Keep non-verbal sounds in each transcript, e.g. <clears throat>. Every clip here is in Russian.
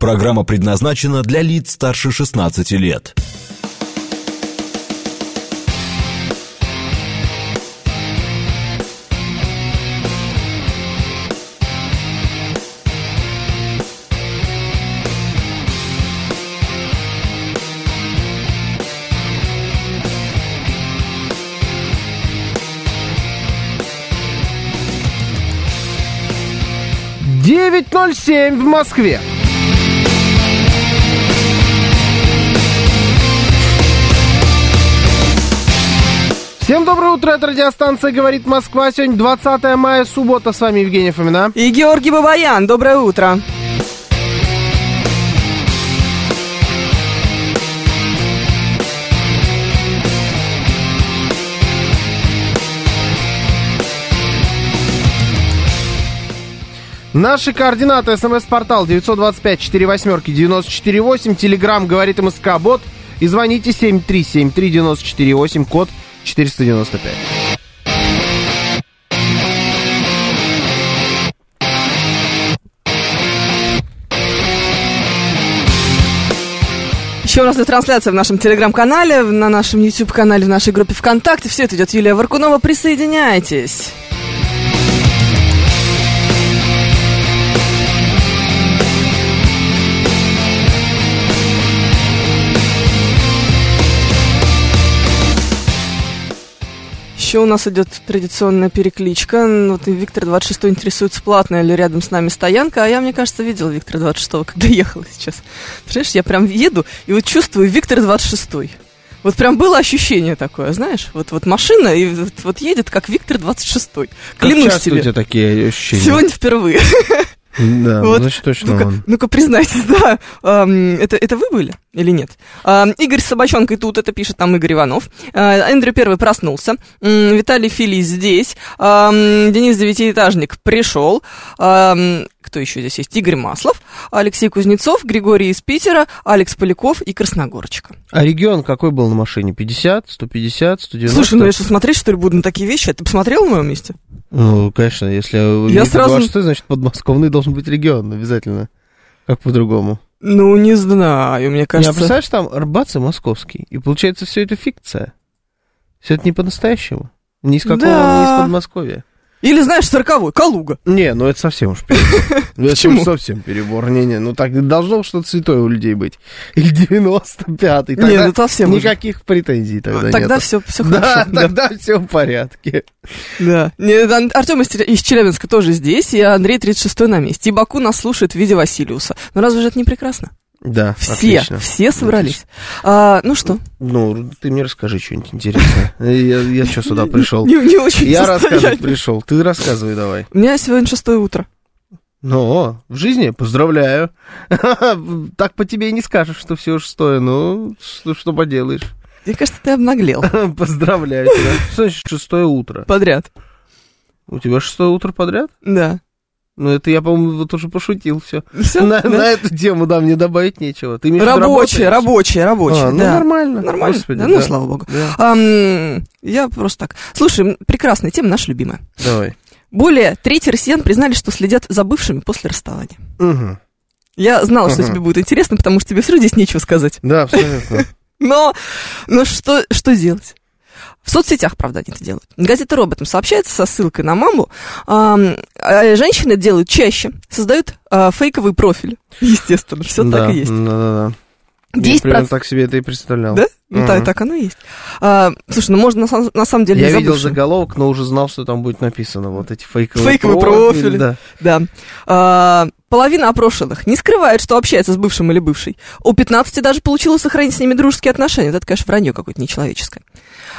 Программа предназначена для лиц старше 16 лет. Девять ноль семь в Москве. Всем доброе утро, это радиостанция «Говорит Москва». Сегодня 20 мая, суббота, с вами Евгений Фомина. И Георгий Бабаян, доброе утро. Наши координаты, смс-портал 925-48-94-8, телеграмм «Говорит МСК Бот» и звоните 7373948, код 495. Еще у нас идет трансляция в нашем телеграм-канале, в- на нашем YouTube-канале, в нашей группе ВКонтакте. Все это идет Юлия Варкунова. Присоединяйтесь. Еще у нас идет традиционная перекличка. Ну, Вот и Виктор 26 интересуется, платная ли рядом с нами стоянка. А я, мне кажется, видел Виктора 26, когда <laughs> ехала сейчас. Представляешь, я прям еду и вот чувствую Виктор 26. Вот прям было ощущение такое, знаешь, вот, вот машина и вот, вот едет, как Виктор 26. Клянусь тебе. такие ощущения? Сегодня впервые. Да, Вот. ну, значит, точно Ну-ка, он. ну-ка, признайтесь, <laughs> да. Ам, Это, это вы были или нет? Ам, Игорь с собачонкой тут, это пишет нам Игорь Иванов. Э, Эндрю Первый проснулся. М, Виталий Фили здесь. Ам, Денис Девятиэтажник пришел. Ам, Кто еще здесь есть? Игорь Маслов, Алексей Кузнецов, Григорий из Питера, Алекс Поляков и Красногорочка. А регион какой был на машине? 50, 150, 190? Слушай, ну я что, смотреть, что ли, буду на такие вещи? А Ты посмотрел на моем месте? Ну, конечно, если Я я сразу- сразу... что, значит, подмосковный должен быть регион обязательно. Как по-другому. Ну, не знаю, мне Не, а кажется... представляешь, там Арбатс и Московский. И получается, все это фикция. Все это не по-настоящему. Ни из какого, Да. ни из Подмосковья. Или, знаешь, сороковой, Калуга. Не, ну это совсем уж <laughs> перебор. Ну, Это Почему? уж совсем перебор. Не-не, ну так должно что-то святое у людей быть. Или 95-й. Нет, Тогда ну это совсем уже. никаких претензий тогда Тогда нету. все, все Да, хорошо. да. тогда все в порядке. Да. Артем из, Теля- из Челябинска тоже здесь, и Андрей 36 на месте. И Баку нас слушает в виде Василиуса. Ну разве же это не прекрасно? Да, Все, отлично. все собрались. А, ну что? Ну, ты мне расскажи что-нибудь интересное. Я, что <laughs> сюда пришел? Не, не очень Я состояние. рассказывать пришел. Ты рассказывай давай. У меня сегодня шестое утро. Ну, о, в жизни поздравляю. <laughs> Так по тебе и не скажешь, что все шестое. Ну, что, что поделаешь. <laughs> Мне кажется, ты обнаглел Поздравляю тебя. Что значит шестое утро? подряд. У тебя шестое утро подряд? Да. Ну, это я, по-моему, вот уже пошутил все. Все? На, на эту тему, да, мне добавить нечего. Ты имеешь в виду Рабочее, работаешь? рабочее, рабочее. А, ну, да. нормально. Нормально? Господи, Да ну, да. слава богу. Да. Ам, я просто так. Слушай, м, прекрасная тема, наша любимая. Давай. Более трети россиян признали, что следят за бывшими после расставания. Мгм. Я знала, что Ага. тебе будет интересно, потому что тебе все равно здесь нечего сказать. Да, абсолютно. Но, но что, что делать? В соцсетях, правда, они это делают. Газета «Роботом» сообщается со ссылкой на маму. Ам, а Женщины это делают чаще, создают а, фейковые профили. Естественно, все так и есть. Да, да, да. Я 10%. примерно так себе это и представлял. Да? Ну, та- Мгм. так оно и есть. А, слушай, ну можно на, сам- на самом деле Я не видел забывшим. заголовок, но уже знал, что там будет написано. Вот эти фейковые, Фейковые профили. Да. Да. А, половина опрошенных не скрывает, что общается с бывшим или бывшей. У 15 даже получилось сохранить с ними дружеские отношения. Вот Это, конечно, вранье какое-то нечеловеческое.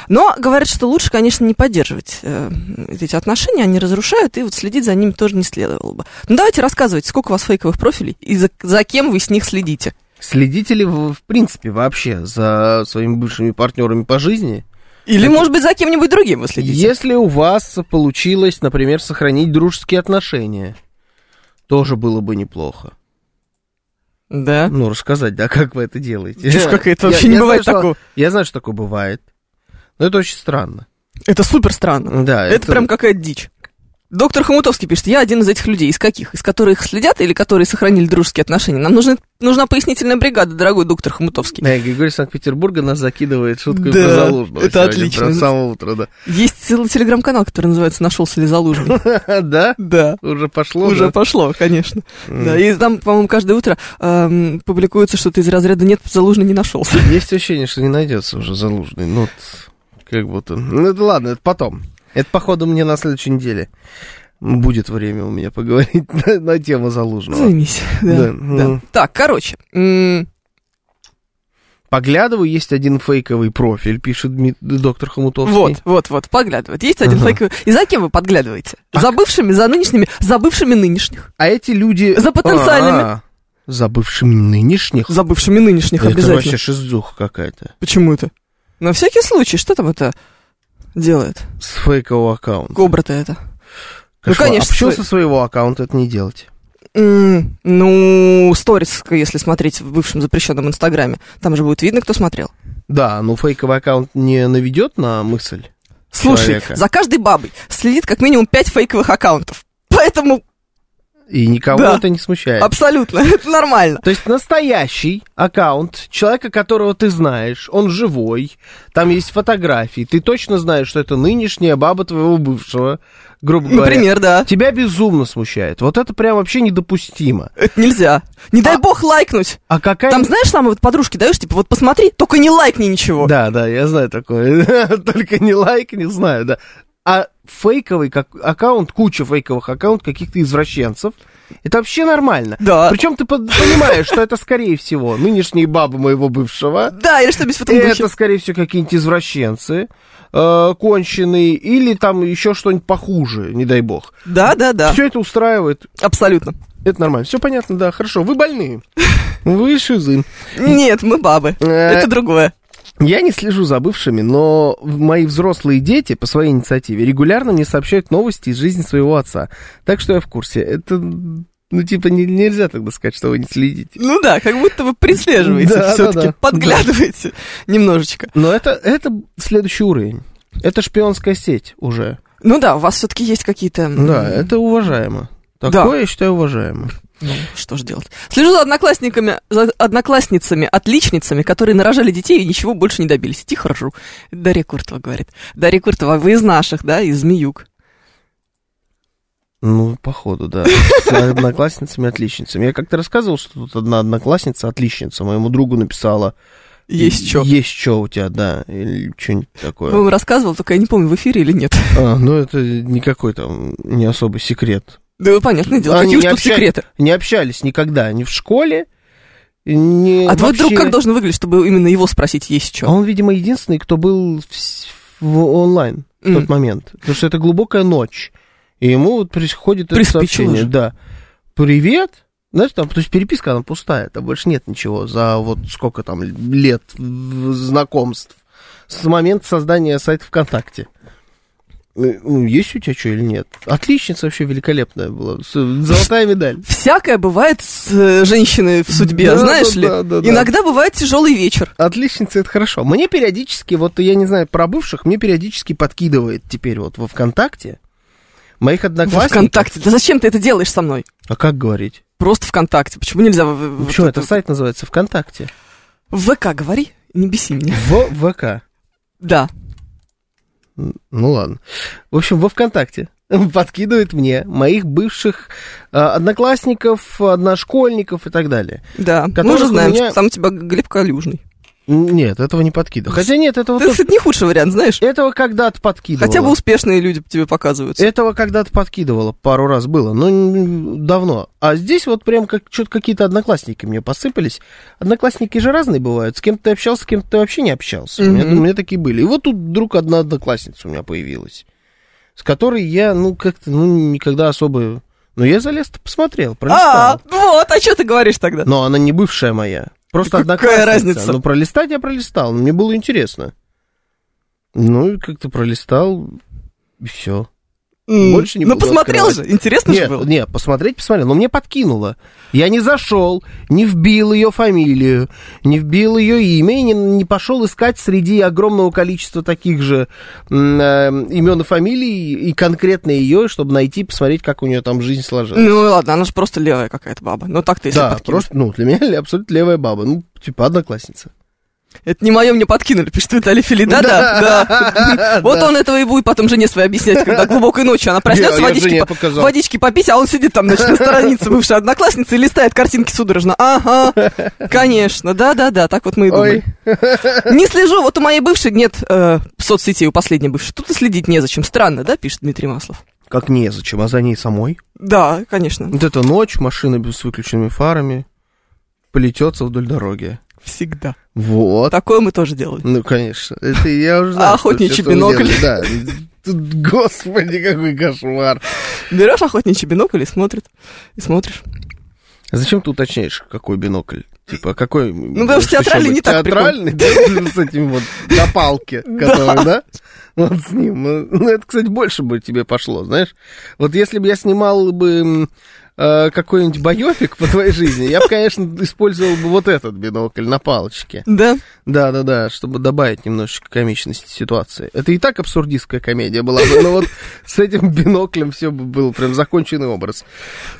Но говорят, что лучше, конечно, не поддерживать э, эти отношения, они разрушают, и вот следить за ними тоже не следовало бы. Ну, давайте рассказывайте, сколько у вас фейковых профилей и за, за кем вы с них следите. Следите ли вы, в принципе, вообще за своими бывшими партнерами по жизни? Или, Это- может быть, за кем-нибудь другим вы следите. Если у вас получилось, например, сохранить дружеские отношения, тоже было бы неплохо. Да. Ну, рассказать, да, как вы это делаете. А? Чушь какая-то, Я- вообще я не знаю, бывает что- такого. Я знаю, что такое бывает. Но это очень странно. Ну, Это супер странно. Да, Это, прям какая-то дичь. Доктор Хомутовский пишет, я один из этих людей. Из каких? Из которых следят или которые сохранили дружеские отношения? Нам нужны, нужна пояснительная бригада, дорогой доктор Хомутовский. Э, Григорий Санкт-Петербурга нас закидывает шуткой Да, про Залужного. это сегодня, отлично. Прям с самого утра, да. Есть целый телеграм-канал, который называется «Нашелся <laughs> ли Залужный?» Да? Да. Уже пошло? Уже Ну да? пошло, конечно. М. Да, и там, по-моему, каждое утро эм, публикуется что-то из разряда «Нет, Залужный не нашелся». Есть ощущение, что не найдется уже Залужный. Ну, вот, как будто... Ну, это ладно, это потом. Это, походу, мне на следующей неделе будет время у меня поговорить <laughs> на, на тему Залужного. Займись. Да, Да, да. ну. Так, короче. м, Поглядываю, есть один фейковый профиль, пишет Дми- доктор Хомутовский. Вот, вот, вот, поглядывает. Есть один Ага. фейковый. И за кем вы подглядываете? За бывшими, за нынешними, за бывшими нынешних. А эти люди... За потенциальными. А, за бывшими нынешних? За бывшими нынешних Это обязательно. вообще шиздуха какая-то. Почему это? На всякий случай, что там это делает? С фейкового аккаунта. Кобра-то это. Ну, Кошмар. конечно, А почему с- со своего аккаунта это не делать? М, ну, сторис, если смотреть в бывшем запрещенном инстаграме, там же будет видно, кто смотрел. Да, ну фейковый аккаунт не наведет на мысль. Слушай, Человека. за каждой бабой следит как минимум пять фейковых аккаунтов. Поэтому И никого Да. это не смущает. абсолютно, <laughs> это нормально. То есть настоящий аккаунт человека, которого ты знаешь, он живой, там есть фотографии, ты точно знаешь, что это нынешняя баба твоего бывшего, грубо говоря. Например, да. Тебя безумно смущает. Вот это прям вообще недопустимо. Это нельзя. Не дай А- бог лайкнуть. А какая... Там, знаешь, там вот подружки даешь, типа, вот посмотри, только не лайкни ничего. Да, да, я знаю такое. <laughs> Только не лайк, не знаю, да. А фейковый как... аккаунт, куча фейковых аккаунтов каких-то извращенцев. Это вообще нормально. Да. а Причем ты под- понимаешь, что это, скорее всего, нынешние бабы моего бывшего. Да, или что-нибудь в этом духе. Это, скорее всего, какие-нибудь извращенцы э, конченые, или там еще что-нибудь похуже, не дай бог. Да, да, да. Все это устраивает, Абсолютно. это нормально. Все понятно, да, хорошо. Вы больные. Вы шизы. Нет, мы бабы. Э. Это другое. Я не слежу за бывшими, но мои взрослые дети по своей инициативе регулярно мне сообщают новости из жизни своего отца. Так что я в курсе. Это, ну, типа, не- нельзя тогда сказать, что вы не следите. Ну да, как будто вы преследуете Да, да, все-таки, да. подглядываете <laughs> немножечко. Но это, это следующий уровень. Это шпионская сеть уже. Ну да, у вас все-таки есть какие-то... м, Да, это уважаемо. Да. Такое, я считаю, уважаемо. ну, что же делать? Слежу за одноклассниками, за одноклассницами, отличницами, которые нарожали детей и ничего больше не добились. Тихо ржу. Дарья Куртова говорит. Дарья Куртова, вы из наших, да, из Змеюк. Ну, походу, <laughs> да. С одноклассницами, отличницами. Я как-то рассказывал, что тут одна одноклассница, отличница, моему другу написала. Есть Ну, что. Есть что у тебя, да. Или что-нибудь такое. По-моему, рассказывал, только я не помню, в эфире или нет. <laughs> А, ну это никакой там не особый секрет. Да, понятное дело, Они какие уж не тут общались. секреты. Не общались никогда, ни в школе, ни А твой вообще. друг как должен выглядеть, чтобы именно его спросить, есть А что? он, видимо, единственный, кто был в, с- в онлайн в М. тот момент. Потому что это глубокая ночь. И ему вот приходит это Приспичило сообщение. же. Да. Привет. Знаешь, там, то есть переписка, она пустая, там больше нет ничего за вот сколько там лет в- знакомств с момента создания сайта ВКонтакте. Э, ну, Есть у тебя что или нет? Отличница вообще великолепная была. с- Золотая медаль. Всякое бывает с э, женщиной в судьбе, Да, знаешь да, ли? да, да, да. Иногда бывает тяжелый вечер. Отличница, это хорошо. Мне периодически, вот я не знаю про бывших, мне периодически подкидывает теперь вот во ВКонтакте моих одноклассников. ВКонтакте. Да зачем ты это делаешь со мной? А как говорить? Просто ВКонтакте. Почему нельзя... в- в- Что, вот это сайт называется ВКонтакте? ВК говори, не беси меня. В ВК. Да. М, Ну ладно. В общем, во ВКонтакте <laughs> подкидывает мне моих бывших э, одноклассников, одношкольников и так далее. Да, мы Которых уже у знаем, меня- что там у тебя Глеб Калюжный. Н- Нет, этого не подкидывал. Хотя нет, этого Это, тоже- кстати, не худший вариант, знаешь? этого когда-то подкидывал. Хотя бы успешные люди тебе показываются. Этого когда-то подкидывала пару раз было, но н- давно. А здесь вот прям как что-то какие-то одноклассники мне посыпались. Одноклассники же разные бывают. С кем ты общался, с кем ты вообще не общался. У, меня, Мгм. у меня такие были. И вот тут вдруг одна одноклассница у меня появилась, с которой я, ну, как-то, ну, никогда особо... Ну, я залез посмотрел, пролистал. а, вот, а что ты говоришь тогда? Но она не бывшая моя. Просто Да одноклассница. какая разница? Ну, пролистать я пролистал, но мне было интересно. Ну, и как-то пролистал, и все. М, Больше не Ну, буду посмотрел открывать. же, интересно же Нет, было. нет, посмотреть посмотрел, но мне подкинуло. Я не зашел, не вбил ее фамилию, не вбил ее имя и не, не пошел искать среди огромного количества таких же м, э, имен и фамилий и конкретно ее, чтобы найти, посмотреть, как у нее там жизнь сложилась. Ну и ладно, она же просто левая какая-то баба. Ну так-то если да, подкинули. просто, ну, для меня <laughs> ле- абсолютно левая баба, ну, типа одноклассница. Это не мое мне подкинули, пишет Виталий Фили. Да-да, <laughs> да. Вот он этого и будет потом жене своей объяснять, когда глубокой ночью она проснется, Я- я водички жене по- показал. водички попить, а он сидит там, значит, <laughs> на странице бывшей одноклассницы и листает картинки судорожно. Ага, конечно, да-да-да, так вот мы и думали. Ой, <laughs> Не слежу, вот у моей бывшей нет э, соцсетей, у последней бывшей. Тут и следить незачем. Странно, да, пишет Дмитрий Маслов. как незачем, а за ней самой. Да, конечно, Вот эта ночь, машина без- с выключенными фарами, полетется вдоль дороги. всегда. Вот. Такое мы тоже делали. Ну, конечно. Это я уже знаю. А охотничий что это он бинокль. делает, Да. Тут, господи, какой кошмар. Берешь охотничий бинокль и смотрит, и смотришь. А зачем ты уточняешь, какой бинокль? Типа, какой... Ну, потому что театральный не так Театральный, да, <laughs> с этим вот на палке, который, да? Вот с ним. Ну, Ну, это, кстати, больше бы тебе пошло, знаешь? Вот если бы я снимал бы м, э, какой-нибудь боёфик по твоей жизни, я бы, конечно, использовал бы вот этот бинокль на палочке. Да. Да, да, да, чтобы добавить немножечко комичности ситуации. Это и так абсурдистская комедия была, бы, <laughs> но вот с этим биноклем все было прям законченный образ.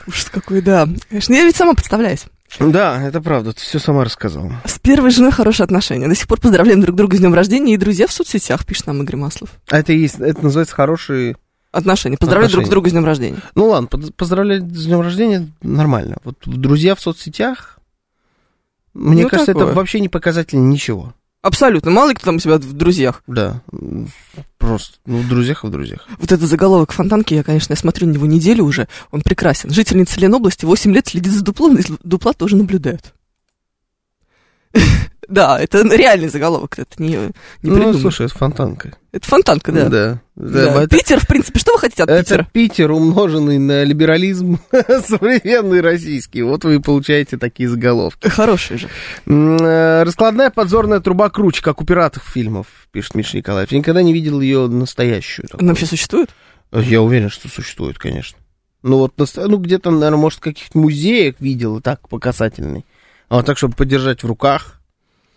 Ужас какой, да. Конечно, я ведь сама подставляюсь. Да, это правда, ты все сама рассказала. С первой женой хорошие отношения. До сих пор поздравляем друг друга с днем рождения и друзья в соцсетях, пишет нам Игорь Маслов. А это и есть, это называется хорошие... Отношения. Поздравляю друг Отношения. друга с днем рождения. Ну ладно, под- поздравлять с днем рождения нормально. Вот друзья в соцсетях, мне Ну, кажется, такое. это вообще не показатель ничего. Абсолютно. Мало ли кто там у себя в друзьях. Да, м, просто, ну, в друзьях и в друзьях. Вот это заголовок фонтанки, я, конечно, я смотрю на него неделю уже. Он прекрасен. Жительница Ленобласти 8 лет следит за дуплом, из дупла тоже наблюдают. <laughs> Да, это реальный заголовок, это не, не ну, придумано. слушай, это фонтанка. Это фонтанка, да. Да. да, Да. это- Питер, в принципе, что вы хотите от Это Питера? Питер, умноженный на либерализм <laughs> современный российский. Вот вы и получаете такие заголовки. Хороший же. М, э, Раскладная подзорная труба круче, как у пиратов фильмов, пишет Миша Николаев. Я никогда не видел ее настоящую. Она вообще существует? Я уверен, что существует, конечно. Ну вот, нас- ну где-то, наверное, может, в каких-то музеях видел, и так, по касательной. А вот так, чтобы подержать в руках,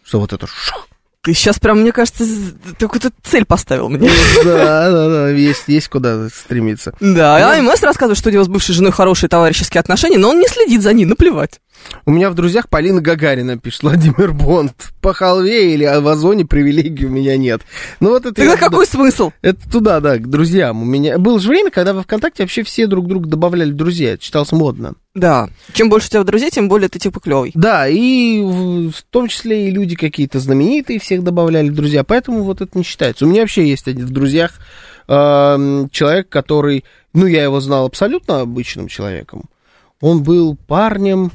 что вот это... <laughs> шух. Ты сейчас прям, мне кажется, з- какую-то цель поставил мне. Ну, Да, да, да, есть, есть куда стремиться. Да, Ну. и АМС рассказывает, что у него с бывшей женой хорошие товарищеские отношения, но он не следит за ней, наплевать. У меня в друзьях Полина Гагарина, пишет Владимир Бонд. По халве или в озоне привилегий у меня нет. Ну вот это... Тогда я- какой смысл? Это туда, да, к друзьям. У меня... Было же время, когда во ВКонтакте вообще все друг друга добавляли в друзья. Это считалось модно. Да, чем больше у тебя друзей, тем более ты типа клевый. Да, и в в том числе и люди какие-то знаменитые всех добавляли в друзья. Поэтому вот это не считается. У меня вообще есть один в друзьях эм, человек, который... Ну, я его знал абсолютно обычным человеком. Он был парнем...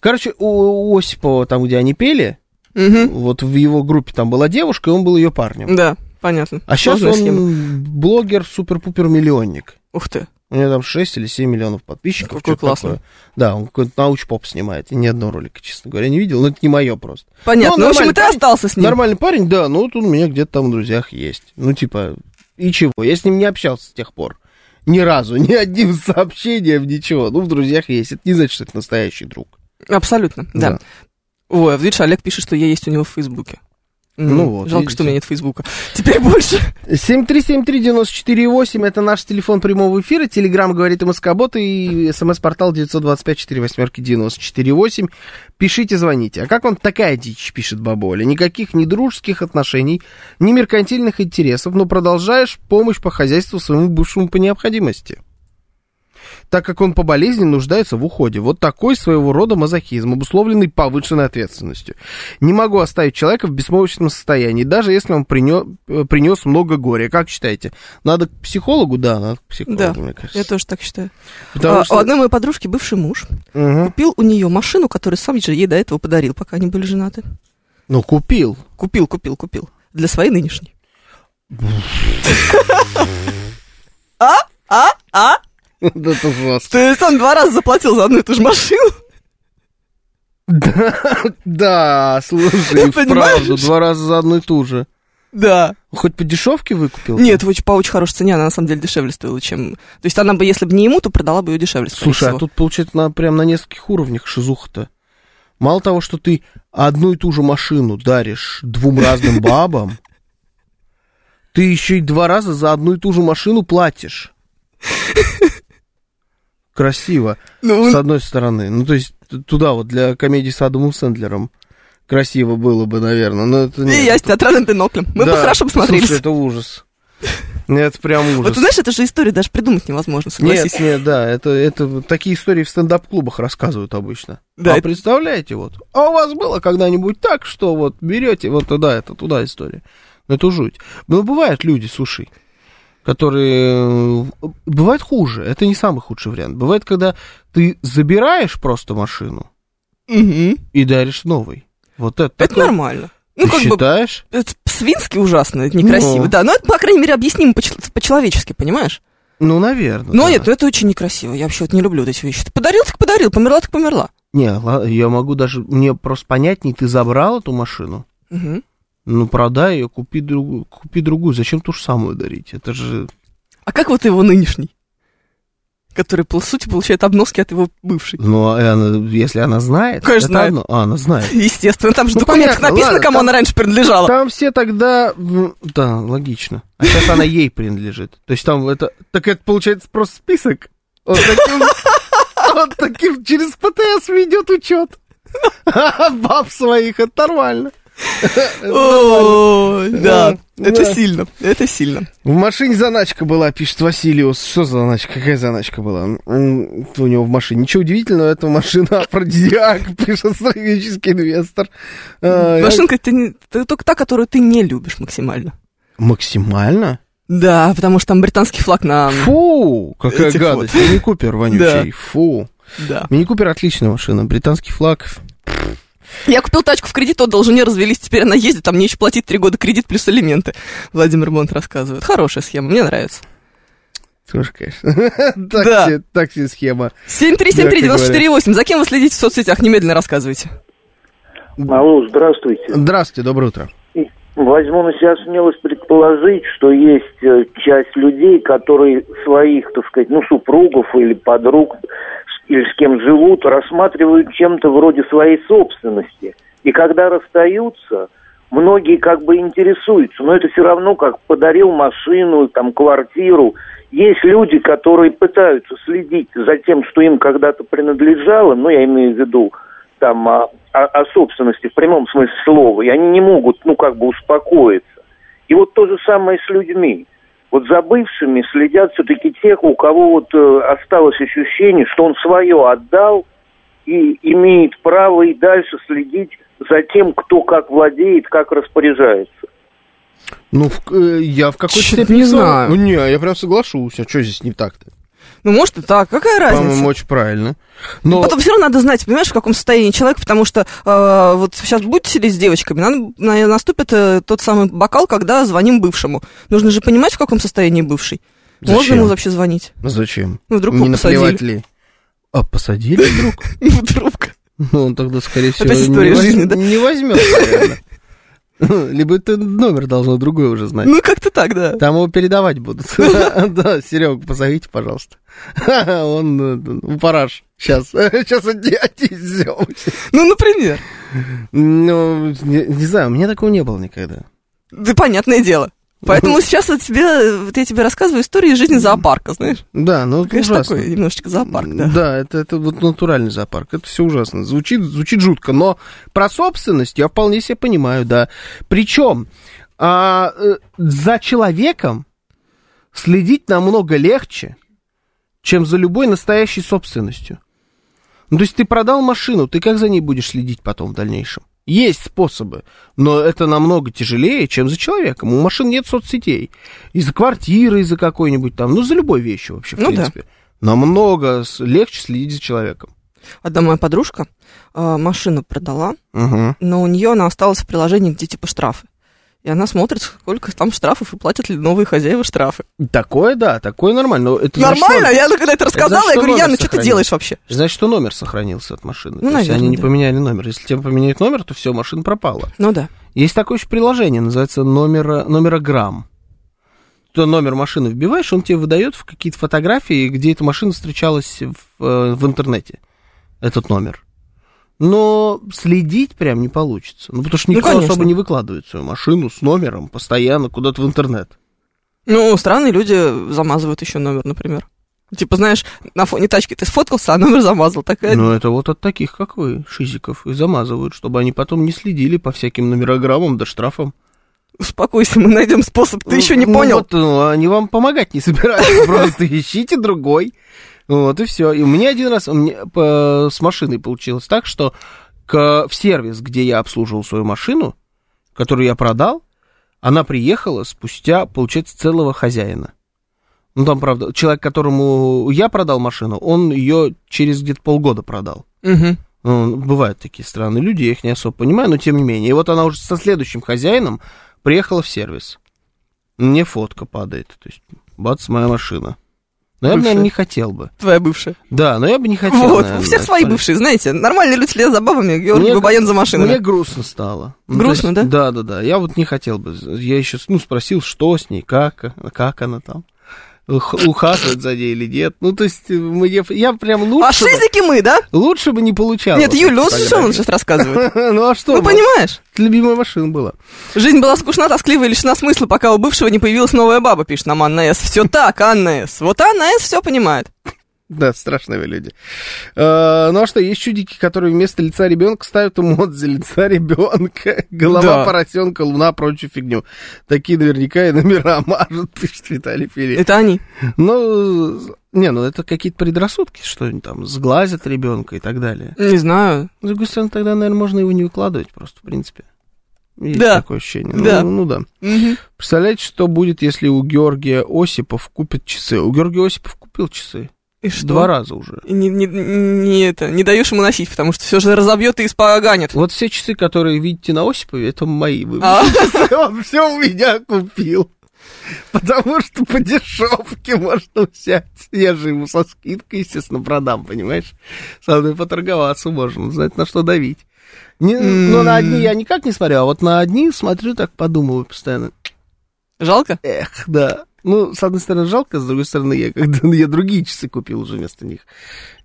Короче, у у Осипова, там, где они пели, Мгм. Вот в его группе там была девушка, и он был ее парнем. Да, понятно. А сейчас Сложная он схема. блогер, супер-пупер-миллионник. Ух ты. У него там 6 или 7 миллионов подписчиков. Какой что-то классный. такое. Да, он какой-то науч-поп снимает. Я ни одного ролика, честно говоря, не видел, но это не мое просто. Понятно. Ну, в общем, и нормальный ты парень. остался с ним. Нормальный парень, да, но вот он у меня где-то там в друзьях есть. Ну, типа, и чего? Я с ним не общался с тех пор. Ни разу, <laughs> ни одним сообщением, ничего. Ну, в друзьях есть. Это не значит, что это настоящий друг. Абсолютно, да. Да. Ой, а видишь, Олег пишет, что я есть у него в Фейсбуке. М, Ну вот, Жалко, видите. что у меня нет Фейсбука. Теперь больше. 7373948, это наш телефон прямого эфира, телеграм говорит МСК-бот и смс-портал 925-48-94-8. Пишите, звоните. А как вам такая дичь, пишет Баболя? Никаких ни дружеских отношений, ни меркантильных интересов, но продолжаешь помощь по хозяйству своему бывшему по необходимости. Так как он по болезни нуждается в уходе. Вот такой своего рода мазохизм, обусловленный повышенной ответственностью. Не могу оставить человека в беспомощном состоянии, даже если он принес, принес много горя. Как считаете? Надо к психологу? Да, надо к психологу, Да, мне кажется. Я тоже так считаю. Потому А, что- У одной моей подружки бывший муж Мгм. купил у нее машину, которую сам же ей до этого подарил, пока они были женаты. Ну, купил. <laughs> Купил, купил, купил. Для своей нынешней. А? А? А? Да это жестко. Ты сам два раза заплатил за одну и ту же машину. Да, слушай, Понимаешь? вправду, два раза за одну и ту же. Да. Хоть по дешевке выкупил? Нет, в очень- по очень хорошей цене она на самом деле дешевле стоила, чем... То есть она бы, если бы не ему, то продала бы ее дешевле, скорее Слушай, а всего. тут получается на, прям на нескольких уровнях шизуха-то. Мало того, что ты одну и ту же машину даришь двум <laughs> разным бабам, ты еще и два раза за одну и ту же машину <laughs> платишь. Красиво, Ну, с одной стороны. Ну, то есть, т- туда вот для комедии с Адамом Сэндлером красиво было бы, наверное, но это и не... я с театральным биноклем. Мы бы Да, хорошо посмотрелись. Слушай, это ужас. Это прям ужас. <laughs> Вот ты знаешь, это же историю даже придумать невозможно, согласись. Нет, нет, да, это, это такие истории в стендап-клубах рассказывают обычно. Да, а это- представляете, вот, а у вас было когда-нибудь так, что вот берете вот туда, это туда история. Ну, это жуть. Но бывают люди, слушай, которые... э, Бывает хуже, это не самый худший вариант. Бывает, когда ты забираешь просто машину Мгм. и даришь новый. Вот это, Это такое. нормально. Ты Ну, как бы, считаешь? это свински ужасно, это некрасиво, Ну. да. Но это, по крайней мере, объяснимо по- по-человечески, понимаешь? Ну, наверное. Но да. нет, ну это очень некрасиво. Я вообще вот не люблю вот эти вещи. Ты подарил, так подарил, померла, так померла. Не, ла- я могу даже... Мне просто понятнее, ты забрал эту машину, Мгм. Ну, продай ее, купи другую, купи другую. Зачем ту же самую дарить? Это же... А как вот его нынешний? Который, по сути, получает обноски от его бывшей. Ну, а она- если она знает... Конечно, это знает. одно. А, она знает. Естественно, там же в Ну, документах понятно, написано, ладно, кому там- она раньше принадлежала. Там все тогда... м, Да, логично. А сейчас она ей принадлежит. То есть там это... Так это получается просто список. Вот таким... вот таким через ПТС ведет учет. <laughs> Баб своих, это нормально. О, да, Да, это да. сильно, это сильно. В машине заначка была, пишет Василиус. Что за заначка? Какая заначка была? М, У него в машине. Ничего удивительного, это машина <laughs> афродизиак, пишет стратегический инвестор. А, Машинка, ты не- ты только та, которую ты не любишь максимально. Максимально? Да, потому что там британский флаг на... Фу, какая этих гадость. Мини Купер вонючий, фу. Да. Мини Купер отличная машина, британский флаг. Я купил тачку в кредит, отдал жене, развелись, теперь она ездит, там мне еще платить три года кредит плюс элементы. Владимир Монт рассказывает. Хорошая схема, мне нравится. Тоже, конечно. <laughs> Такси, такси схема. 7373948, за кем вы следите в соцсетях, немедленно рассказывайте. Алло, здравствуйте. Здравствуйте, доброе утро. Возьму на себя смелость предположить, что есть э, часть людей, которые своих, так сказать, ну, супругов или подруг, с- или с кем живут, рассматривают чем-то вроде своей собственности. И когда расстаются, многие как бы интересуются, но это все равно как подарил машину, там, квартиру. Есть люди, которые пытаются следить за тем, что им когда-то принадлежало, ну, я имею в виду там а, о, о собственности в прямом смысле слова, и они не могут, ну, как бы успокоиться. И вот то же самое с людьми. Вот за бывшими следят все-таки тех, у кого вот э, осталось ощущение, что он свое отдал и имеет право и дальше следить за тем, кто как владеет, как распоряжается. Ну, в- э, я в какой-то Чё-то степени... не с вами. знаю. Ну, Не, я прям соглашусь. А что здесь не так-то? Ну, может и так, какая разница? Ну, По-моему, ну, очень правильно. Но... Потом все равно надо знать, понимаешь, в каком состоянии человек, потому что э, вот сейчас будете сидеть с девочками, надо- на- наступит э, тот самый бокал, когда звоним бывшему. Нужно же понимать, в каком состоянии бывший. Можно Зачем? ему вообще звонить? Ну, Зачем? Ну, вдруг не его наплевать <laughs> посадили. ли? А посадили вдруг? Вдруг. <laughs> Ну, он тогда, скорее всего, Опять история не, воз- жизни, да? не возьмет, наверное. <laughs> Либо ты номер должно другой уже знать. Ну, как-то так, да. Там его передавать <laughs> будут. <laughs> Да, Серег, позовите, пожалуйста. <laughs> Он э, параж. <laughs> Сейчас. Сейчас отнесем. Ну, например. Ну, не не знаю, у меня такого не было никогда. Да, понятное дело. Поэтому сейчас я тебе, вот я тебе рассказываю истории из жизни зоопарка, знаешь? Да, ну это Конечно, ужасно. такой немножечко зоопарк, да. это, это вот натуральный зоопарк. Это все ужасно. Звучит, звучит жутко. Но про собственность я вполне себе понимаю, да. Причем за человеком следить намного легче, чем за любой настоящей собственностью. Ну, то есть ты продал машину, ты как за ней будешь следить потом в дальнейшем? Есть способы, но это намного тяжелее, чем за человеком. У машин нет соцсетей. И за квартиры, и за какой-нибудь там, ну, за любой вещью вообще, в Ну да. принципе. Намного с- легче следить за человеком. Одна моя подружка э, машину продала, Угу. но у нее она осталась в приложении, где типа штрафы. И она смотрит, сколько там штрафов и платят ли новые хозяева штрафы. Такое, да, такое нормально. Но Это за Нормально? что- Я когда это рассказала, что я говорю, номер Яна, что ты сохранил? делаешь вообще? Значит, что номер сохранился от машины. Ну, то есть наверное, они не да. поменяли номер. Если тебе поменяют номер, то все, машина пропала. Ну да. Есть такое еще приложение, называется номера, номерограмм. Ты номер машины вбиваешь, он тебе выдает в какие-то фотографии, где эта машина встречалась в, э, в интернете, этот номер. Но следить прям не получится. Ну, потому что Ну, никто конечно. особо не выкладывает свою машину с номером постоянно куда-то в интернет. Ну, странные люди замазывают еще номер, например. Типа, знаешь, на фоне тачки ты сфоткался, а номер замазал. Такая Ну, это вот от таких, как вы, шизиков, и замазывают, чтобы они потом не следили по всяким номерограммам да штрафам. Успокойся, мы найдем способ. Ты еще не Ну, понял? вот, ну, они вам помогать не <laughs> собираются, просто ищите другой. Вот и все. И у меня один раз у меня, по- с машиной получилось так, что к- в сервис, где я обслуживал свою машину, которую я продал, она приехала спустя, получается, целого хозяина. Ну, там, правда, человек, которому я продал машину, он ее через где-то полгода продал. Мгм. Ну, бывают такие странные люди, я их не особо понимаю, но тем не менее. И вот она уже со следующим хозяином приехала в сервис. Мне фотка падает. То есть, бац, моя машина. Но я бы, Бывшая. наверное, не хотел бы. Твоя бывшая. Да, но я бы не хотел. вот, наверное, у всех свои смотреть. бывшие, знаете. Нормальные люди следят за бабами, Георгий Мне- Бабаян за машинами. Мне грустно стало. Ну, то Грустно, есть, да? Да, да, Я вот не хотел бы. Я еще ну, спросил, что с ней, как, как она там. ух- Ухаживает за ней или нет. Ну, то есть, мне- я прям А лучше, бы- шизики мы, да? лучше бы не получал. Нет, Юль, ну вот что он лучше. сейчас рассказывает? <laughs> <laughs> Ну, а что? Ну, было? понимаешь? Любимая машина была. Жизнь была скучна, тосклива и лишена смысла, пока у бывшего не появилась новая баба, пишет нам Анна С. Все так, Анна С. Вот Анна С все понимает. Да, страшные вы люди. Э, ну а что, есть чудики, которые вместо лица ребенка ставят эмодзи за лица ребенка. <laughs> Голова Да. поросенка, луна, прочую фигню. Такие наверняка и номера <laughs> мажут, пишет Виталий Филипп. Это они. Ну, не, ну это какие-то предрассудки, что они там сглазят ребенка и так далее. Не знаю. С другой стороны, тогда, наверное, можно его не выкладывать просто, в принципе. Есть Да. такое ощущение. Ну, Да. Ну, ну да. Мгм. Представляете, что будет, если у Георгия Осипов купит часы? У Георгия Осипов купил часы. И что? Два раза уже. И Не, не- не это, не даешь ему носить, потому что все же разобьет и испоганит. Вот все часы, которые видите на Осипове, это мои выводы. А, <laughs> Он все у меня купил. Потому что по дешевке можно взять. Я же ему со скидкой, естественно, продам, понимаешь? Со мной поторговаться можно, знать, на что давить. Не- М. ну, на одни я никак не смотрю, а вот на одни смотрю, так подумываю постоянно. жалко? Эх, да. Ну, с одной стороны, жалко, с другой стороны, я, когда, <laughs> я другие часы купил уже вместо них.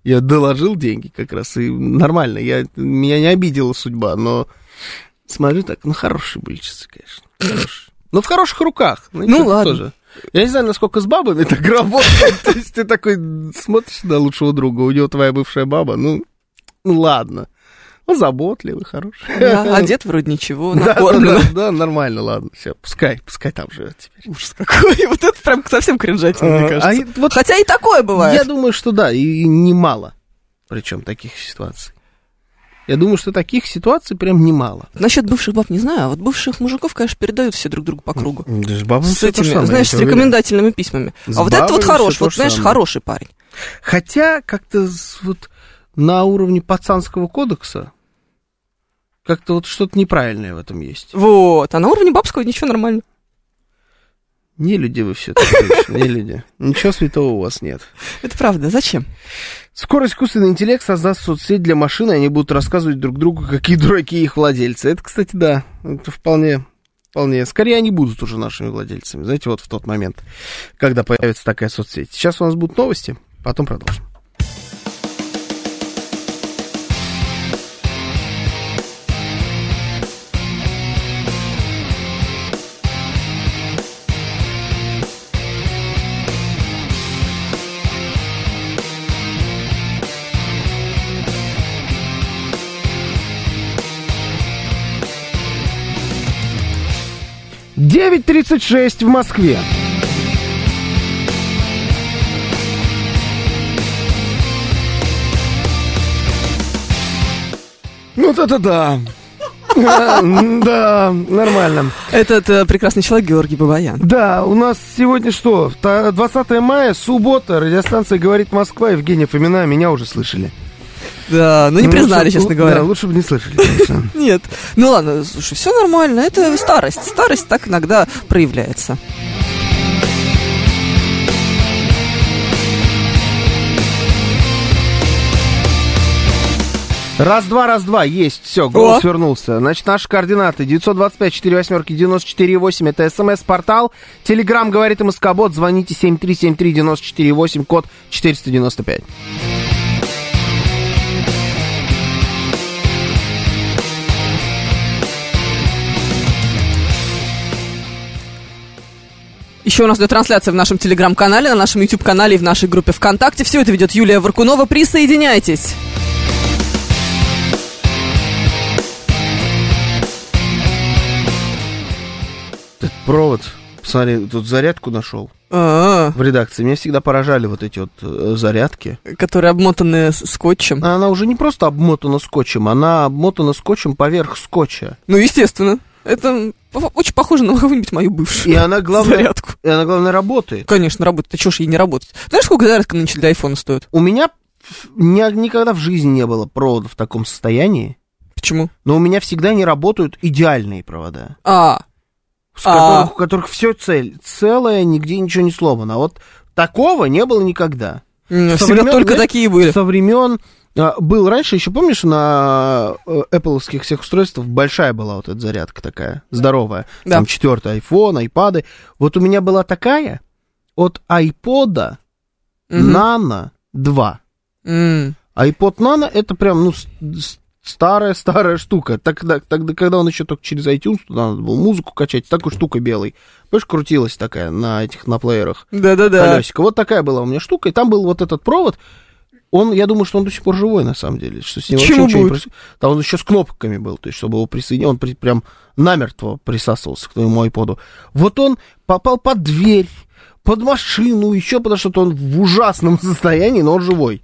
Я доложил деньги как раз, и нормально. Я, меня не обидела судьба, но смотрю так, ну, хорошие были часы, конечно. Хорошие. Ну, в хороших руках. Ну, это ладно. тоже. Я не знаю, насколько с бабами так <laughs> работает. То есть ты такой смотришь на лучшего друга, у него твоя бывшая баба, ну, ну, ладно. Он заботливый, хороший. Да, А одет вроде ничего, Да, да, накормлен. да, да, нормально, ладно, все, пускай, пускай там живет теперь. Ужас какой. <laughs> Вот это прям совсем кринжатина, мне А, кажется. а и- вот Хотя и такое бывает. Я думаю, что да, и, и немало. Причем таких ситуаций. Я думаю, что таких ситуаций прям немало. Насчет бывших баб не знаю, а вот бывших мужиков, конечно, передают все друг другу по кругу. С этими, знаешь, с рекомендательными письмами. С а вот бабами этот вот всё хороший, то вот же знаешь, самое. хороший парень. Хотя как-то с- вот на уровне пацанского кодекса как-то вот что-то неправильное в этом есть. Вот, а на уровне бабского ничего нормально. Не люди вы все, не люди. Ничего святого у вас нет. Это правда, зачем? Скоро искусственный интеллект создаст соцсеть для машины, и они будут рассказывать друг другу, какие дураки их владельцы. Это, кстати, да, это вполне, вполне. Скорее, они будут уже нашими владельцами, знаете, вот в тот момент, когда появится такая соцсеть. Сейчас у нас будут новости, потом продолжим. Девять тридцать шесть в Москве. Ну, то-то да. <laughs> Э, Да, нормально. Этот э, прекрасный человек Георгий Бабаян. Да, у нас сегодня что? Та- 20 мая, суббота, радиостанция «Говорит Москва», Евгения Фомина, меня уже слышали. Да, ну не признали, лучше- честно лу- Да, говоря. лучше бы не слышали, конечно. <laughs> Нет. Ну ладно, слушай, все нормально. Это старость. Старость так иногда проявляется. Раз-два, раз-два, есть, все, голос О. вернулся. Значит, наши координаты 925-48-94-8, это смс-портал. Телеграм говорит МСК-бот, звоните 7373-94-8, код 495. Еще у нас идет трансляция в нашем телеграм-канале, на нашем YouTube-канале и в нашей группе ВКонтакте. Все это ведет Юлия Варкунова. Присоединяйтесь. Провод, смотри, тут зарядку нашел А, в редакции. Меня всегда поражали вот эти вот э, зарядки. Которые обмотаны с- скотчем. А Она уже не просто обмотана скотчем, она обмотана скотчем поверх скотча. Ну, естественно. Это по- очень похоже на какую-нибудь мою И бывшую она, главное, зарядку. и она, главное, работает. Конечно, работает. А чего ж ей не работать? Знаешь, сколько зарядка нынче для айфона стоит? У меня ф- ни- никогда в жизни не было провода в таком состоянии, Почему? но у меня всегда не работают идеальные провода, А, с А. которых, у которых все цель, целое, нигде ничего не сломано. А вот такого не было никогда. м, Со всегда времен, только знаешь, такие были. Со времен а, был раньше, еще помнишь, на apple всех устройствах большая была вот эта зарядка такая, здоровая. Да. Там четвертый iPhone, айпады. Вот у меня была такая от айпода Мгм. Nano 2. М. iPod Nano это прям, ну, с- с- старая-старая штука. Так, да- тогда, когда он еще только через iTunes, туда надо было музыку качать, с такой штукой белой. Понимаешь, крутилась такая на этих, на плеерах Да-да-да. колесико. Вот такая была у меня штука, и там был вот этот провод. Он, я думаю, что он до сих пор живой, на самом деле. Что с ним вообще Чему ничего не будет? происходит. Там он еще с кнопками был, то есть, чтобы его присоединить. Он при- прям намертво присасывался к твоему айподу. Вот он попал под дверь, под машину, еще потому что он в ужасном <laughs> состоянии, но он живой.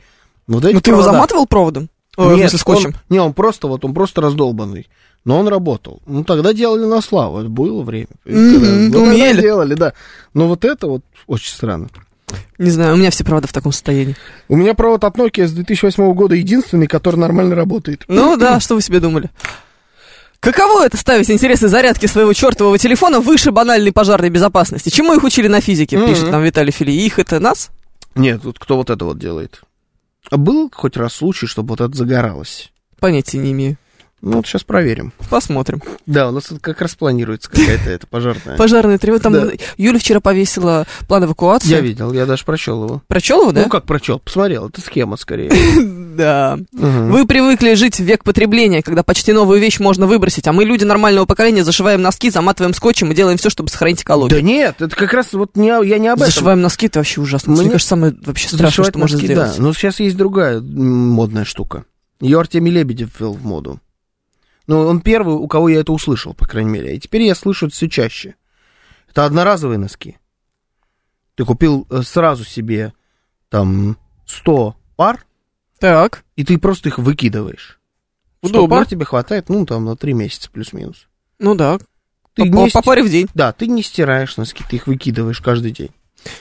Вот эти Ну, ты его провода- заматывал проводом? Ой, в смысле, скотчем. он, не, он просто вот, он просто раздолбанный. Но он работал. Ну, тогда делали на славу. Это было время. Мгм, Ну, тогда умели. делали, да. Но вот это вот очень странно. Не знаю, у меня все провода в таком состоянии. У меня провод от Nokia с 2008 года единственный, который нормально работает. <clears throat> Ну да, что вы себе думали? Каково это ставить интересы зарядки своего чертового телефона выше банальной пожарной безопасности? Чему их учили на физике, Мгм. пишет нам Виталий Фили. Их это нас? Нет, вот кто вот это вот делает? А был хоть раз случай, чтобы вот это загоралось? Понятия не имею. Ну вот сейчас проверим. Посмотрим. Да, у нас тут как раз планируется какая-то эта пожарная. Пожарная тревога. Там Да. Юля вчера повесила план эвакуации. Я видел, я даже прочел его. Прочел его, да? Ну как прочел? Посмотрел, это схема скорее. Да. Мгм. Вы привыкли жить в век потребления, когда почти новую вещь можно выбросить, а мы, люди нормального поколения, зашиваем носки, заматываем скотчем и делаем все, чтобы сохранить экологию. Да нет, это как раз вот не, о- я не об этом. Зашиваем носки, это вообще ужасно. Мне- Мне кажется, самое вообще страшное, Зашивать что можно носки, сделать. Да, но сейчас есть другая м, модная штука. Ее Артемий Лебедев ввел в моду. Ну, он первый, у кого я это услышал, по крайней мере. И теперь я слышу это все чаще. Это одноразовые носки. Ты купил э, сразу себе там 100 пар, Так, и ты просто их выкидываешь. 100 удобно. пар тебе хватает, ну, там, на 3 месяца плюс-минус. Ну да, Ты по, не по ст- паре в день. Да, ты не стираешь носки, ты их выкидываешь каждый день.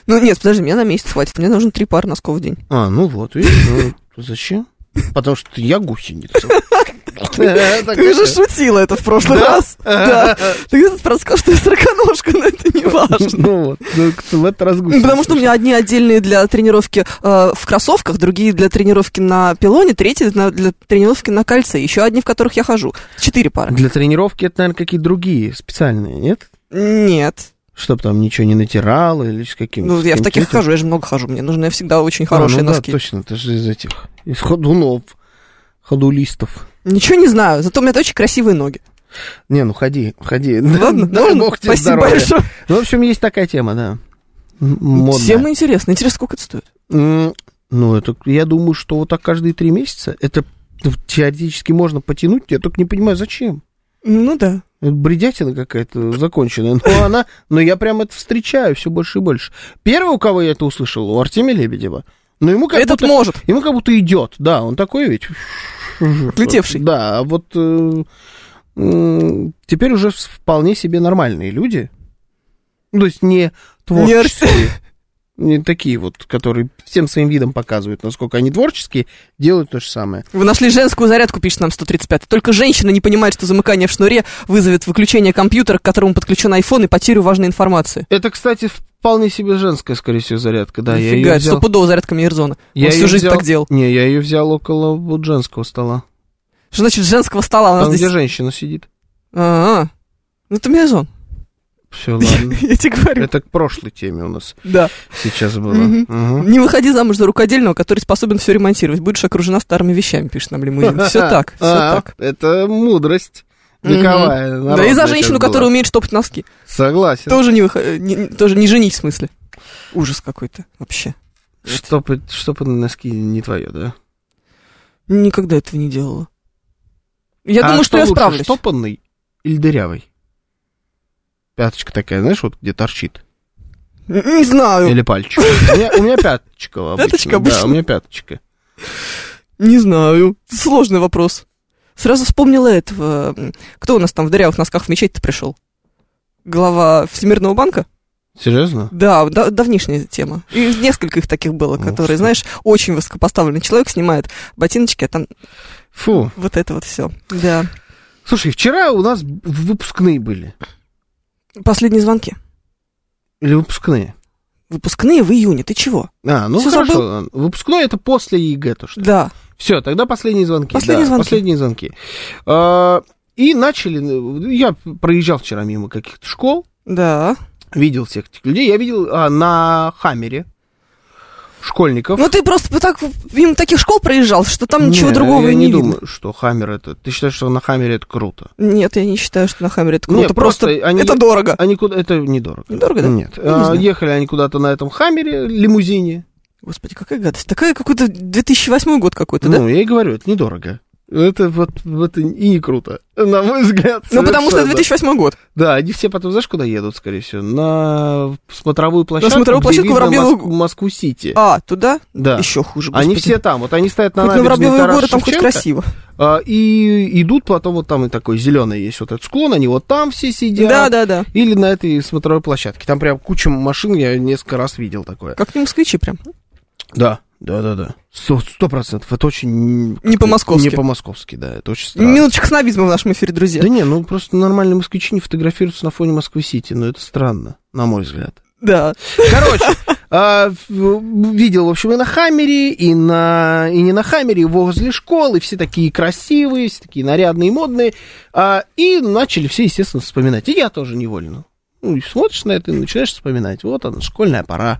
Ну нет, подожди, мне на месяц хватит. Мне нужно три пары носков в день. А, ну вот, видишь, ну, зачем? Потому что я гусеница. <laughs> Ты же шутила это в <laughs> прошлый раз. Да. Ты где-то рассказал, что я сороконожка, но <laughs> это не важно. Ну вот, ну, кто в этот раз Ну, гусеница. Потому что у меня одни отдельные для тренировки э, в кроссовках, другие для тренировки на пилоне, третьи на- для тренировки на кольце, еще одни, в которых я хожу. Четыре пары. Для тренировки это, наверное, какие-то другие специальные, нет? Нет. Чтоб там ничего не натирало или с каким Ну, с я в каким-то таких этим. хожу, я же много хожу. Мне нужны всегда очень А, ну хорошие да, носки. точно, ты же из этих, из ходунов, ходулистов. Ничего не знаю, зато у меня очень красивые ноги. Не, ну ходи, ходи. <laughs> Ладно, Дай можно? бог тебе Спасибо здоровья. большое. Ну, в общем, есть такая тема, да. М- Модная. Всем интересно. Интересно, сколько это стоит? М, Ну, это, я думаю, что вот так каждые три месяца это ну, теоретически можно потянуть, я только не понимаю, зачем. Ну да. Это бредятина какая-то законченная. Но она, но я прям это встречаю все больше и больше. Первый, у кого я это услышал, у Артемия Лебедева. Но ему как Этот будто, может. ему как будто идет, да, он такой ведь. Отлетевший. Да, а вот э, м, теперь уже вполне себе нормальные люди. Ну, То есть не творческие. Не такие вот, которые всем своим видом показывают, насколько они творческие, делают то же самое. Вы нашли женскую зарядку, пишет нам 135. Только женщина не понимает, что замыкание в шнуре вызовет выключение компьютера, к которому подключен iPhone и потерю важной информации. Это, кстати, вполне себе женская, скорее всего, зарядка. Да, я Нифига, ее это взял. стопудово зарядка Мейерзона. Он всю её жизнь взял- так делал. Не, я ее взял около вот женского стола. Что значит женского стола? У нас Там, где А, здесь... женщина сидит. А, а. Ну, это мезон. Все, ладно. <laughs> Я тебе говорю. Это к прошлой теме у нас Да. сейчас было. Мгм. Мгм. Не выходи замуж за рукодельного, который способен все ремонтировать. Будешь окружена старыми вещами, пишет нам <laughs> Лимузин. Все так, все А, так. Это мудрость. Мгм. Вековая. Да, и народная за сейчас женщину, была. которая умеет штопать носки. Согласен. Тоже не, выхо- не- не- тоже не женить, в смысле. Ужас какой-то вообще. Чтобы, чтобы носки не твое, да? Никогда этого не делала. Я А думаю, что, я лучше, справлюсь. штопанный или дырявый? Пяточка такая, знаешь, вот где торчит. Н- Не знаю, Или пальчик. У меня, у меня пяточка обычно. Э. Пяточка Да, обычно. у меня пяточка. не знаю. Сложный вопрос. Сразу вспомнила этого. м, Кто у нас там в дырявых носках в мечеть-то пришел? Глава Всемирного банка? Серьезно? Да, да- давнишняя тема. И несколько их таких было, Ух которые, ты. знаешь, очень высокопоставленный человек снимает ботиночки, а там Фу. вот это вот все. Да. Слушай, вчера у нас в- выпускные были. Последние звонки. Или выпускные. Выпускные в июне. Ты чего? А, ну Всё хорошо. забыл. ладно. Выпускной это после ЕГЭ то, что Да. Все, тогда последние звонки. Последние да, звонки. Последние звонки. А, И начали... ну, Я проезжал вчера мимо каких-то школ, Да. видел всех этих людей. Я видел а, на Хаммере школьников. Ну ты просто по- так мимо таких школ проезжал, что там Не, ничего другого я и не, не видно. думаю, что Хаммер это... Ты считаешь, что на Хаммере это круто? Нет, я не считаю, что на Хаммере это Не, круто. просто просто они- это дорого. Они куда... Это недорого. Недорого, да? Нет. Я не А, знаю. Ехали они куда-то на этом Хаммере, лимузине. Господи, какая гадость. Такая какой-то 2008 год какой-то, да? Ну, я и говорю, это недорого. Это вот это и не круто, на мой взгляд. Ну, потому что совершенно. 2008 год. Да, они все потом, знаешь, куда едут, скорее всего? На смотровую площадку, смотровую где площадку видно Воробьевого- Моск- Москву-Сити. А, туда? да. Еще хуже. Они господи. все там. Вот они стоят на Хоть на набережной Воробьевые Тараса горы там хоть Шевченко, красиво. а, И идут потом вот там и такой зеленый есть вот этот склон, они вот там все сидят. Да, да, да. Или на этой смотровой площадке. Там прям куча машин, я несколько раз видел такое. Как не москвичи прям. Да, да, да, да. Сто сто процентов. Это очень... Не как-то по-московски. Не по-московски, да. Это очень странно. Минуточка снобизма в нашем эфире, друзья. Да не, ну просто нормальные москвичи не фотографируются на фоне Москвы-Сити, но это странно, на мой взгляд. Да. Короче, а, в- видел, в общем, и на Хаммере, и, на, и не на Хаммере, и возле школы, все такие красивые, все такие нарядные, модные. А, и начали все, естественно, вспоминать. И я тоже невольно. Ну, и смотришь на это и начинаешь вспоминать. Вот она, школьная пора.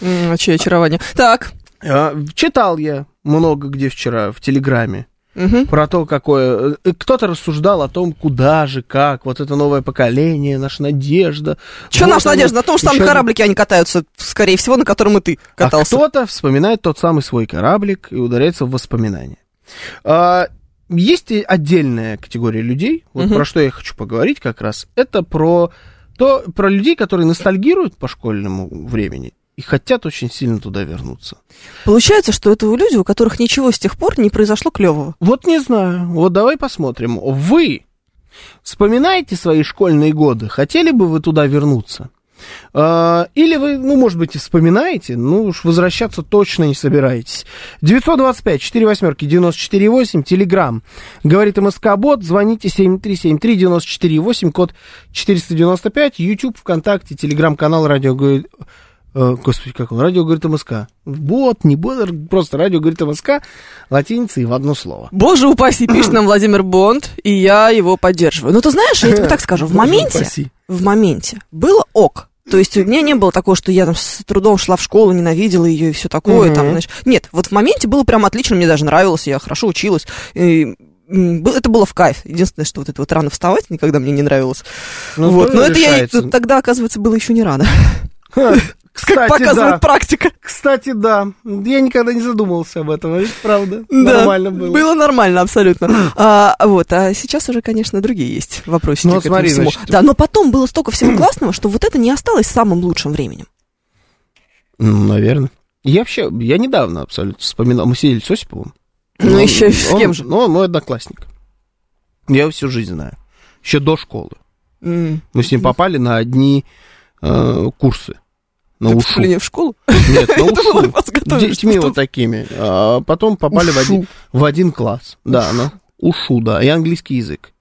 М, Вообще очарование. Так. А, читал я много где вчера в Телеграме Мгм. про то, какое... э, Кто-то рассуждал о том, куда же, как, вот это новое поколение, наша надежда. Че Вот наша она. надежда? На том, что там Ещё- кораблики они катаются, скорее всего, на котором и ты катался. А кто-то вспоминает тот самый свой кораблик и ударяется в воспоминания. А, есть и отдельная категория людей, вот Мгм. про что я хочу поговорить как раз. Это про то, про людей, которые ностальгируют по школьному времени и хотят очень сильно туда вернуться. Получается, что это у люди, у которых ничего с тех пор не произошло клевого. Вот не знаю. Вот давай посмотрим. Вы вспоминаете свои школьные годы? Хотели бы вы туда вернуться? А, Или вы, ну, может быть, и вспоминаете, ну уж возвращаться точно не собираетесь. 925 4 восьмерки 948, телеграмм. Говорит МСК-бот, звоните 7373 948, код 495, YouTube, ВКонтакте, телеграм-канал, радио говорит... э, Господи, как он? Радио говорит МСК. Бот, не бот, просто радио говорит МСК, латиницей в одно слово. Боже упаси, <clears throat> пишет нам Владимир Бонд, и я его поддерживаю. Ну, ты знаешь, я тебе так скажу, в Боже моменте, упаси. в моменте было ок. То есть у меня не было такого, что я там с трудом шла в школу, ненавидела ее и все такое. Мгм. Там, знаешь. Нет, вот в моменте было прям отлично, мне даже нравилось, я хорошо училась. И, м, бы- это было в кайф. Единственное, что вот это вот рано вставать никогда мне не нравилось. Ну, вот. здорово Но это я и- решается. тогда, оказывается, было еще не рано. Ха, Как Кстати, <laughs> показывает да. практика. Кстати, да. Я никогда не задумывался об этом, а ведь правда. Да, Нормально было. Было <clears throat> нормально, абсолютно. А, вот, а сейчас уже, конечно, другие есть вопросики. Ну, к этому смотри, всему. значит, Да, но потом было столько всего классного, что вот это не осталось самым лучшим временем. Ну, наверное. Я вообще, я недавно абсолютно вспоминал, мы сидели с Осиповым. Ну, Он- еще с он- кем же? Ну, он мой одноклассник. Я его всю жизнь знаю. Еще до школы. М. Мы с ним попали на одни э, курсы. На Ты УШУ. поступление в школу? Нет, <laughs> на Я думала, Ну, УШУ. вас готовили, Детьми что- вот такими. А потом попали в Ушу. один, в один класс. Да, Ушу. на УШУ, да. И английский язык.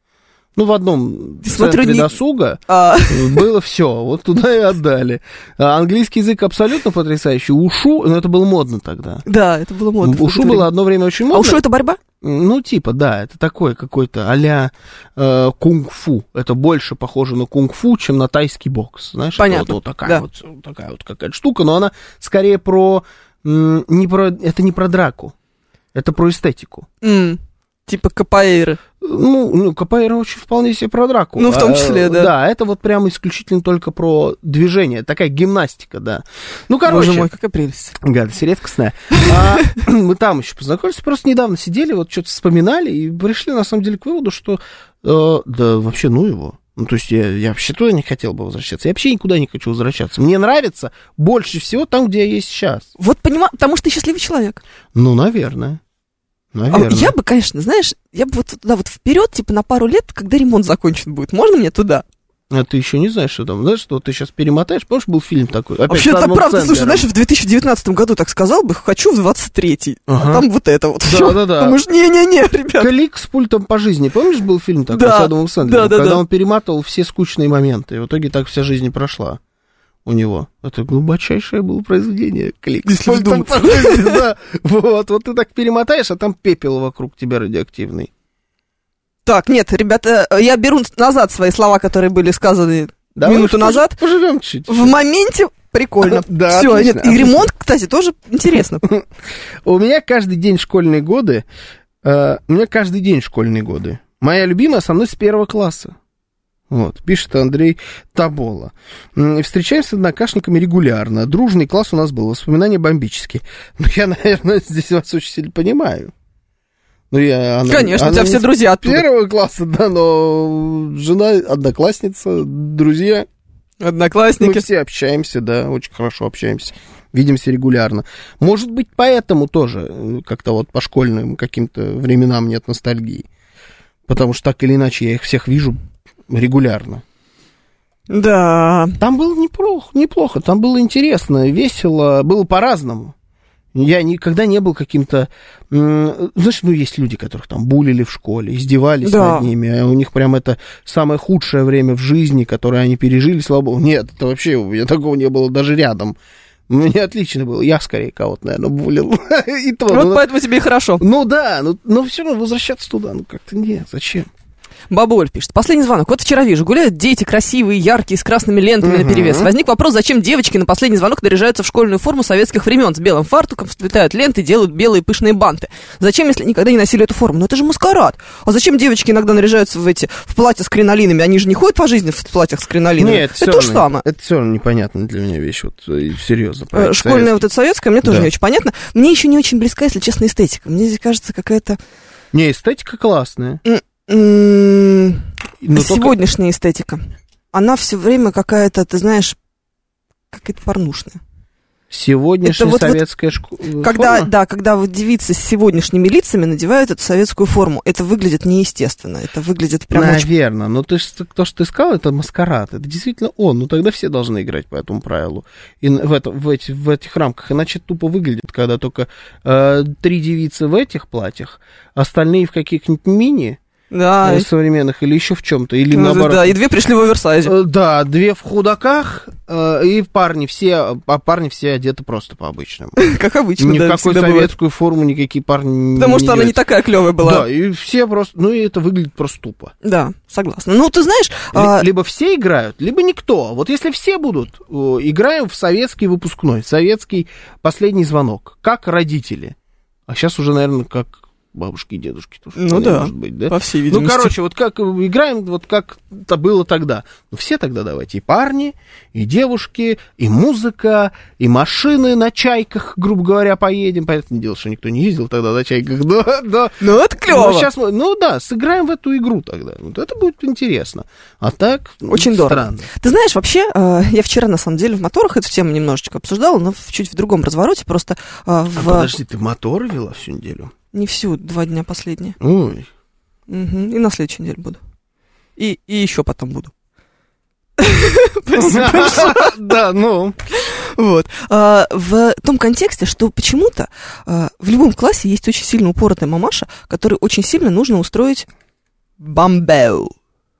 Ну, в одном Ты центре смотрю, не- досуга А, было все, вот туда и отдали. А английский язык абсолютно потрясающий. Ушу, но это было модно тогда. да, это было модно. в ушу это время. было одно время очень модно. А ушу это борьба? Ну, типа, да, это такое какой-то а-ля э, кунг-фу. Это больше похоже на кунг-фу, чем на тайский бокс. Знаешь, это Понятно, вот, вот такая, да. вот, вот такая вот какая-то штука, но она скорее про, м, не про... Это не про драку, это про эстетику. М, Типа капоэйры. Ну, ну КПР очень вполне себе про драку. Ну, в том А, числе, да. Да, это вот прямо исключительно только про движение. Такая гимнастика, да. Ну, короче, Боже мой, какая прелесть. гадость редкостная. А, <coughs> мы там еще познакомились, просто недавно сидели, вот что-то вспоминали и пришли, на самом деле, к выводу, что э, да вообще ну его. Ну, то есть я, я вообще туда не хотел бы возвращаться. Я вообще никуда не хочу возвращаться. Мне нравится больше всего там, где я есть сейчас. Вот понимаю, потому что ты счастливый человек. Ну, наверное. А Наверное. Я бы, конечно, знаешь, я бы вот туда вот вперед, типа на пару лет, когда ремонт закончен будет. Можно мне туда? А ты еще не знаешь, что там. Знаешь, что ты сейчас перемотаешь? Помнишь, был фильм такой? Опять Вообще, с это Адамом правда, слушай, Сэндлером. знаешь, в 2019 году так сказал бы, хочу в 23-й, а Ага. там вот это вот все. Да-да-да. Потому что не-не-не, ребят. Клик с пультом по жизни. Помнишь, был фильм такой Да. с Адамом Сэндлером? Да-да-да. Когда он перематывал все скучные моменты. И в итоге так вся жизнь и прошла у него. Это глубочайшее было произведение. Клик с Если пультом по жизни. Да. Вот, вот ты так перемотаешь, а там пепел вокруг тебя радиоактивный. Так, нет, ребята, э, я беру назад свои слова, которые были сказаны Давай минуту уж пож- назад. Поживем чуть. В моменте прикольно. <laughs> Да, Все, отлично, и отлично. ремонт, кстати, тоже интересно. У меня каждый день школьные годы. э, у меня каждый день школьные годы. Моя любимая со мной с первого класса. Вот, пишет Андрей Табола. М, Встречаемся с однокашниками регулярно. Дружный класс у нас был, воспоминания бомбические. <laughs> Ну, я, наверное, <laughs> здесь вас очень сильно понимаю. Ну, я... она- Конечно, у она тебя не все с Ну, друзья оттуда. первого класса, да, но жена, одноклассница, друзья. Мы Одноклассники. все общаемся, да, очень хорошо общаемся. Видимся регулярно. Может быть, поэтому тоже э, как-то вот по школьным каким-то временам нет ностальгии. Потому что так или иначе я их всех вижу регулярно. Да. Там было неплохо, неплохо там было интересно, весело, было по-разному. Я никогда не был каким-то... м, Знаешь, ну, есть люди, которых там булили в школе, издевались Да. над ними, а у них прям это самое худшее время в жизни, которое они пережили, слава богу. Нет, это вообще у меня такого не было даже рядом. Мне отлично было. Я, скорее, кого-то, наверное, булил. <laughs> И то, Вот ну, поэтому тебе и хорошо. Ну да, ну- но все равно возвращаться туда, ну как-то нет, зачем? Бабуль пишет. Последний звонок. Вот вчера вижу, гуляют дети красивые, яркие, с красными лентами Мгм. на перевес. Возник вопрос, зачем девочки на последний звонок наряжаются в школьную форму советских времен с белым фартуком, сплетают ленты, делают белые пышные банты. Зачем, если никогда не носили эту форму? Ну это же маскарад. А зачем девочки иногда наряжаются в эти в платья с кринолинами? Они же не ходят по жизни в платьях с кринолинами. Нет, это то же самое. Это все равно непонятная для меня вещь, вот э, серьезно. Э, проект Школьная советский. вот эта советская, мне тоже Да. не очень понятно. Мне еще не очень близка, если честно, эстетика. Мне здесь кажется какая-то Не, эстетика классная. м, Но Ну, только- сегодняшняя эстетика. Она все время какая-то, ты знаешь, какая-то порнушная. Сегодняшняя Это вот- вот советская э, школа. Когда, да, когда вот девицы с сегодняшними лицами надевают эту советскую форму, это выглядит неестественно. Это выглядит прям очень... Наверное, но ты, ж- то, что ты сказал, это маскарад, это действительно он, ну тогда все должны играть по этому правилу, и на- в, это- в, эти- в этих рамках, иначе тупо выглядит, когда только э, три девицы в этих платьях, остальные в каких-нибудь мини Да, э, современных или еще в чем-то, или А, Ну, наоборот. да, и две пришли в оверсайзе. Э, Да, две в худаках, э, и парни все, а парни все одеты просто по-обычному. Как обычно, Э, Ни да, в какую всегда бывает. советскую форму никакие парни Потому что она одеты. не такая клевая была. Да, и все просто, ну и это выглядит просто тупо. Да, согласна. Ну, ты знаешь, Ли- а, либо все играют, либо никто. Вот если все будут, о, играем в советский выпускной, советский последний звонок, как родители. А сейчас уже, наверное, как бабушки и дедушки. тоже Ну вполне да. Может быть, да? по всей Ну, видимости. короче, вот как э, играем, вот как это было тогда. Ну, все тогда давайте. И парни, и девушки, и музыка, и машины на чайках, грубо говоря, поедем. Понятное дело, что никто не ездил тогда на чайках, но, но Ну, это клево. ну, сейчас мы, ну да, сыграем в эту игру тогда. Вот это будет интересно. А так ну, Очень дорого. странно. Ты знаешь, вообще, э, я вчера, на самом деле, в моторах эту тему немножечко обсуждала, но в- чуть в другом развороте, просто э, А в... подожди, ты моторы вела всю неделю? Не всю, два дня последние. Ой. Мгм. И на следующей неделе буду. И, и еще потом буду. <laughs> Да, ну. Вот. А, В том контексте, что почему-то а, в любом классе есть очень сильно упоротая мамаша, которой очень сильно нужно устроить бомбеу.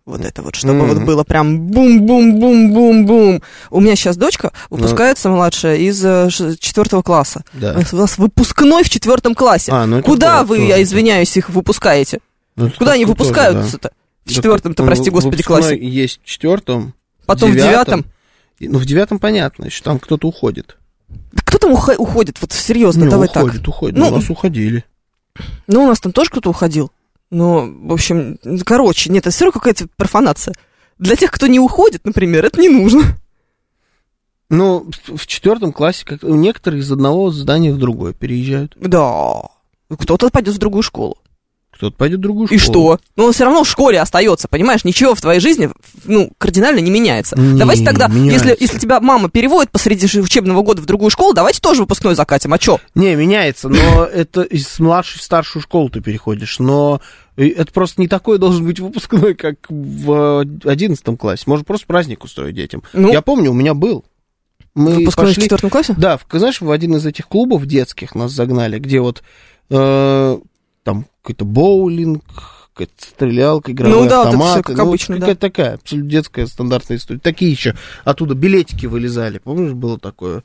Вот это вот, чтобы вот было прям бум-бум-бум-бум-бум. У меня сейчас дочка Ну. выпускается младшая из э, ш- четвертого класса. Да. У нас- у нас выпускной в четвертом классе. А, ну это Куда да, вы, тоже, я да. извиняюсь, их выпускаете? Ну, Куда они тут тоже, выпускаются-то? В да. четвертом-то, Ну, прости в- господи, выпускной классе. Есть в четвертом. Потом в девятом. И- Ну, в девятом понятно, еще там кто-то уходит. Да кто там уха- уходит? Вот серьезно, Не, давай так. уходит, уходит. Ну, Ну, у нас уходили. Ну, у нас там тоже кто-то уходил. Ну, в общем, ну, короче, нет, это все равно какая-то профанация. Для тех, кто не уходит, например, это не нужно. <laughs> Ну, в- в четвертом классе как некоторые из одного здания в другое переезжают. Да. Кто-то пойдет в другую школу. Кто-то пойдет в другую И школу. что? Но он все равно в школе остается, понимаешь? Ничего в твоей жизни ну, кардинально не меняется. Не, давайте тогда, меняется. если, если тебя мама переводит посреди же учебного года в другую школу, давайте тоже выпускной закатим. А что? Не, меняется, но <laughs> это из младшей в старшую школу ты переходишь. Но э, это просто не такой должен быть выпускной, как в э, одиннадцатом классе. Можно просто праздник устроить детям. Ну, Я помню, у меня был. Мы выпускной в пошли- четвертом классе? Да, в, знаешь, в один из этих клубов детских нас загнали, где вот э, там какой-то боулинг, какая-то стрелялка, игровой Ну да, вот это автомат. всё как обычно, да. какая такая, абсолютно детская стандартная история. Такие еще оттуда билетики вылезали, помнишь, было такое?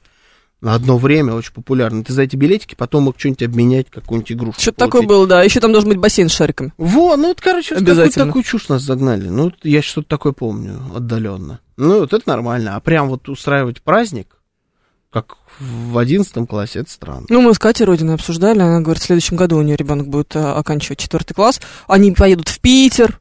На одно время очень популярно. Ты за эти билетики потом мог что-нибудь обменять, какую-нибудь игрушку. Что-то такое получить. было, да. Еще там должен быть бассейн с шариками. Во, ну это, короче, вот какую-то Обязательно. такую чушь нас загнали. Ну, вот я что-то такое помню отдаленно. Ну, вот это нормально. А прям вот устраивать праздник, как в одиннадцатом классе, это странно. Ну, мы с Катей Родиной обсуждали, она говорит, в следующем году у нее ребенок будет э, оканчивать четвертый класс, они поедут в Питер,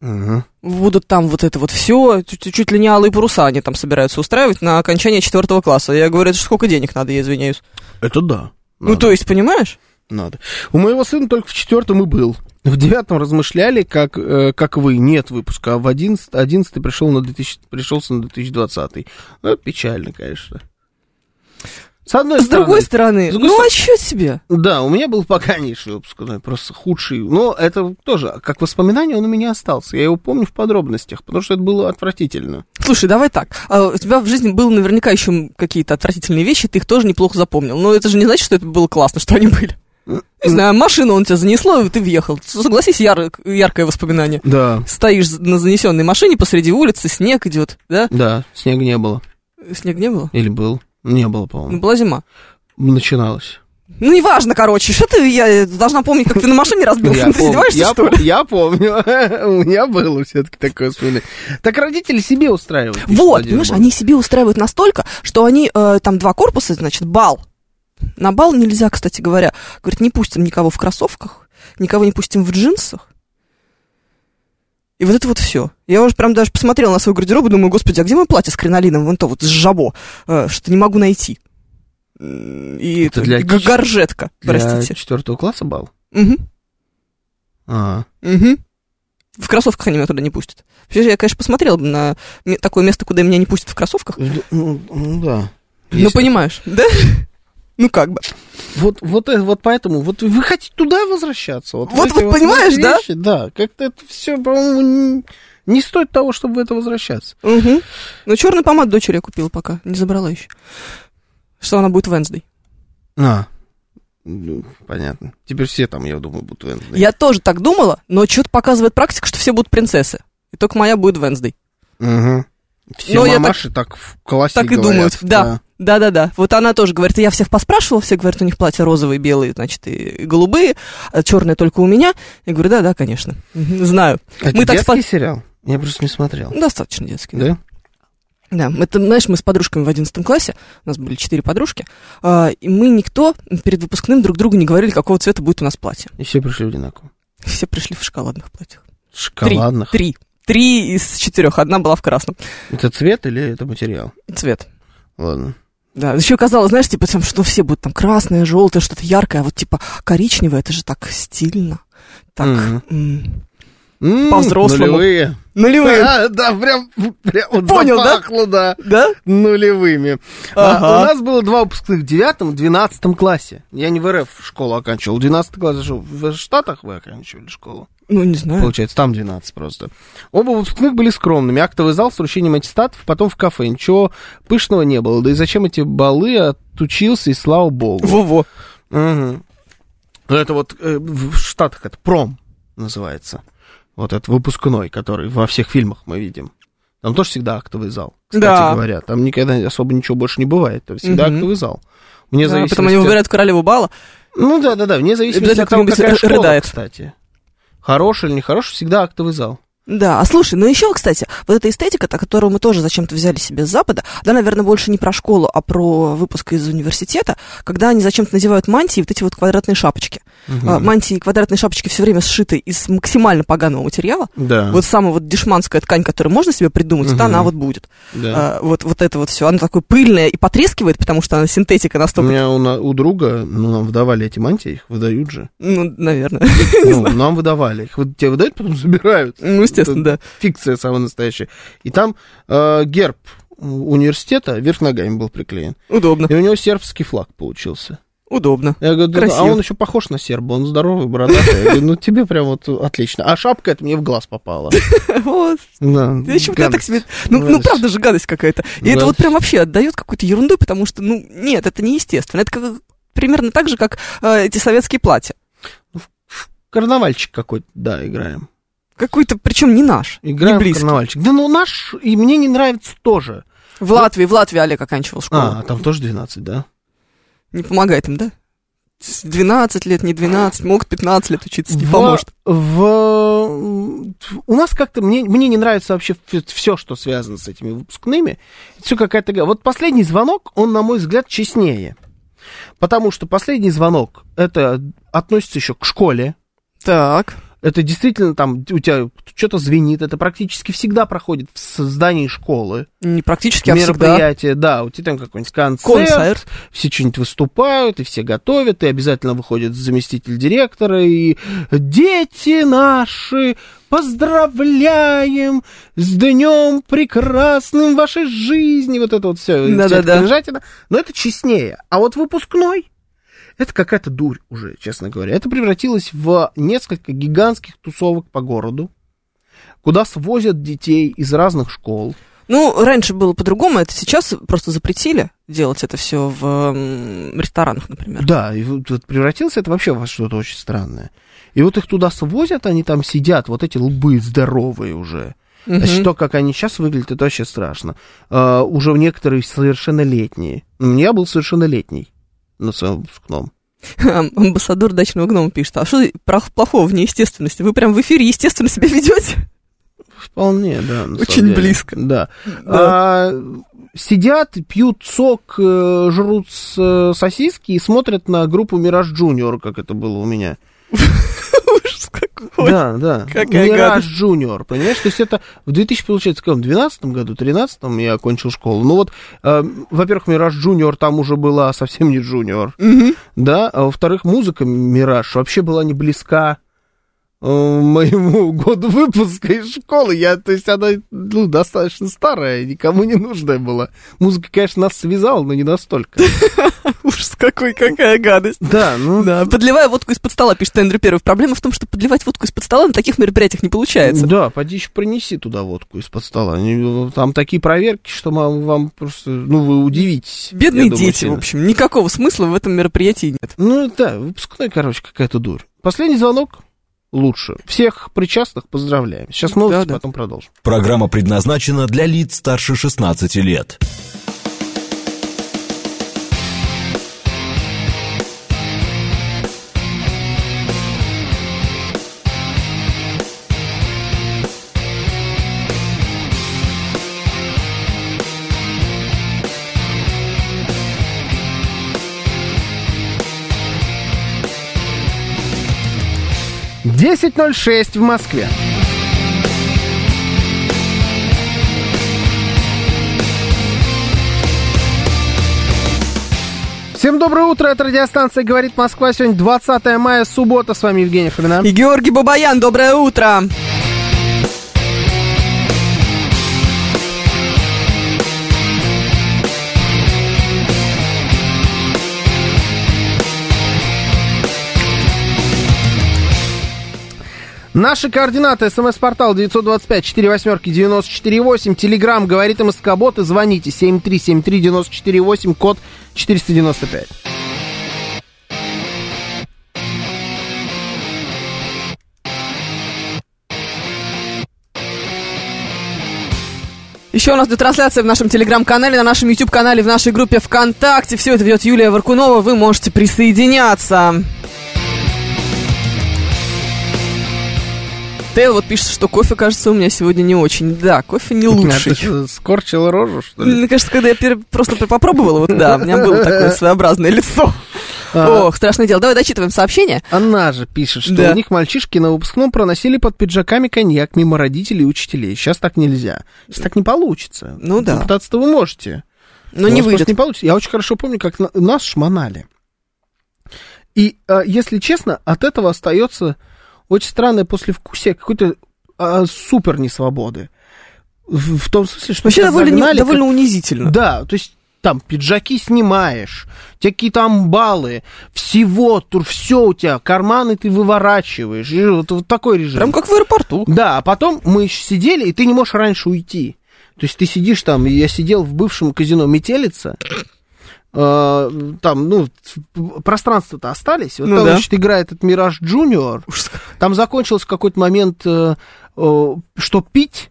Мгм. будут там вот это вот все, чуть, чуть ли не алые паруса они там собираются устраивать на окончание четвертого класса. Я говорю, это ж сколько денег надо, я извиняюсь. Это да. Ну, Надо. то есть, понимаешь? Надо. У моего сына только в четвертом и был. В девятом размышляли, как, э, как вы, нет выпуска, а в одиннадцатый, одиннадцатый пришел на 2000, пришелся на 2020. Ну, это печально, конечно. С одной С стороны, другой стороны, С другой ну, а чё тебе? Да, у меня был <laughs> поганейший выпускной, ну, просто худший. Но это тоже, как воспоминание, он у меня остался. Я его помню в подробностях, потому что это было отвратительно. Слушай, давай так, а у тебя в жизни было наверняка еще какие-то отвратительные вещи, ты их тоже неплохо запомнил, но это же не значит, что это было классно, что они были. Не знаю, машину он тебя занесло, и ты въехал. Согласись, яр- яркое воспоминание. Да. стоишь на занесенной машине посреди улицы, снег идет, да? Да, снега не было. Снег не было? Или был. Не было, Ну, по-моему. была зима. Начиналось. Ну, неважно, короче, что ты, я должна помнить, как ты на машине разбился, Ну, <laughs> ты помню, издеваешься, Ну, я что ли? пом- я помню. <laughs> У меня было все-таки такое воспоминание. Так родители себе устраивают. если Вот, один понимаешь, был. они себе устраивают настолько, что они, э, там два корпуса, значит, бал. На бал нельзя, кстати говоря. Говорит, не пустим никого в кроссовках, никого не пустим в джинсах. И вот это вот все. Я уже прям даже посмотрела на свой гардероб и думаю, господи, а где мое платье с кринолином, вон то вот с жабо, э, что не могу найти. М, И Это это для г- ч- горжетка, Для простите. четвертого класса бал? Мгм. А, Мгм. В кроссовках они меня туда не пустят. Вообще, же я, конечно, посмотрела бы на ме- такое место, куда меня не пустят в кроссовках. ну, ну да. ну, Есть понимаешь, да? <laughs> Ну, как бы. Вот, вот, э- вот поэтому, вот вы хотите туда возвращаться. Вот, Вот эти вот понимаешь, да? вещи, да, как-то это все, по-моему, н- не стоит того, чтобы в это возвращаться. Мгм. Ну, черную помаду дочери я купила пока, не забрала еще. Что она будет Венсдей. А, ну, понятно. Теперь все там, я думаю, будут Wednesday. Я тоже так думала, но что-то показывает практика, что все будут принцессы. И только моя будет Венсдей. Мгм. Все Но я так- мамаши Ну, так, в классе Так и говорят. думают, да. Да-да-да. Вот она тоже говорит, я всех поспрашивала, все говорят, у них платья розовые, белые, значит, и голубые, а черные только у меня. Я говорю, да-да, конечно, Мгм, знаю. Это Мы так А детский спа- сериал? Я просто не смотрел. Достаточно детский. Да? Да, это, знаешь, мы с подружками в 11 классе, у нас были четыре подружки, а, и мы никто перед выпускным друг другу не говорили, какого цвета будет у нас платье. И все пришли одинаково. Все пришли в шоколадных платьях. Три, Шоколадных. Три. Три из четырех. Одна была в красном. Это цвет или это материал? Цвет. Ладно. Да, еще казалось, знаешь, типа, там, что все будут там красное, желтое, что-то яркое, а вот типа коричневое, это же так стильно. Так, Мгм. м, М, По-взрослому. Нулевые. нулевые, <laughs> А, да, прям, прям вот Понял, да? запахло, да? да? нулевыми. Ага. А, у нас было два выпускных в девятом и двенадцатом классе. Я не в РФ школу оканчивал. 12 класс, это что, в Штатах вы оканчивали школу? Ну, не знаю. Получается, там 12 просто. Оба выпускных были скромными. Актовый зал с вручением аттестатов, потом в кафе. Ничего пышного не было. Да и зачем эти балы? Отучился, и слава богу. Во-во. Мгм. Это вот э, в Штатах это пром называется. Вот этот выпускной, который во всех фильмах мы видим. Там тоже всегда актовый зал, кстати Да. говоря. Там никогда особо ничего больше не бывает. Там всегда Мгм. актовый зал. Мне Да, потом они выбирают королеву бала. Ну да, да, да, вне зависимости Обязательно от того, кто-нибудь какая р- школа, рыдает. кстати. Хороший или нехороший, всегда актовый зал. Да, а слушай, ну еще, кстати, вот эта эстетика, та, которую мы тоже зачем-то взяли себе с Запада, да, наверное, больше не про школу, а про выпуск из университета, когда они зачем-то надевают мантии, и вот эти вот квадратные шапочки. А, Мантии и квадратные шапочки все время сшиты из максимально поганого материала. Да, Вот самая вот дешманская ткань, которую можно себе придумать, вот Мгм. она вот будет. да. А, вот, вот это вот все. Она такое пыльное и потрескивает, потому что она синтетика У настолько... меня у, на- у друга, ну, нам выдавали эти мантии, их выдают <laughs> же. Ну, наверное. <laughs> Ну, нам выдавали. Их вот тебе выдают, потом забирают. Ну, естественно, да. Это Фикция самая настоящая. И там э, герб университета вверх ногами был приклеен. Удобно. И у него сербский флаг получился. <laughs> Удобно. Я говорю, да, да, а Красиво. он еще похож на серба, он здоровый, бородатый. Я говорю, ну тебе прям вот отлично. А шапка это мне в глаз попала. Вот. Да, Да ещё вот это так гадость. смет- Ну, ну, Гадость. правда же гадость какая-то. И это Гадость. вот прям вообще отдает какой-то ерундой, потому что, ну, нет, это неестественно. Это как- примерно так же, как э, эти советские платья. Карнавальчик какой-то, да, играем. Какой-то, причем не наш, Играем не в близкий. карнавальчик. Да ну наш, и мне не нравится тоже. В Латвии, в Латвии Олег оканчивал школу. А, там тоже 12, да? Не помогает им, да? С 12 лет, не 12, могут 15 лет учиться, не В- поможет. в- м, у нас как-то, мне, мне не нравится вообще все, что связано с этими выпускными. Все какая-то... га- Вот последний звонок, он, на мой взгляд, честнее. Потому что последний звонок, это относится еще к школе, Так, это действительно там у тебя что-то звенит, это практически всегда проходит в с- здании школы. не практически, а всегда. мероприятие, да, у тебя там какой-нибудь концерт, Концерт. все что-нибудь выступают, и все готовят, и обязательно выходит заместитель директора, и дети наши, поздравляем с днем прекрасным вашей жизни, вот это вот все, Да-да-да. но это честнее, а вот выпускной, это какая-то дурь уже, честно говоря. Это превратилось в несколько гигантских тусовок по городу, куда свозят детей из разных школ. Ну, раньше было по-другому, это сейчас просто запретили делать это все в м, ресторанах, например. Да, и вот вот превратилось это вообще во что-то очень странное. И вот их туда свозят, они там сидят, вот эти лбы здоровые уже. Мгм. А что, как они сейчас выглядят, это вообще страшно. А, уже некоторые совершеннолетние. Ну, Я был совершеннолетний на своем выпускном. <laughs> Амбассадор дачного гнома пишет, а что про- плохого в неестественности? Вы прям в эфире естественно себя ведете? Вполне, да. на самом Очень деле. близко. Да. А, сидят, пьют сок, э, жрут с- э, сосиски и смотрят на группу Мираж Джуниор, как это было у меня. <laughs> Ужас какой. Да, да. Какая Мираж гадость. Джуниор, понимаешь? То есть это в 2000, получается, в каком, 12 году, 13 я окончил школу. Ну вот, э, во-первых, Мираж Джуниор там уже была а совсем не Джуниор, Мгм. да? А во-вторых, музыка Мираж вообще была не близка э, моему <laughs> году выпуска из школы. Я, то есть она ну, достаточно старая, никому не нужная была. Музыка, конечно, нас связала, но не настолько. Ужас какой, какая гадость. Да, ну... <laughs> Да, подливая водку из-под стола, пишет Эндрю Первый. Проблема в том, что подливать водку из-под стола на таких мероприятиях не получается. Да, поди еще принеси туда водку из-под стола. Они- э, Там такие проверки, что мам- вам просто, ну, вы удивитесь. я Бедные думаю, дети, сильно. в общем, никакого смысла в этом мероприятии нет. Ну, да, выпускной, короче, какая-то дурь. Последний звонок лучше. Всех причастных поздравляем. Сейчас новости, Да-да. потом продолжим. Программа предназначена для лиц старше 16 лет. 10.06 в Москве. Всем доброе утро, это радиостанция «Говорит Москва». Сегодня 20 мая, суббота. С вами Евгений Фомина. И Георгий Бабаян, доброе утро. Наши координаты. СМС-портал 925-48-94-8. Телеграмм говорит МСК-бот и звоните 7373-94-8, код 495. Еще у нас идет трансляция в нашем телеграм-канале, на нашем YouTube-канале, в нашей группе ВКонтакте. Все это ведет Юлия Варкунова. Вы можете присоединяться. Тейл вот пишет, что кофе, кажется, у меня сегодня не очень. Да, кофе не лучший. Ты скорчил рожу, что ли? Мне кажется, когда я пер- просто попробовала, вот да, у меня было такое своеобразное лицо. А. Ох, страшное дело. Давай дочитываем сообщение. Она же пишет, что Да. у них мальчишки на выпускном проносили под пиджаками коньяк мимо родителей и учителей. Сейчас так нельзя. Сейчас так не получится. Ну да. Попытаться-то вы можете. Но У не вас просто выйдет. не получится. Я очень хорошо помню, как на- нас шмонали. И, э, если честно, от этого остается очень странное послевкусие какой-то э, супер несвободы. В, в том смысле, что Вообще тебя довольно, не- загнали довольно унизительно. да, то есть там пиджаки снимаешь, у тебя какие-то амбалы, всего, тур, все у тебя, карманы ты выворачиваешь, и вот, вот такой режим. Прям как в аэропорту. Да, а потом мы еще сидели, и ты не можешь раньше уйти. То есть ты сидишь там, и я сидел в бывшем казино «Метелица», э, там, ну, пространство-то остались. Вот Ну там, да. значит, играет этот «Мираж Джуниор». Ужас какой. Там закончился в какой-то момент, э, э, что пить,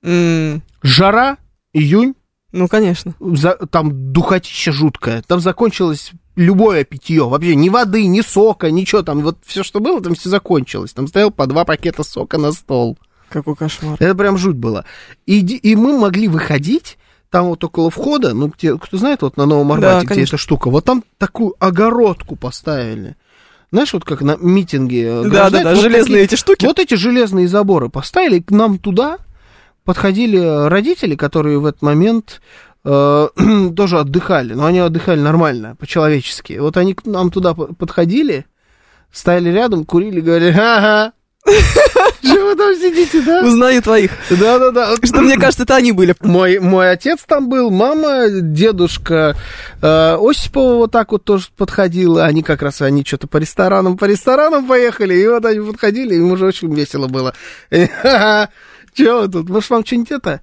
М, жара, июнь, Ну, конечно. за- там духотища жуткая, там закончилось любое питье, вообще ни воды, ни сока, ничего там, вот все, что было, там все закончилось, там стоял по два пакета сока на стол. Какой кошмар. Это прям жуть было. И, ди- и мы могли выходить, там вот около входа, ну, те, кто знает, вот на Новом Арбате, где конечно. эта штука, вот там такую огородку поставили. Знаешь, вот как на митинге. э, Да, да, да, железные эти штуки. Вот эти железные заборы поставили, к нам туда подходили родители, которые в этот момент э, <clears throat> тоже отдыхали, но они отдыхали нормально, по-человечески. Вот они к нам туда по- подходили, стояли рядом, курили, говорили, <laughs> ага, что вы там сидите, да? Узнаю твоих. Да-да-да. вот Что, мне кажется, это они были. Мой, мой отец там был, мама, дедушка э, Осипова вот так вот тоже подходила. Они как раз, они что-то по ресторанам, по ресторанам поехали. И вот они подходили, им уже очень весело было. <laughs> Че вы тут? Может, вам что-нибудь это?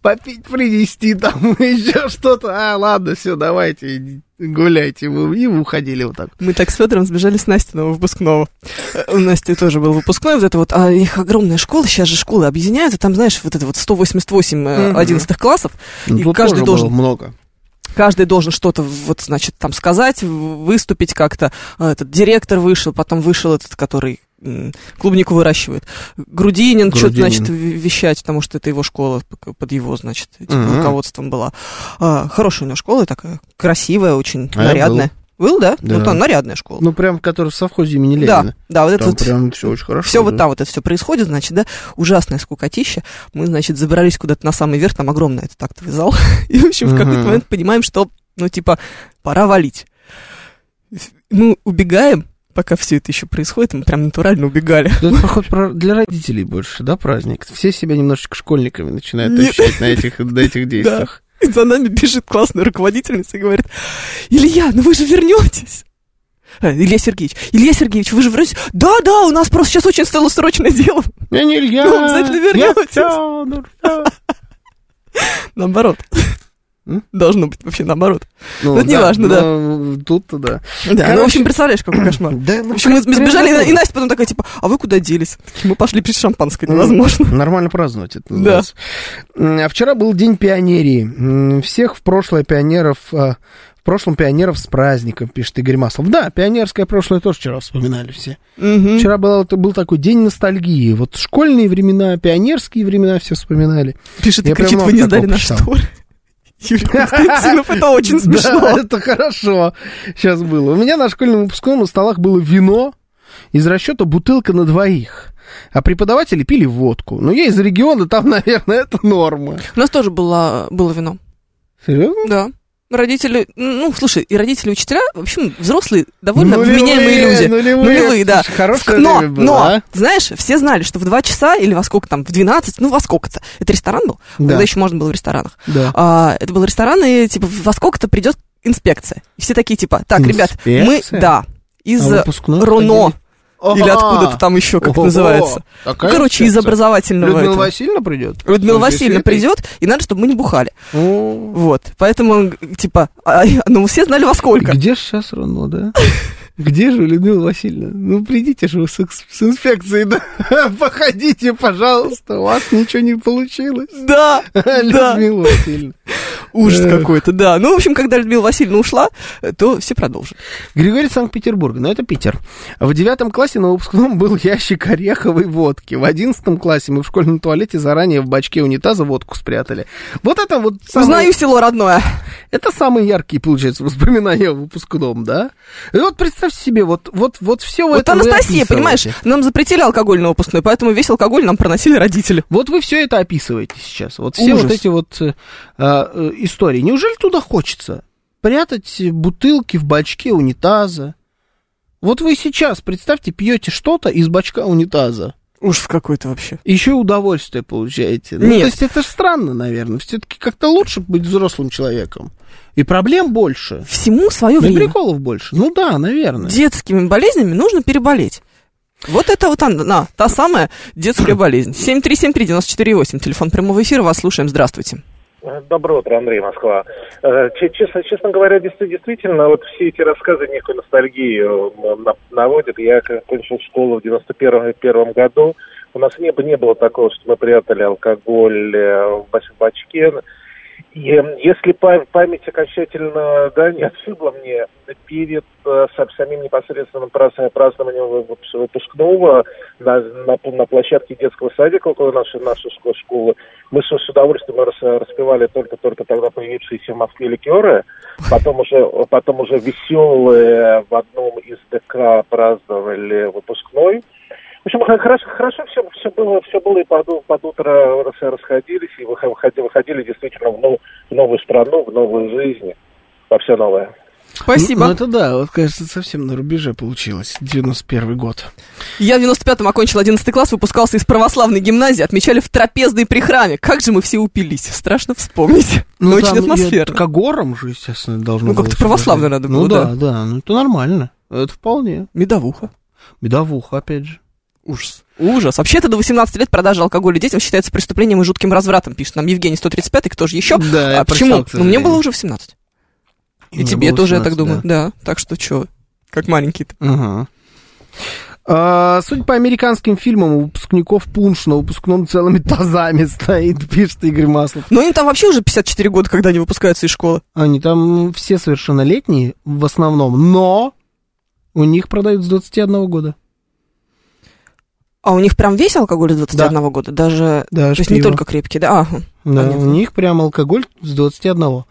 Попить принести там <laughs> еще что-то. А, ладно, все, давайте, иди- гуляйте. Мы- И уходили вот так. Мы так с Федором сбежали с Настиного выпускного. Э, У Насти тоже был выпускной. Вот это вот, а их огромная школа, сейчас же школы объединяются. Там, знаешь, вот это вот 188 э, Мгм. 11 классов. И каждый должен много. каждый должен что-то, вот, значит, там сказать, в- выступить как-то. А, Этот директор вышел, потом вышел этот, который м, клубнику выращивает. Грудинин, что-то, Грудинин. значит, в- вещать, потому что это его школа п- под его, значит, этим Мгм. руководством была. А, хорошая у него школа, такая красивая, очень А я нарядная. Был, да? Да. Ну, там нарядная школа. Ну, прям, который в совхозе имени да, Ленина. да, вот это Там вот прям все очень хорошо. все вот да. там вот это все происходит, значит, да, ужасное скукотища. Мы, значит, забрались куда-то на самый верх, там огромный этот актовый зал. <laughs> И, в общем, в какой-то Мгм. момент понимаем, что, ну, типа, пора валить. Мы убегаем, пока все это еще происходит, мы прям натурально убегали. <laughs> Да Ну, это, походу, про- для родителей больше, да, праздник? Все себя немножечко школьниками начинают Нет. ощущать на этих, на этих действиях. И за нами бежит классная руководительница и говорит, Илья, ну вы же вернетесь. Э, Илья Сергеевич, Илья Сергеевич, вы же вернетесь? Да-да, у нас просто сейчас очень стало срочное дело. <laughs> Я не Илья, Ну, обязательно вернётесь. Фёдор, Фёдор. Наоборот. М? Должно быть вообще наоборот. Ну, Ну, это неважно, да. но Ну, Тут-то да. Да, ну, в Короче. общем, представляешь, какой кошмар. Да, ну, В общем, мы сбежали, и, и Настя потом такая, типа, а вы куда делись? Мы пошли пить шампанское, невозможно. Нормально праздновать это Да. называется. М, А вчера был день пионерии. М, Всех в прошлое пионеров... а, В прошлом пионеров с праздником, пишет Игорь Маслов. Да, пионерское прошлое тоже вчера вспоминали все. Мгм. Вчера был, был такой день ностальгии. Вот школьные времена, пионерские времена все вспоминали. Пишет и я прям кричит, много вы не сдали такого наш писал. штор. Юрий Константинов, это Да, очень смешно. <laughs> это хорошо сейчас было. У меня на школьном выпускном на столах было вино из расчета бутылка на двоих. А преподаватели пили водку. Ну, я из региона, там, <laughs> наверное, это норма. У нас тоже было, было вино. Серьезно? Да. Родители, ну, слушай, и родители, и учителя, в общем, взрослые, довольно Нулевые, вменяемые люди. нулевые. Нулевые, да. Слушай, хорошее но, время было, но, а? знаешь, все знали, что в 2 часа или во сколько там, в 12, ну, во сколько-то. Это ресторан был? Да. Тогда еще можно было в ресторанах. Да. А, это был ресторан, и типа во сколько-то придет инспекция. И все такие типа, так, ребят, мы, Инспекция? да, из А э, выпускной Руно, ходили? или Ага. откуда-то там еще, как Ого. это называется. Ну, Такая короче, из инспекция. образовательного. Людмила этого. Васильевна придет? Людмила Ну, здесь Васильевна это- придет, и надо, чтобы мы не бухали. О. Вот. Поэтому, г- типа, а, ну, все знали во сколько. Где же сейчас Руно, да? <laughs> Где же Людмила Васильевна? Ну, придите же вы с, экс- с инфекцией, <laughs> да? Походите, пожалуйста, у вас ничего не получилось. а, Да, да. Людмила Васильевна. Ужас Эх. какой-то, да. Ну, в общем, когда Людмила Васильевна ушла, э, то все продолжили. Григорий Санкт-Петербург, но это Питер. В девятом классе на выпускном был ящик ореховой водки. В одиннадцатом классе мы в школьном туалете заранее в бачке унитаза водку спрятали. Вот это вот самое- Узнаю село родное. это самые яркие, получается, воспоминания о выпускном, да? И вот представьте себе, вот, вот, вот все Вот это вы Анастасия, описываете. понимаешь, нам запретили алкоголь на выпускной, поэтому весь алкоголь нам проносили родители. Вот вы все это описываете сейчас. Вот все Ужас. вот эти вот э, э, истории. Неужели туда хочется прятать бутылки в бачке унитаза? Вот вы сейчас, представьте, пьете что-то из бачка унитаза. Ужас какой-то вообще. Еще и удовольствие получаете. Ну, Нет. то есть это ж странно, наверное. Все-таки как-то лучше быть взрослым человеком. И проблем больше. Всему свое И время. приколов больше. Ну да, наверное. Детскими болезнями нужно переболеть. Вот это вот она, та самая детская болезнь. 7373948, телефон прямого эфира, вас слушаем, здравствуйте. Доброе утро, Андрей Москва. Э, че- Честно, честно говоря, дес- действительно, вот все эти рассказы некую ностальгию м, на- наводят. Я к- кончил школу в 91 первом году. У нас не, б- не было такого, что мы прятали алкоголь э, в бач- бачке. И э, если па- память окончательно да, не отшибла мне перед э, сам- самим непосредственным праз- празднованием вы- выпус- выпускного на, на пл- на площадке детского садика около нашей, нашей шко- школы, мы с с удовольствием рас- распевали только-только тогда появившиеся в Москве ликеры, потом уже, потом уже веселые в одном из ДК праздновали выпускной. В общем, х- хорошо, хорошо все, все было, все было и под, у- под утро рас- расходились, и выхо- выходи- выходили действительно в, нов- в новую страну, в новую жизнь, во все новое. Спасибо. Ну, ну это да, вот, кажется, совсем на рубеже получилось. 91 год. Я в 95-м окончил 11 класс, выпускался из православной гимназии, отмечали в трапезной при храме. Как же мы все упились, страшно <laughs> вспомнить. Ну, очень там, атмосферно. я- Когором же, естественно, должно Ну, было как-то всё православно быть. надо Ну было, да. да, да, ну это нормально. Это вполне. Медовуха. Бедовуха, опять же. Ужас. Ужас. Вообще-то до 18 лет продажа алкоголя детям считается преступлением и жутким развратом, пишет нам Евгений 135, кто же еще? Да, а почему? Ну, мне было уже в 17. И, тебе тоже, я так думаю. Да. Так что что? Как маленький-то. Ага. А, Судя по американским фильмам, у выпускников пунш на выпускном целыми тазами <laughs> стоит, пишет Игорь Маслов. Но им Ну, там вообще уже 54 года, когда они выпускаются из школы. Они там все совершеннолетние в основном, но у них продают с 21 года. А у них прям весь алкоголь с 21 года? Даже... Да, То есть не только крепкий, да? А, Ага. Да, у понятно. них прям алкоголь с 21. Ну,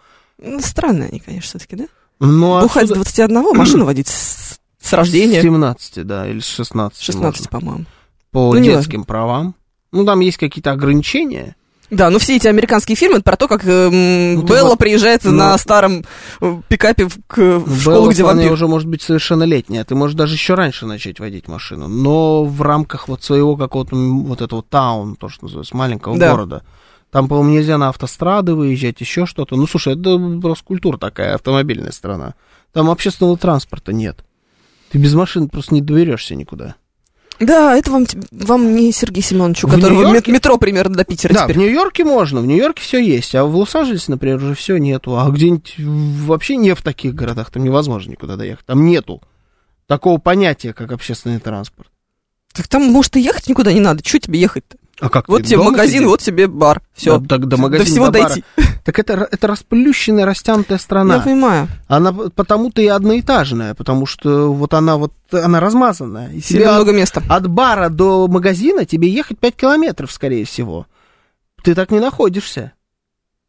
странные они, конечно, все-таки, да? Ну, а Бухать с отсюда- 21, машину водить с, с рождения. С 17, да, или с 16. 16, можно. по-моему. По Ну, не детским правам. Ну, там есть какие-то ограничения. Да, ну все эти американские фильмы это про то, как эм, Ну, ты Белла вот- приезжает ну. на старом э, пикапе в, к- в Белла школу, где вполне вампир. уже может быть совершеннолетняя. Ты можешь даже еще раньше начать водить машину. Но в рамках вот своего какого-то, м, вот этого таун, то, что называется, маленького Да. города. Там, по-моему, нельзя на автострады выезжать, еще что-то. Ну, слушай, это просто культура такая, автомобильная страна. Там общественного транспорта нет. Ты без машин просто не доберешься никуда. Да, это вам, те- вам не Сергей Семенович, у В которого мет- Нью-Йорке? метро примерно до Питера Да, теперь. в Нью-Йорке можно, в Нью-Йорке все есть, а в Лос-Анджелесе, например, уже все нету, а где-нибудь вообще не в таких городах, там невозможно никуда доехать, там нету такого понятия, как общественный транспорт. Так там, может, и ехать никуда не надо. Чего тебе ехать-то? А как Вот ты, тебе дома магазин, сидишь? вот тебе бар. Все. Да, так до магазина, всего до бара. дойти. Так это, р- это расплющенная, растянутая страна. Я понимаю. Она п- потому-то и одноэтажная, потому что вот она вот, она размазанная. И тебе Сильно от, много места. от бара до магазина тебе ехать 5 километров, скорее всего. Ты так не находишься.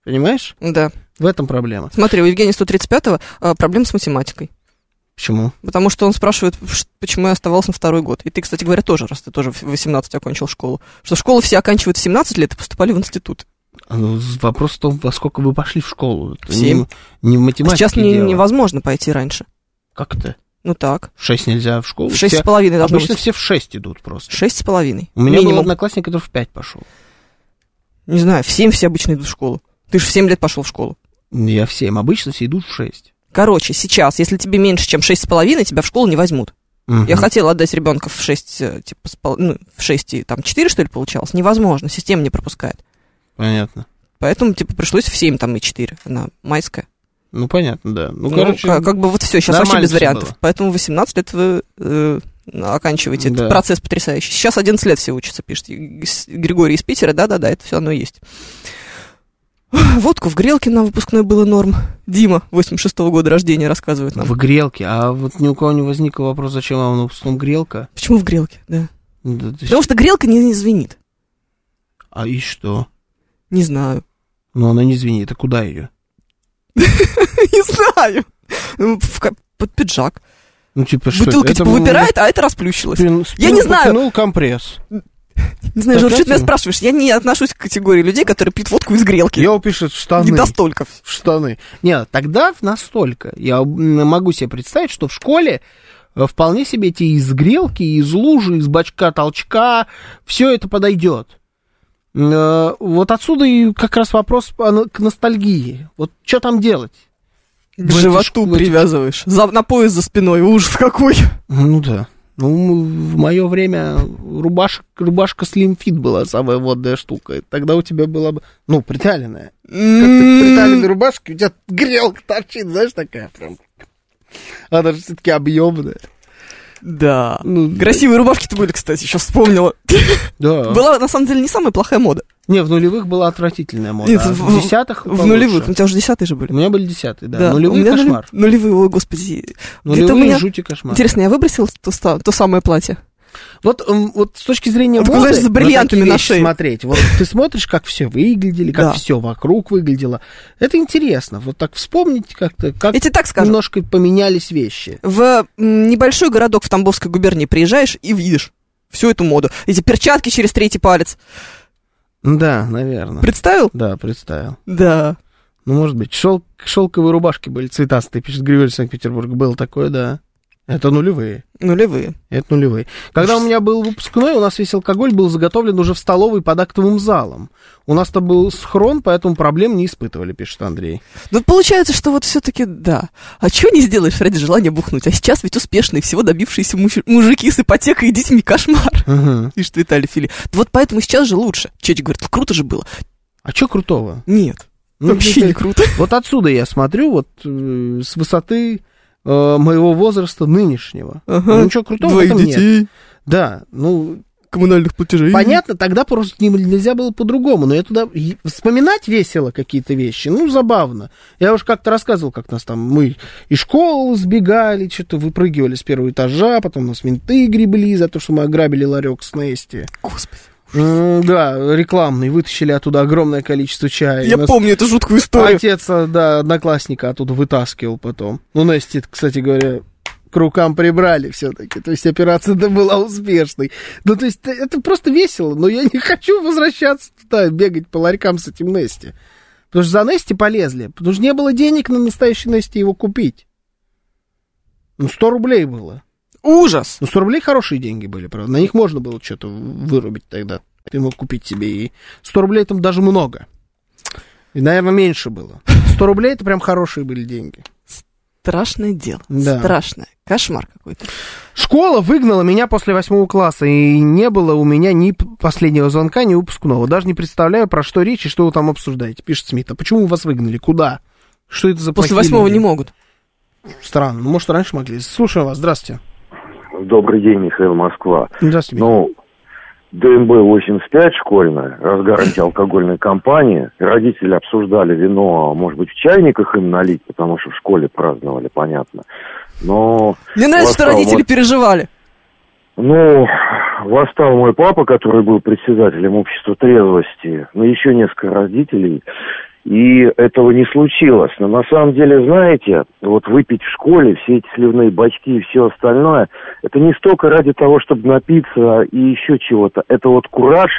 Понимаешь? Да. В этом проблема. Смотри, у Евгения 135-го а, проблем с математикой. Почему? Потому что он спрашивает, ш- почему я оставался на второй год. И ты, кстати говоря, тоже, раз ты тоже в 18 окончил школу. Что школу все оканчивают в 17 лет и поступали в институт. А ну, з- вопрос в том, во сколько вы пошли в школу. Это В семь. Не, м- не в А математике сейчас не- дело. невозможно пойти раньше. Как это? Ну так. В шесть нельзя в школу? В шесть с Все- половиной должно Обычно быть. все в шесть идут просто. Шесть с половиной. У меня был Минимум. одноклассник, который в пять пошел. Не знаю, в семь все обычно идут в школу. Ты же в семь лет пошел в школу. Я в семь. Обычно все идут в шесть. Короче, сейчас, если тебе меньше, чем шесть с половиной, тебя в школу не возьмут. Я Мгм. хотела отдать ребенка в шесть, э, типа, с пол- ну, в шесть и там четыре, что ли, получалось. Невозможно, система не пропускает. Понятно. Поэтому, типа, пришлось в семь там и четыре. Она майская. Ну, понятно, да. Ну, Ну, короче, как, как бы вот все, сейчас вообще нормально без всё вариантов. было. Поэтому 18 лет вы э, оканчиваете. Да. Этот процесс потрясающий. Сейчас 11 лет все учатся, пишет Е- с- Григорий из Питера. Да-да-да, это все оно и есть. <sighs> Водку в грелке на выпускной было норм. Дима, 86-го года рождения, рассказывает нам. в грелке. А вот ни у кого не возник вопрос, зачем вам на выпускном грелка? Почему в грелке? Да. Да ты Потому что грелка не, не звенит. А и что? Не знаю. <laughs> Ну, она не звенит, а куда ее? Не знаю. Ну, в ка- Под пиджак. Ну, типа, что Бутылка это? типа Это был выпирает, а это расплющилось. спин- Я не спин знаю. потянул компресс. Не знаю, Так Жор, что ты меня это- спрашиваешь? Я не отношусь к категории людей, которые пьют водку из грелки. Йоу пишет штаны. Не до стольков. штаны. Не, тогда в настолько. Я м, могу себе представить, что в школе э, вполне себе эти из грелки, из лужи, из бачка толчка, все это подойдет. Э, Вот отсюда и как раз вопрос по- на- к ностальгии. Вот что там делать? К В эти животу школы- привязываешь. За- на пояс за спиной. Ужас какой. Ну да. Ну, м, в мое время рубашка, рубашка слимфит была самая модная штука. Тогда у тебя была бы, ну, приталенная. Как ты в приталенной рубашке, у тебя грелка торчит, знаешь, такая прям. Она же все-таки объемная. <laughs> Да. Ну, Красивые рубашки-то были, кстати, сейчас вспомнила. Да. <laughs> Была, на самом деле, не самая плохая мода. Не, в нулевых была отвратительная мода. Нет, а в- в десятых В получше. нулевых. У тебя уже десятые же У были. меня были десятые, да. Нулевые у меня нулев- кошмар. Нулевые, ой, господи. Нулевые у меня- жуть и кошмар. Интересно, я выбросила то, ста- то самое платье? Вот, м, вот с точки зрения Вот, моды, знаешь, с на бриллиантами такие на вещи шее. смотреть. Вот ты смотришь, как все выглядели, как Да. все вокруг выглядело. Это интересно. Вот так вспомнить как-то, как Я тебе так скажу. немножко поменялись вещи. В м, небольшой городок в Тамбовской губернии приезжаешь и видишь всю эту моду. Эти перчатки через третий палец. Да, наверное. Представил? Да, представил. Да. Ну, может быть, шел... шелковые рубашки были цветастые, пишет Григорий из Санкт-Петербурга. Было такое, да. Это нулевые. Нулевые. Это нулевые. Когда у меня был выпускной, у нас весь алкоголь был заготовлен уже в столовой под актовым залом. У нас-то был схрон, поэтому проблем не испытывали, пишет Андрей. Ну, получается, что вот все-таки да. А чего не сделаешь ради желания бухнуть? А сейчас ведь успешные, всего добившиеся муж- мужики с ипотекой и детьми кошмар. <laughs> Мгм. Пишет Виталий Фили. Вот поэтому сейчас же лучше. Чечи говорит, «Ну, круто же было. А что крутого? Нет, Ну, вообще не круто. Вот отсюда я смотрю, вот э, с высоты э, моего возраста нынешнего. Ага. Ну, ничего крутого в Двоих этом нет. детей, Да, ну, коммунальных платежей. понятно, тогда просто не- нельзя было по-другому, но я туда... и Вспоминать весело какие-то вещи, ну, забавно. Я уж как-то рассказывал, как нас там... Мы и школу сбегали, что-то выпрыгивали с первого этажа, потом нас менты гребли за то, что мы ограбили ларек с Нести. Господи. М, Да, рекламный, вытащили оттуда огромное количество чая. и Я нас помню эту жуткую историю. Отец, э, да, одноклассника оттуда вытаскивал потом. Ну, Насти, кстати говоря, к рукам прибрали все-таки. То есть операция-то была успешной. Ну, то есть т- это просто весело, но я не хочу возвращаться туда, бегать по ларькам с этим Нести. Потому что за Нести полезли, потому что не было денег на настоящий Нести его купить. Ну, 100 рублей было. Ужас. Ну, 100 рублей хорошие деньги были, правда. На них можно было что-то вырубить тогда. Ты мог купить себе и... 100 рублей там даже много. И, наверное, меньше было. 100 рублей это прям хорошие были деньги. Страшное дело. Да. Страшное. Кошмар какой-то. Школа выгнала меня после восьмого класса, и не было у меня ни п- последнего звонка, ни выпускного. Даже не представляю, про что речь и что вы там обсуждаете, пишет Смит. А почему вас выгнали? Куда? Что это за плохие После восьмого люди? не могут. Странно. Ну, может, раньше могли. Слушаю вас. Здравствуйте. Добрый день, Михаил Москва. Здравствуйте. Михаил. Ну, ДМБ-85 школьная, разгар антиалкогольной кампании. Родители обсуждали вино, а может быть, в чайниках им налить, потому что в школе праздновали, понятно. Но, Мне нравится, что Восстал, родители вот. переживали. ну, восстал мой папа, который был председателем общества трезвости, но еще несколько родителей, и этого не случилось. Но на самом деле, знаете, вот выпить в школе все эти сливные бачки и все остальное, это не столько ради того, чтобы напиться и еще чего-то. Это вот кураж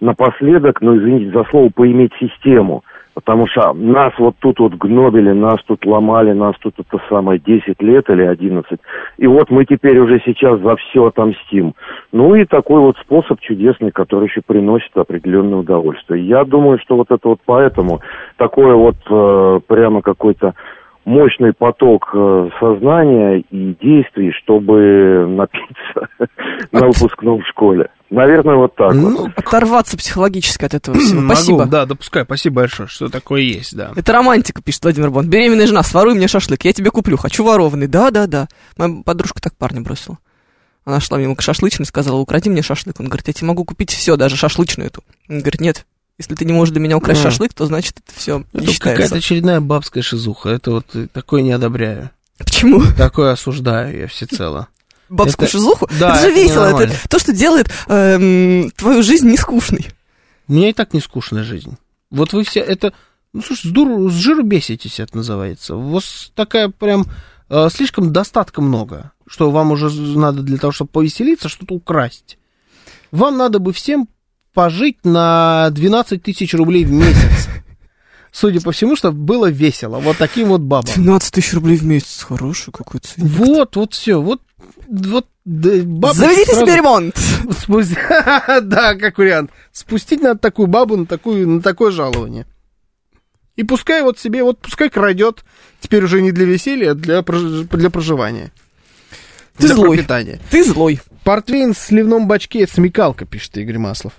напоследок, ну, извините за слово, поиметь систему. Потому что нас вот тут вот гнобили, нас тут ломали, нас тут это самое 10 лет или 11. И вот мы теперь уже сейчас за все отомстим. Ну и такой вот способ чудесный, который еще приносит определенное удовольствие. Я думаю, что вот это вот поэтому такое вот э, прямо какой-то мощный поток э, <laughs> сознания и действий, чтобы напиться на выпускном в школе. Наверное, вот так вот. Ну, Оторваться психологически от этого всего. могу, Спасибо. Ну, Да, допускай, спасибо большое, что такое есть, да. Это романтика, пишет Владимир Бон. Беременная жена, своруй мне шашлык, я тебе куплю, хочу ворованный. Да, да, да. Моя подружка так парня бросила. Она шла мимо к шашлычной и сказала, укради мне шашлык. Он говорит, я тебе могу купить все, даже шашлычную эту. Он говорит, нет, если ты не можешь для меня украсть Да. шашлык, то значит это все не Это какая-то считается. очередная бабская шизуха. Это вот э, такое не одобряю. Почему? Такое осуждаю я всецело. Бабскую Это- шизуху? да, это же это весело, это ненормально. то, что делает эм, твою жизнь нескучной. У меня и так не скучная жизнь. Вот вы все это... Ну, слушай, с, дуру, с жиру беситесь, это называется. У вас такая прям... э, слишком достатка много, что вам уже з- надо для того, чтобы повеселиться, что-то украсть. Вам надо бы всем пожить на 12 тысяч рублей в месяц. Судя по всему, чтобы было весело. Вот таким вот бабам. 12 тысяч рублей в месяц, хороший какой ценник. Вот, вот все, вот, вот да, бабы Заведите сразу- себе ремонт! спу- <laughs> Да, как вариант. Спустить надо такую бабу на, такую, на такое жалование. И пускай вот себе, вот пускай крадет, теперь уже не для веселья, а для, прож- для проживания. Ты для злой. пропитания. Ты злой. Портвейн в сливном бачке это смекалка, пишет Игорь Маслов.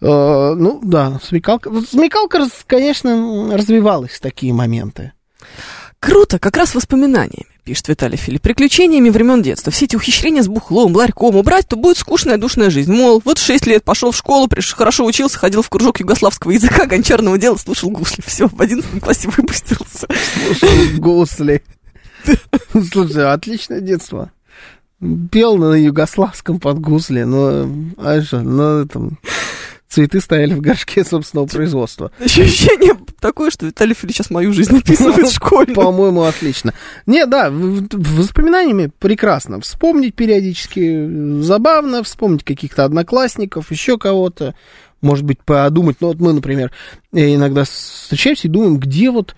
Э, ну, да, смекалка. вот Смекалка, раз- конечно, м, развивалась в такие моменты. Круто, как раз воспоминаниями, пишет Виталий Филипп. Приключениями времен детства. Все эти ухищрения с бухлом, ларьком убрать, то будет скучная душная жизнь. Мол, вот 6 лет пошел в школу, приш... хорошо учился, ходил в кружок югославского языка, гончарного дела, слушал гусли. Все, в 11 классе выпустился. ну, Гусли. Ну, Слушай, отличное детство. Пел на югославском под гусли, но а что, ну, там, цветы стояли в горшке собственного производства. Ощущение такое, что Виталий Филипп сейчас мою жизнь описывает в школе. <laughs> По-моему, отлично. Не, да, в- в- воспоминаниями прекрасно. Вспомнить периодически э, забавно, вспомнить каких-то одноклассников, еще кого-то. Может быть, подумать. Ну, вот мы, например, э, иногда встречаемся и думаем, где вот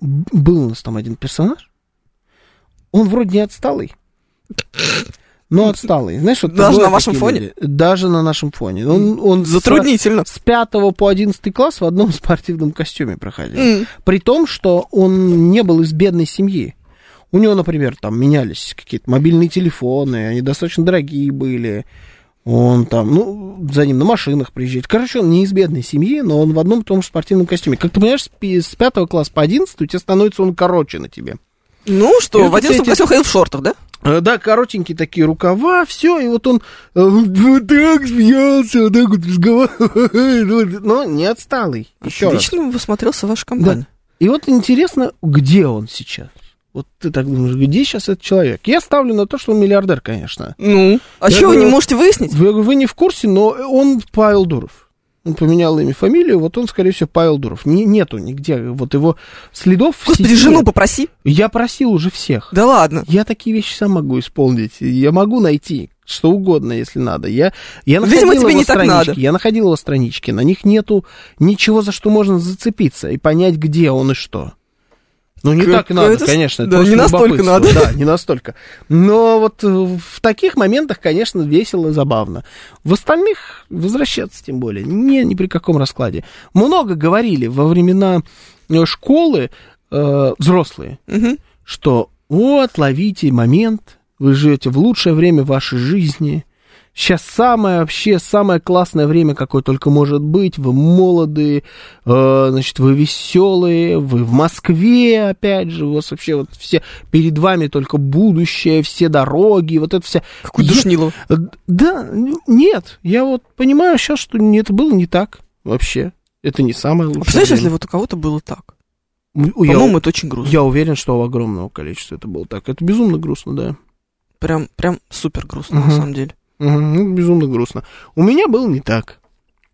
б- был у нас там один персонаж. Он вроде не отсталый. Но отсталый. Знаешь, вот Даже бывают на вашем такие фоне? люди. Даже на нашем фоне. Он, он с- Затруднительно. С 5 по 11 класс в одном спортивном костюме проходил. М. При том, что он не был из бедной семьи. У него, например, там менялись какие-то мобильные телефоны, они достаточно дорогие были. Он там, ну, за ним на машинах приезжает. Короче, он не из бедной семьи, но он в одном и том же спортивном костюме. Как ты понимаешь, с пи- с пятого класса по 11 у тебя становится он короче на тебе. Ну И что, вот в 11 эти- классе он ходил в шортах, да? Э, Да, коротенькие такие рукава, все, и вот он э, вот так смеялся, вот так вот разговаривал, <laughs> но не отсталый. Еще раз. Отлично посмотрелся ваша Да. компания. И вот интересно, где он сейчас? Вот ты так думаешь, где сейчас этот человек? Я ставлю на то, что он миллиардер, конечно. Ну, а Я чего вы не говорю- можете выяснить? Вы, вы не в курсе, но он Павел Дуров. Он поменял имя, фамилию, вот он, скорее всего, Павел Дуров. Не, нету нигде вот его следов. в Господи, сети. жену попроси. Я просил уже всех. Да ладно. Я такие вещи сам могу исполнить. Я могу найти что угодно, если надо. Я, я Видимо, находил тебе его не так странички. надо. Я находил его странички. На них нету ничего, за что можно зацепиться и понять, где он и что. Ну, не Как- так надо, это с- конечно. это да, просто не настолько любопытство. Да, не настолько. Но вот э, в таких моментах, конечно, весело и забавно. В остальных возвращаться тем более. Ни, ни при каком раскладе. Много говорили во времена э, школы э, взрослые Мгм. что вот, ловите момент, вы живете в лучшее время вашей жизни. Сейчас самое вообще, самое классное время, какое только может быть. Вы молодые, э, значит, вы веселые, вы в Москве, опять же, у вас вообще вот все, перед вами только будущее, все дороги, вот это вся... Какой Я- душнилов. Э, Да, н- нет, я вот понимаю сейчас, что не- это было не так вообще. Это не самое лучшее А Представляешь, если время. вот у кого-то было так? М, я- По-моему, это очень грустно. я уверен, что у огромного количества это было так. Это безумно грустно, да. Прям, прям супер грустно, на Мгм. самом деле. Мгм, ну, безумно грустно. У меня было не так.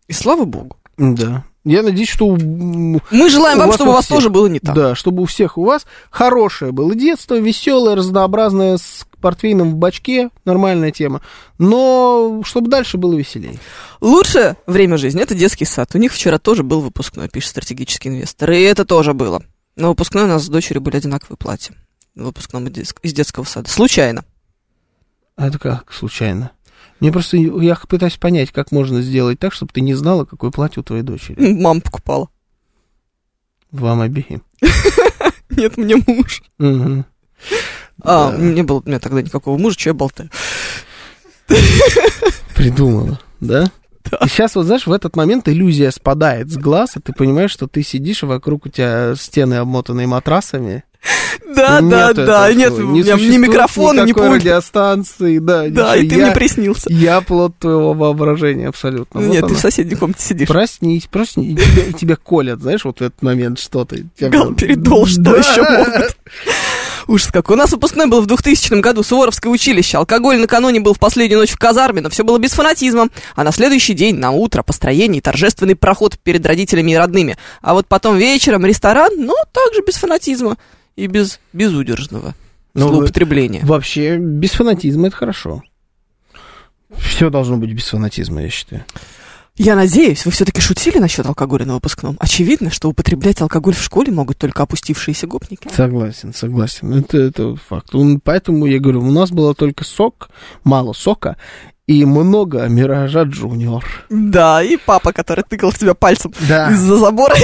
И слава богу. Да. Я надеюсь, что у, м, Мы желаем У вам, вас чтобы у у вас всех. тоже было не так. да, чтобы у всех у вас хорошее было детство, веселое, разнообразное, с портвейном в бачке, нормальная тема. Но чтобы дальше было веселее. Лучшее время жизни – это детский сад. У них вчера тоже был выпускной, пишет стратегический инвестор. И это тоже было. На выпускной у нас с дочерью были одинаковые платья. На выпускном и дес- из детского сада. Случайно. А Это как случайно? Мне просто, я пытаюсь понять, как можно сделать так, чтобы ты не знала, какое платье у твоей дочери. М, Мама покупала. <laughs> Вам обеим. Нет, мне муж. Мгм. А, Да. <laughs> не было у меня тогда никакого мужа, что я болтаю. Придумала. да? И сейчас вот, знаешь, в этот момент иллюзия спадает с глаз, и ты понимаешь, что ты сидишь, и вокруг у тебя стены, обмотанные матрасами. Да, Нет А, да, этого да. Нет, всего. у меня ни существует микрофона, ни никакой пульта. радиостанции, да. Да, ничего. и ты мне Я- приснился. Я плод твоего воображения абсолютно. Вот Ну Нет, ты оно. в соседней комнате сидишь. Проснись, проснись, и тебя, и тебя колят, знаешь, вот в этот момент что-то. Тебя Гал прям- передол, что Да. еще могут. Ужас как. У нас выпускной был в 2000 году, Суворовское училище. Алкоголь накануне был в последнюю ночь в казарме, но все было без фанатизма. А на следующий день, на утро, построение и торжественный проход перед родителями и родными. А вот потом вечером ресторан, но также без фанатизма и без безудержного Ну, злоупотребления. Вообще, без фанатизма это хорошо. Все должно быть без фанатизма, я считаю. Я надеюсь, вы все-таки шутили насчет алкоголя на выпускном. Очевидно, что употреблять алкоголь в школе могут только опустившиеся гопники. Согласен, согласен. Это, это факт. Он- Поэтому я говорю, у нас было только сок, мало сока и много Миража Джуниор. Да, и папа, который тыкал в тебя пальцем Да. из-за забора.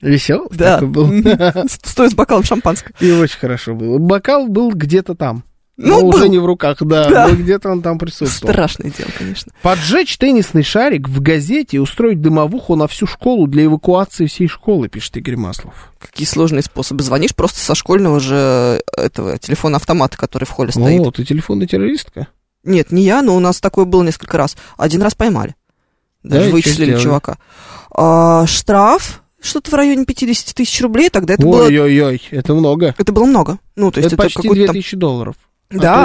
Веселый Да. такой был. Мгм. Стоя Э, с бокалом шампанского. И очень хорошо было. Бокал был где-то там. Ну, но уже был. не в руках, да, Да. но где-то он там присутствовал. Страшное дело, конечно. Поджечь теннисный шарик в газете и устроить дымовуху на всю школу для эвакуации всей школы, пишет Игорь Маслов. Какие сложные способы. Звонишь просто со школьного же э, этого телефона автомата, который в холле стоит. О, ты телефонная террористка? Нет, не я, но у нас такое было несколько раз. Один раз поймали. Да, Даже и чё вычислили сделали? чувака. А, штраф что-то в районе 50 тысяч рублей. Тогда это было... Ой-ой-ой, это много. Это было много. Ну, то есть это, это, почти какой-то 2000 там... долларов. Да.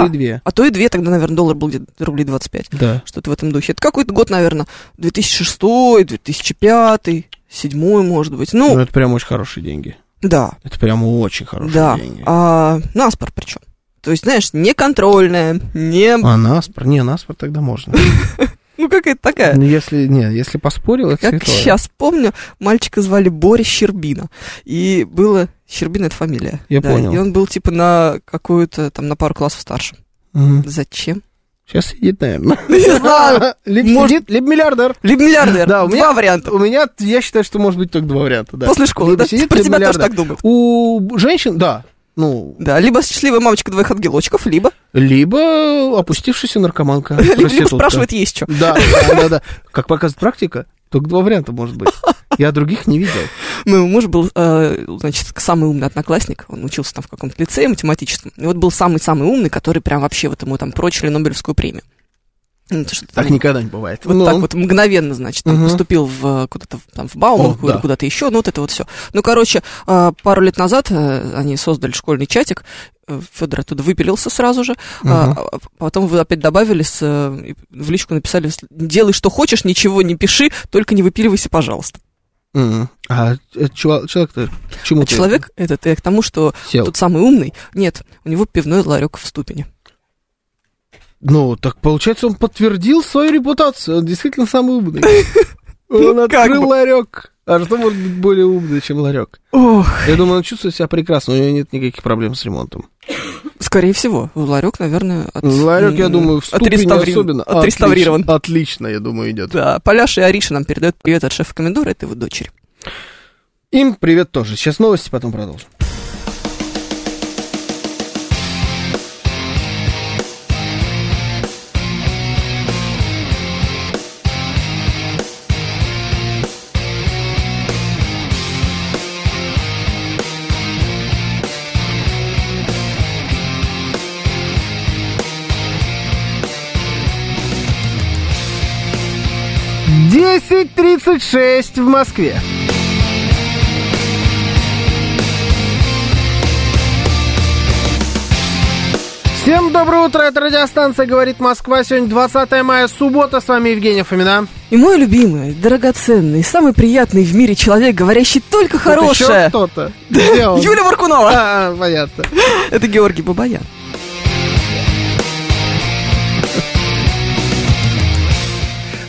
А то и две. А то и две, тогда, наверное, доллар был где-то рублей 25. Да. Что-то в этом духе. Это какой-то год, наверное, 2006, 2005, 2007, может быть. Ну, Ну, это прям очень хорошие деньги. да. Это прям очень хорошие да. деньги. А, наспор причем. То есть, знаешь, не контрольная, не... А наспор? Не, наспор тогда <laughs> можно. Ну, какая-то такая. Ну, если, не, если поспорил, это Как святое. сейчас помню, мальчика звали Боря Щербина. И было... Щербина — это фамилия. Я Да, понял. И он был, типа, на какую-то, там, на пару классов старше. Мгм. <laughs> Зачем? Сейчас сидит, наверное. Не знаю. <laughs> Либо А, Может- сидит, либо миллиардер. Либо миллиардер. Да, у меня- Два варианта. У меня, я считаю, что может быть только два варианта, да. После школы. Либо да? сидит, Про либо тебя тоже миллиардер. так думают. У женщин, да. Ну, Да, либо счастливая мамочка двоих ангелочков, либо, <laughs> либо опустившаяся наркоманка. либо, либо проститутка. спрашивает, есть что. Да, да, да, да. Как показывает практика, только два варианта может быть. Я других не видел. Моего мужа был, э, значит, самый умный одноклассник, он учился там в каком-то лицее математическом, и вот был самый-самый умный, который прям вообще вот ему там прочили Нобелевскую премию. Ну, это что-то Так там никогда не бывает. вот Ну, так вот мгновенно, значит, там Мгм. поступил в, э, куда-то в- там в Бауманку О, или да. куда-то еще, ну вот это вот все. Ну, короче, э, пару лет назад э, они создали школьный чатик, Федор оттуда выпилился сразу же, а, Мгм. а потом вы опять добавили, с, э, и в личку написали, с- делай что хочешь, ничего не пиши, только не выпиливайся, пожалуйста. Мгм. А это чува- человек-то к чему А ты человек этот, я к тому, что сел? тот самый умный, нет, у него пивной ларек в ступени. Ну, так получается, он подтвердил свою репутацию. Он действительно самый <laughs> умный. Он Ну, как открыл бы. ларек. А что может быть более умный, чем ларек? Ох, Я думаю, он чувствует себя прекрасно, у него нет никаких проблем с ремонтом. скорее всего, ларек, наверное, от, Ларек, я м, а думаю, в ступени отреставрирован- особенно. а Отреставрирован. Отлично, отлично, я думаю, идет. Да, Поляша и Ариша нам передают привет от шефа комендора, это его дочери. Им привет тоже. Сейчас новости, потом продолжим. Десять тридцать шесть в Москве. Всем доброе утро, это радиостанция «Говорит Москва». Сегодня 20 мая, суббота, с вами Евгений Фомина. И мой любимый, драгоценный, самый приятный в мире человек, говорящий только Тут еще хорошее. кто-то. Где он? Юля Варкунова. А, понятно. <laughs> Это Георгий Бабаян.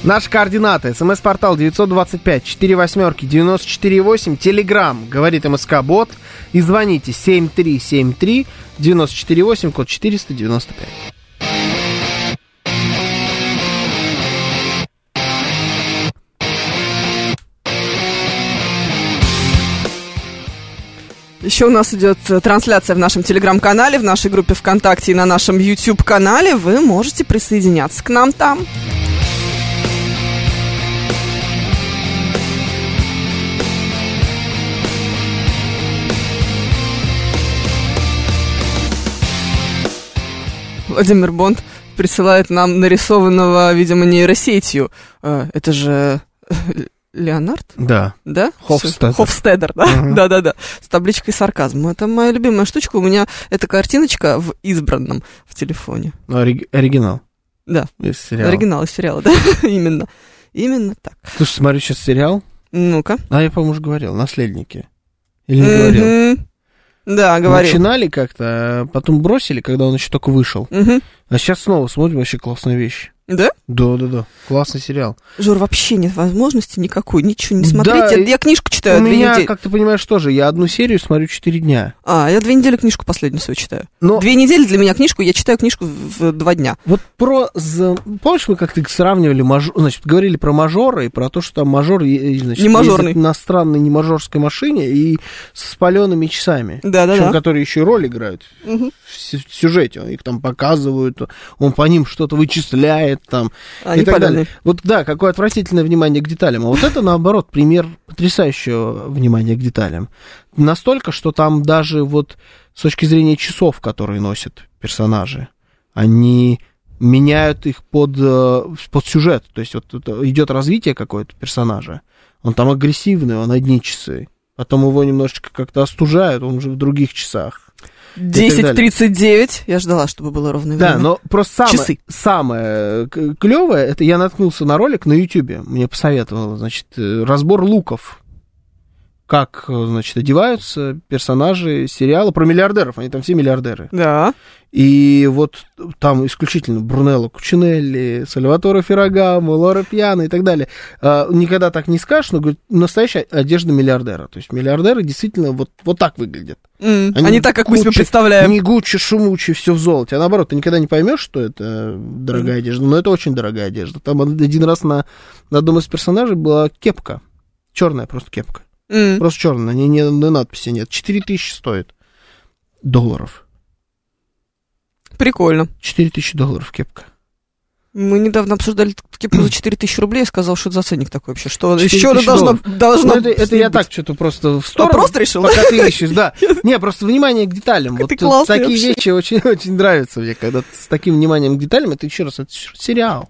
Наши координаты. СМС-портал 925 4 восьмерки 948. Телеграмм. Говорит МСК Бот. И звоните 7373 948, код 495. Еще у нас идет э, трансляция в нашем телеграм-канале, в нашей группе ВКонтакте и на нашем YouTube-канале. Вы можете присоединяться к нам там. Владимир Бонд присылает нам нарисованного, видимо, нейросетью. Э, Это же э, Леонард, Да. да? Хофстедер. Хофстедер, да? Мгм. <laughs> Да-да-да. С табличкой сарказм. Это моя любимая штучка. У меня эта картиночка в избранном в телефоне. Ну, ори- оригинал. Да. Из сериала. Оригинал из сериала, <laughs> да? Именно. Именно так. Слушай, смотрю сейчас сериал. Ну-ка. А я, по-моему, уже говорил. «Наследники». Или не говорил? Мгм. Да, говорил. Начинали как-то, а потом бросили, когда он еще только вышел. Мгм. А сейчас снова смотрим вообще классные вещи. Да? Да-да-да, классный сериал. Жор, вообще нет возможности никакой, ничего не Да, смотреть. Я- и- я, книжку читаю У две меня, недели. как ты понимаешь, тоже, я одну серию смотрю 4 дня. А, я две недели книжку последнюю свою читаю. Но Две недели для меня книжку, я читаю книжку в в два дня. вот про... за- Помнишь, мы как-то их сравнивали, маж- значит, говорили про мажоры и про то, что там мажор е- значит, Не мажорный. ездит на странной немажорской машине и с палеными часами. Причем, Да-да-да. которые еще и роль играют Мгм. в се- в сюжете. Их там показывают, он по ним что-то вычисляет там. Они и так поляны. далее. Вот да, какое отвратительное внимание к деталям. А вот это, наоборот, пример потрясающего внимания к деталям. Настолько, что там даже вот с точки зрения часов, которые носят персонажи, они меняют их под, э, под сюжет. То есть вот это идет развитие какое-то персонажа. Он там агрессивный, он одни часы. Потом его немножечко как-то остужают, он уже в других часах. 10.39. Я ждала, чтобы было ровно Да, время. но просто самое, Часы. самое э, к- клевое, это я наткнулся на ролик на Ютубе. Мне посоветовал, значит, э, разбор луков. Как, э, значит, одеваются персонажи сериала про миллиардеров. Они там все миллиардеры. Да. И вот там исключительно Брунелло Кучинелли, Сальваторе Феррагамо, Лора Пьяно и так далее. Э, Никогда так не скажешь, но говорит, настоящая одежда миллиардера. То есть миллиардеры действительно вот, вот так выглядят. М, Они Они так, как мы себе куча- представляем. Не Гуччи, Шумучи, все в золоте. А наоборот, ты никогда не поймешь, что это дорогая одежда. Но это очень дорогая одежда. Там один раз на, на одном из персонажей была кепка. Черная просто кепка. М. Просто черная, на ней ни одной надписи нет. 4000 стоит долларов. Прикольно. 4000 долларов кепка. Мы недавно обсуждали кепку за 4000 рублей. Я сказал, что это за ценник такой вообще. Что, 4000 еще она должна, должна Ну, это, это быть? я так что-то просто в А сторону. просто решила? Пока ты ищешь, <laughs> да. Не, просто внимание к деталям. Ты Вот э, классный такие вообще. вещи очень-очень нравятся мне, когда ты с таким вниманием к деталям, это еще раз, это с- сериал.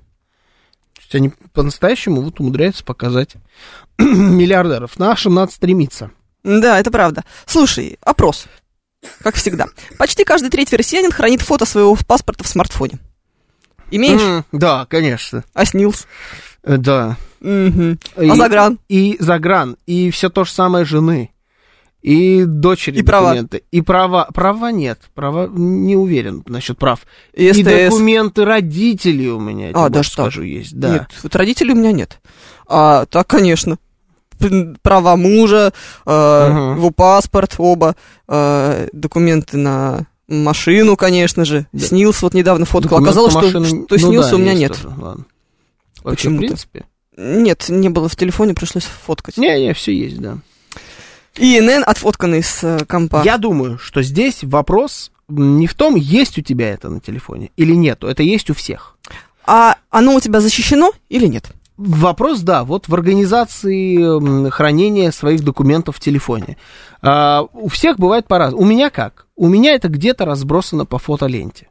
То есть они по-настоящему вот умудряются показать <clears throat> миллиардеров. Нашим надо стремиться. Да, это правда. Слушай, опрос. Как всегда. Почти каждый третий россиянин хранит фото своего паспорта в смартфоне. Имеешь? М, Да, конечно. А СНИЛС? Э, Да. Мгм. И- А загран? и загран, и все то же самое жены, и дочери И права. документы, и права. Права нет, права не уверен насчет прав. И И СТС. документы родителей у меня, я тебе А, больше даже так? скажу, есть. Да. Нет, вот родителей у меня нет. А, так, конечно. П- Права мужа, э, Мгм. его паспорт оба, э, документы на машину, конечно же. Да. СНИЛС вот недавно фоткал. Документ Оказалось, на что, машину- что ну СНИЛСа да, у меня есть нет. тоже, ладно. Вообще, в Почему-то. принципе. Нет, не было в телефоне, пришлось фоткать. Не-не, все есть, да. И ИНН отфотканный с э, компа. Я думаю, что здесь вопрос не в том, есть у тебя это на телефоне или нету. Это есть у всех. А оно у тебя защищено или нет? Вопрос, да, вот в организации м, хранения своих документов в телефоне. А, у всех бывает по-разному. У меня как? У меня это где-то разбросано по фотоленте.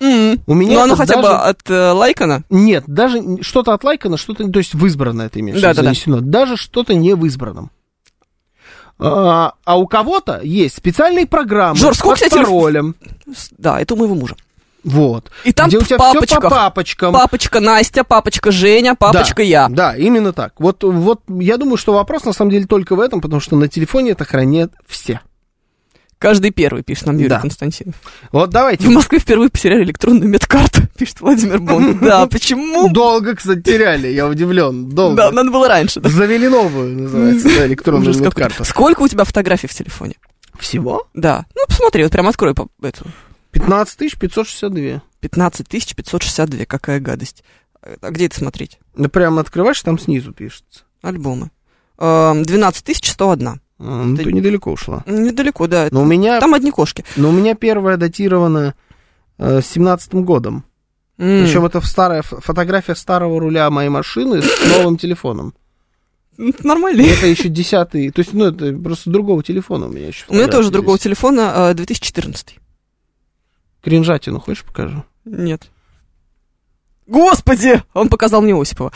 У меня Ну, это оно хотя даже- бы от э, лайкана. Нет, даже н- что-то отлайкано, что-то, то есть в избранное ты имеешь в виду Да-да-да. занесено. Даже что-то не в избранном. А, а у кого-то есть специальные программы Жор, сколько под у тебя телеф- паролем. С- Да, это у моего мужа. Вот. И там где у в тебя все по папочках. папочкам. Папочка Настя, папочка Женя, папочка Да, я. Да, именно так. Вот, вот я думаю, что вопрос на самом деле только в этом, потому что на телефоне это хранят все. Каждый первый, пишет нам Юрий Да. Константинов. Вот В давайте. Москве впервые потеряли электронную медкарту, <laughs> пишет Владимир <laughs> Бон. Да, почему? Долго, кстати, теряли, я удивлен. Ну. Да, Долго. надо было раньше. да. Завели новую, называется, да, электронную Ужас какой. карту. Сколько у тебя фотографий в телефоне? Всего? Да. Ну, посмотри, вот прям открой по- эту. 15 562. 15 562, какая гадость. А где это смотреть? Да Ну, прямо открываешь, там снизу пишется. Альбомы. Эм, 12 101. А, Ну, Ты- ты недалеко ушла. Недалеко, Ну, да. это- Но у меня, Там одни кошки. но у меня первая датирована э, семнадцатым годом. М. <laughs> Причем это в старая ф- фотография старого руля моей машины с <laughs> новым телефоном. Ну, это И Нормально. <laughs> Это еще десятый. То есть, ну, это просто другого телефона у меня еще. У меня Ну, тоже фотографии другого есть. телефона э, 2014. Кринжатину хочешь покажу? Нет. Господи! Он показал мне Осипова. А,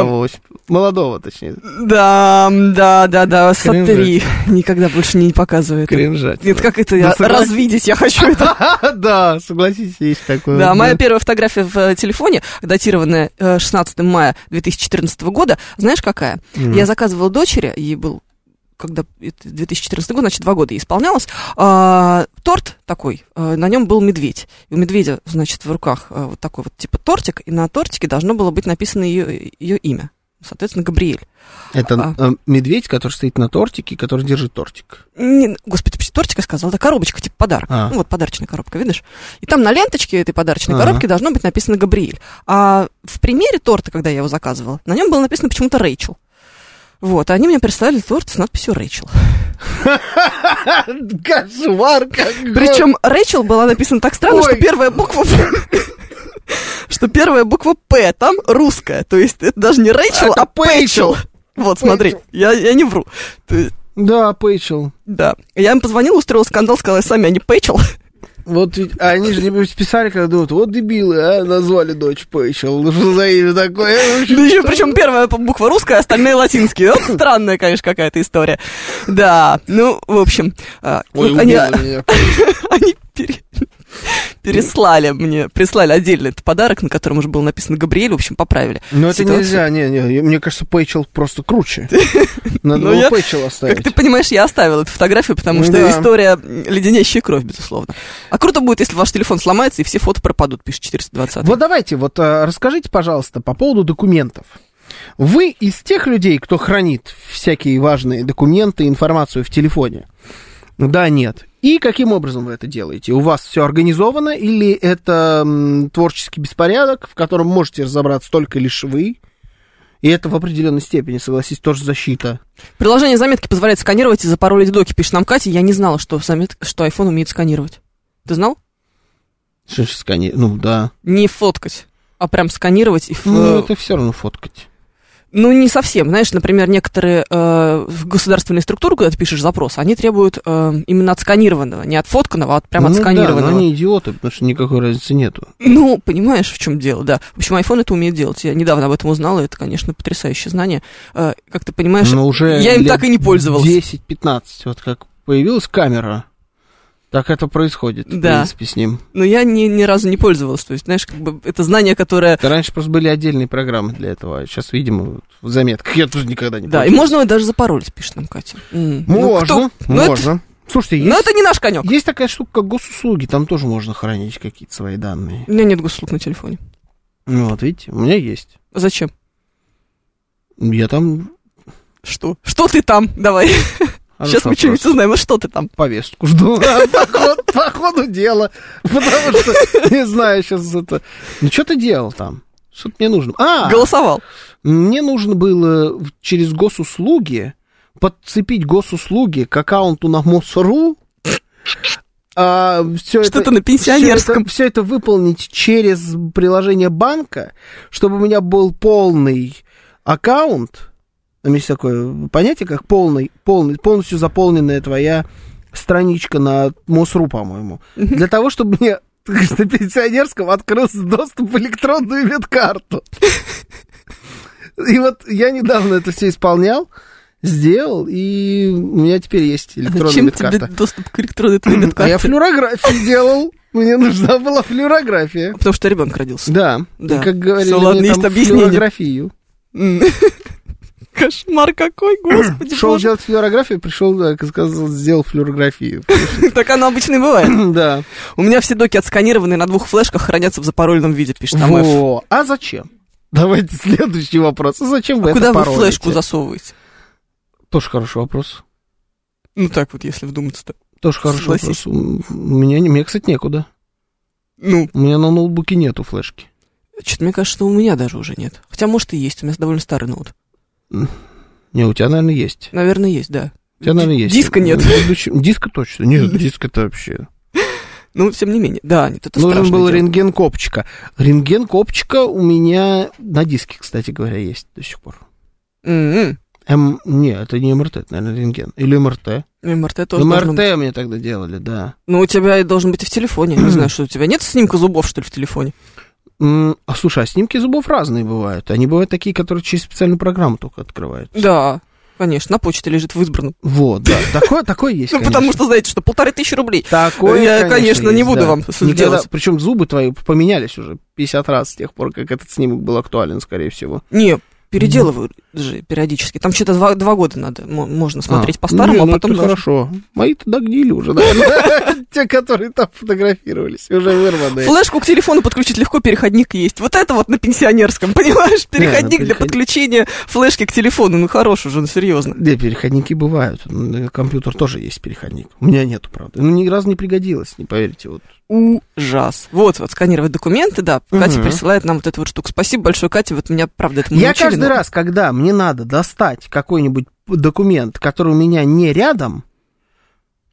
Старого Осипова. Молодого, точнее. да, да, да, да, сотри. Кринжатина. Никогда больше не показывает. Кринжать. Нет, как это? Да Я- согласен. развидеть я хочу это. <laughs> Да, согласись, есть такое. Да, моя первая фотография в э, телефоне, датированная э, 16 мая 2014 года, знаешь какая? Мгм. Я заказывала дочери, ей был когда это 2014 год, значит, два года ей исполнялось, а, торт такой, а, на нем был медведь. И у медведя, значит, в руках а, вот такой вот типа тортик, и на тортике должно было быть написано ее, ее имя. Соответственно, Габриэль. Это А. э, медведь, который стоит на тортике, который держит <laughs> тортик. Не, господи, почти тортик я сказала, это коробочка, типа подарок. А. Ну вот подарочная коробка, видишь? И там на ленточке этой подарочной Ага. коробки должно быть написано Габриэль. А в примере торта, когда я его заказывала, на нем было написано почему-то Рэйчел. Вот, а они мне прислали торт с надписью Рэйчел. Кошмар какой! Причем Рэйчел была написана так странно, Ну, Ой. что первая буква... Что первая буква П там русская. То есть это даже не Рэйчел, Это а Пэйчел. Вот, смотри, я, я не вру. То есть, Да, Пейчел. да. Я им позвонила, устроила скандал, сказала, сами они Пэйчел. Вот ведь а они же не писали, когда думают, вот дебилы, а, назвали дочь Пейчел. <laughs> Ну, Что за имя такое? Да еще, причем первая буква русская, остальные латинские. Вот странная, конечно, какая-то история. Да, ну, в общем, а, Ой, ну, они, убила меня. <laughs> они пере- переслали мне, прислали отдельно этот подарок, на котором уже было написано Габриэль, в общем, поправили. Ну, это ситуацию. нельзя, не, не, мне кажется, Пейчел просто <laughs> круче. Надо Ну, было я- Пейчел Как ты оставить. Ну понимаешь, я оставила эту фотографию, потому что Да. история м, леденящая кровь, безусловно. А круто будет, если ваш телефон сломается и все фото пропадут, пишет 420. Вот давайте, вот а, расскажите, пожалуйста, по поводу документов. Вы из тех людей, кто хранит всякие важные документы, информацию в телефоне? Да, нет. И каким образом вы это делаете? У вас все организовано или это м, творческий беспорядок, в котором можете разобраться только лишь вы? И это в определенной степени, согласись, тоже защита. Приложение заметки позволяет сканировать и запаролить доки, пишет нам Катя. Я не знала, что, замет... что iPhone умеет сканировать. Ты знал? Что же скани- Ну да. Не фоткать, а прям сканировать и... ф- Ну, э, это все равно фоткать. Ну, не совсем. Знаешь, например, некоторые э, в государственные структуры, когда ты пишешь запрос, они требуют э, именно отсканированного, не отфотканного, а от прям Ну да, но отсканированного. они идиоты, потому что никакой разницы нету. Ну, понимаешь, в чем дело, да. В общем, iPhone это умеет делать. Я недавно об этом узнала, это, конечно, потрясающее знание. Э, Как ты понимаешь, Но уже я им лет так и не пользовалась. 10-15, вот как появилась камера, так это происходит, в Да. принципе, с ним. но я ни, ни разу не пользовалась. То есть, знаешь, как бы это знание, которое... Раньше просто были отдельные программы для этого, а сейчас, видимо, вот в заметках. Я тоже никогда не Да, и можно его даже запаролить, пишет нам Катя. М. Ну, Можно, кто- ну, можно. Слушайте, Это, есть, но это не наш конек. есть такая штука, как госуслуги, там тоже можно хранить какие-то свои данные. У меня нет госуслуг на телефоне. Ну, вот, видите, у меня есть. Зачем? Я там... Что? Что ты там? Давай. Сейчас Хороший мы вопрос. что-нибудь узнаем. А что ты там? повестку жду <laughs> по ходу- по ходу дела, потому что не знаю сейчас это. Ну что ты делал там? Что-то мне нужно. А, Голосовал. мне нужно было в- через госуслуги подцепить госуслуги к аккаунту на МОСРУ, а, все Что-то это, на все пенсионерском. это, все это выполнить через приложение банка, чтобы у меня был полный аккаунт. Там есть такое понятие, как полный, полный, полностью заполненная твоя страничка на МОСРУ, по-моему. Для того, чтобы мне <laughs> на пенсионерском открылся доступ в электронную медкарту. И вот я недавно это все исполнял, сделал, и у меня теперь есть А электронная Зачем тебе медкарта. доступ <clears throat> к электронной твоей А я медкарте? флюорографию делал. Мне нужна была флюорография. Потому что ребенок родился. Да. Да. И как говорили Всё, ладно, мне есть там объяснение. флюорографию. М. <laughs> Кошмар какой, господи Шел боже. делать флюорографию, пришел, да, как сказал, сделал флюорографию. <laughs> Так оно обычно и бывает. <clears throat> Да. У меня все доки отсканированные на двух флешках хранятся в запароленном виде, пишет нам F. Во. А зачем? Давайте следующий вопрос. А зачем вы это Куда вы паролите? флешку засовываете? Тоже хороший вопрос. Ну так вот, если вдуматься-то. Тоже хороший вопрос. Согласись. М, У меня, не- мне, кстати, некуда. Ну, У меня на ноутбуке нету флешки. что-то мне кажется, что у меня даже уже нет. Хотя, может, и есть. У меня довольно старый ноут. Не, у тебя, наверное, есть. Наверное, есть, да. У тебя, наверное, есть. Диска нет. Предыдущий- Диска точно. Нет, диска-то вообще. Ну, тем не менее. Да, нет, это Нужен страшное был дело. рентген копчика. Рентген копчика у меня на диске, кстати говоря, есть до сих пор. М-м. М... Не, это не МРТ, это, наверное, рентген. Или МРТ. МРТ тоже должно Ну, МРТ быть. мне тогда делали, да. Ну, у тебя и должен быть и в телефоне. Не знаю, что у тебя. Нет снимка зубов, что ли, в телефоне? М, А слушай, а снимки зубов разные бывают. Они бывают такие, которые через специальную программу только открывают. Да, конечно, на почте лежит в избранном. Вот, да. Такое, такое есть, Ну, конечно. потому что, знаете, что полторы тысячи рублей. Такое, Я, конечно, не буду вам делать. Причем зубы твои поменялись уже 50 раз с тех пор, как этот снимок был актуален, скорее всего. Не, переделывают же периодически. Там что-то два, два года надо, мо- можно смотреть А, по-старому, не, ну а потом... это даже- хорошо. Мои-то догнили уже, наверное. <laughs> Те, которые там фотографировались, уже вырванные. Флешку к телефону подключить легко, переходник есть. Вот это вот на пенсионерском, <laughs> понимаешь? Да, на Переходник для переходник. подключения флешки к телефону. Ну, хорош уже, ну, серьезно. Да, переходники бывают. На компьютер тоже есть переходник. У меня нету, правда. Ну, ни разу не пригодилось, не поверите. Вот. Ужас. Вот, вот, сканировать документы, да. Катя Мгм. присылает нам вот эту вот штуку. Спасибо большое, Катя. Вот меня, правда, это Я каждый раз, когда мне надо достать какой-нибудь документ, который у меня не рядом,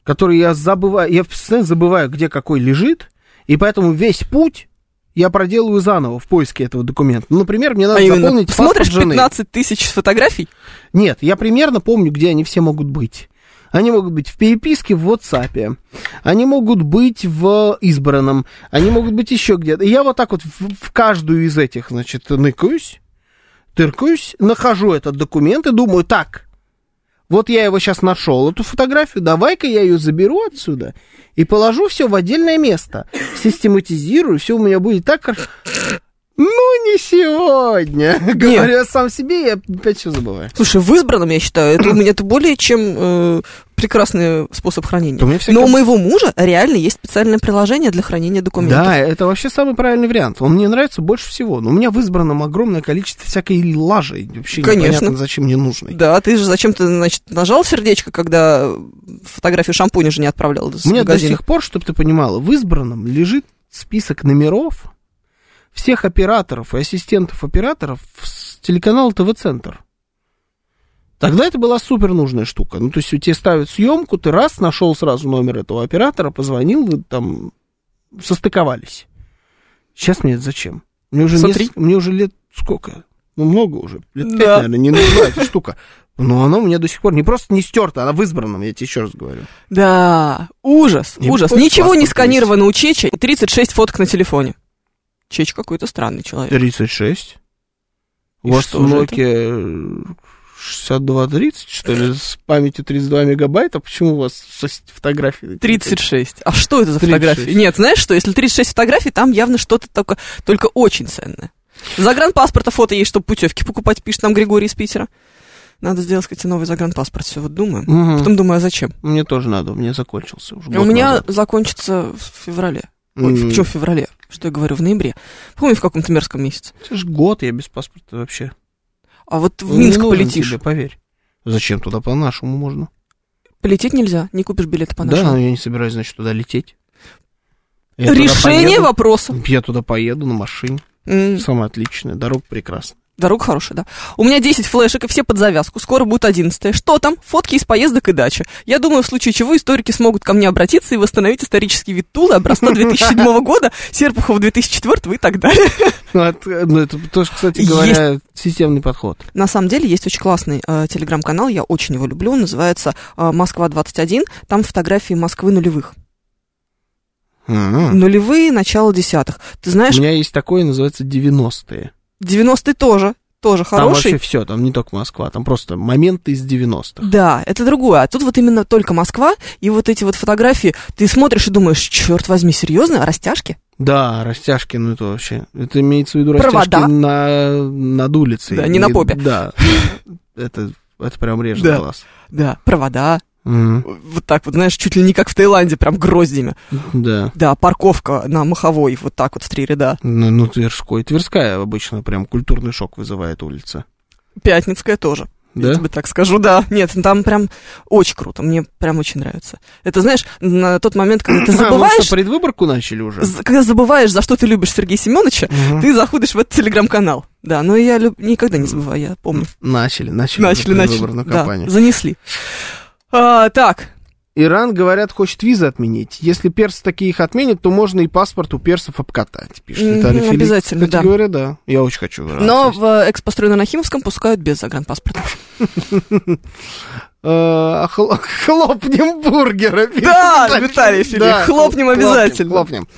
который я забываю, я постоянно забываю, где какой лежит, и поэтому весь путь я проделываю заново в поиске этого документа. Ну, например, мне надо А именно, заполнить паспорт смотришь жены. 15 тысяч фотографий, Нет, я примерно помню, где они все могут быть. Они могут быть в переписке в WhatsApp, они могут быть в избранном, они могут быть еще где-то. И я вот так вот в, в каждую из этих, значит, ныкаюсь, тыркаюсь, нахожу этот документ и думаю, так, вот я его сейчас нашел, эту фотографию, давай-ка я ее заберу отсюда и положу все в отдельное место, систематизирую, все у меня будет так хорошо. Ну, не сегодня, <laughs> говорю я сам себе, я опять все забываю. Слушай, в избранном, я считаю, это, у меня- это более чем э, прекрасный способ хранения. Да у меня всегда- Но у моего мужа реально есть специальное приложение для хранения документов. Да, это вообще самый правильный вариант. Он мне нравится больше всего. Но у меня в избранном огромное количество всякой лажи. Вообще Конечно. непонятно, зачем мне нужно. Да, ты же зачем-то, значит, нажал сердечко, когда фотографию шампуня же не отправлял с У меня до магазина. сих пор, чтобы ты понимала, в избранном лежит список номеров всех операторов и ассистентов операторов с телеканала ТВ-центр. Тогда это была супер нужная штука. Ну, то есть у тебя ставят съемку, ты раз, нашел сразу номер этого оператора, позвонил, вы там состыковались. Сейчас мне это зачем? Мне уже, Смотри. нес- мне уже лет сколько? Ну, много уже. Лет пять, Да. наверное, не нужна эта штука. Но она у меня до сих пор не просто не стерта, она в избранном, я тебе еще раз говорю. Да, ужас, И ужас. вот Ничего не паспорт сканировано у Чечи, 36 фоток на телефоне. Чеч какой-то странный человек. 36. И У вас что же это? Nokia э, 6230, что ли, с памятью 32 мегабайта? Почему у вас 6 фотографий? 36. А что это за 36? фотографии? Нет, знаешь что, если 36 фотографий, там явно что-то только, только очень ценное. Загранпаспорта фото есть, чтобы путевки покупать, пишет нам Григорий из Питера. Надо сделать, кстати, новый загранпаспорт. Все, вот думаем. Мгм. Потом думаю, а зачем? Мне тоже надо, у меня закончился уже. у год меня назад. закончится в феврале. Ой, М, в чем в феврале? Что я говорю, в ноябре. Помню, в каком-то мерзком месяце. Это ж год я без паспорта вообще. А вот в Он не Минск нужен полетишь. Ну, тебе, поверь. Зачем туда по-нашему можно? Полететь нельзя, не купишь билеты по Да, но нашему. я не собираюсь, значит, туда лететь. Я туда Решение поеду. вопроса. Я туда поеду на машине. М, Самое отличное. Дорога прекрасна. Дорога хорошая, да. У меня 10 флешек, и все под завязку. Скоро будет 11. Что там? Фотки из поездок и дачи. Я думаю, в случае чего историки смогут ко мне обратиться и восстановить исторический вид Тулы <laughs> образца 2007 года, Серпухов 2004 и так далее. Ну, это, ну, это тоже, кстати Есть- говоря, системный подход. <laughs> На самом деле есть очень классный э, телеграм-канал, я очень его люблю, он называется э, «Москва-21». Там фотографии Москвы нулевых. Ага. Нулевые, начало десятых. Ты знаешь, У меня есть такое, называется 90-е. 90-е тоже, тоже Там хороший. вообще все, там не только Москва, там просто моменты из 90-х. Да, это другое. А тут вот именно только Москва, и вот эти вот фотографии, ты смотришь и думаешь, черт возьми, серьезно, растяжки? Да, растяжки, ну это вообще. Это имеется в виду растяжки Провода. на, над улицей. Да, не на попе. <laughs> Да. Это, это прям режет Да. глаз. Да, провода, Мгм. вот так вот, знаешь, чуть ли не как в Таиланде, прям гроздями. Да. Да, парковка на Маховой, вот так вот в три ряда. Ну, ну, Тверской. Тверская обычно прям культурный шок вызывает улица. Пятницкая тоже. Я Да? тебе так скажу, да. Нет, ну там прям очень круто, мне прям очень нравится. Это, знаешь, на тот момент, когда <clears throat> ты А, мы забываешь, что, предвыборку начали уже? з- когда забываешь, за что ты любишь Сергея Семеновича, Мгм. ты заходишь в этот телеграм-канал. Да, но я люб- никогда не забываю, я помню. Начали, начали. уже Начали, начали. предвыборную Да, кампанию. занесли. А, так, И Иран, говорят, хочет визы отменить. Если персы такие их отменят, то можно и паспорт у персов обкатать, пишет Мгм, Виталий Филипп. обязательно, Кстати да. говоря, да. Я очень хочу в Иран Но съездить. в э, экспострой на Нахимовском пускают без загранпаспорта. Э, а хл- <laughs> Хлопнем бургера. пишет Да, Виталий Виталий Филипп. Филипп, хлопнем обязательно. Хлопнем.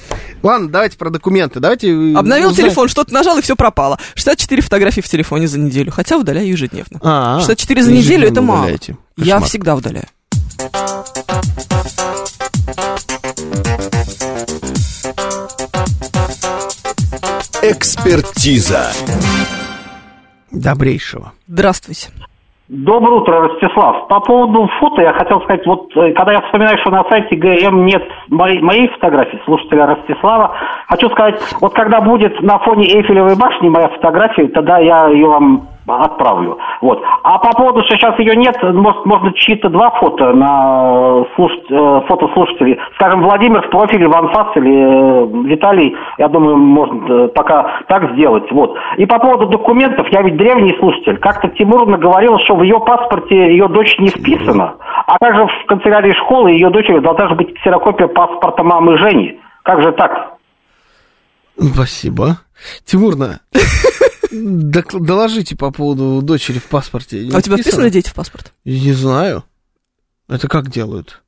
Ладно, давайте про документы. Давайте э, Обновил узнаем. телефон, что-то нажал, и все пропало. 64 фотографии в телефоне за неделю, хотя удаляю ежедневно. А, 64 за неделю это ежедневно мало. удаляете. Я Кошмар. всегда удаляю. Экспертиза. Добрейшего. Здравствуйте. А Доброе утро, Ростислав. По поводу фото я хотел сказать, вот э, когда я вспоминаю, что на сайте ГМ нет моей, моей фотографии, слушателя Ростислава, хочу сказать, вот когда будет на фоне Эйфелевой башни моя фотография, тогда я ее вам отправлю. Вот. А по поводу, что сейчас ее нет, может, можно чьи-то два фото на слуш- э, фото слушателей. Скажем, Владимир в профиле, Ван Фас или э, Виталий, я думаю, можно э, пока так сделать. Вот. И по поводу документов, я ведь древний слушатель. Как-то Тимуровна говорила, что в ее паспорте ее дочь не вписана. А как же в канцелярии школы ее дочери должна же быть ксерокопия паспорта мамы Жени? Как же так? Спасибо. Тимурна, <laughs> док- доложите по поводу дочери в паспорте. Не А у тебя вписано? вписаны дети в паспорт? Не знаю. Это как делают?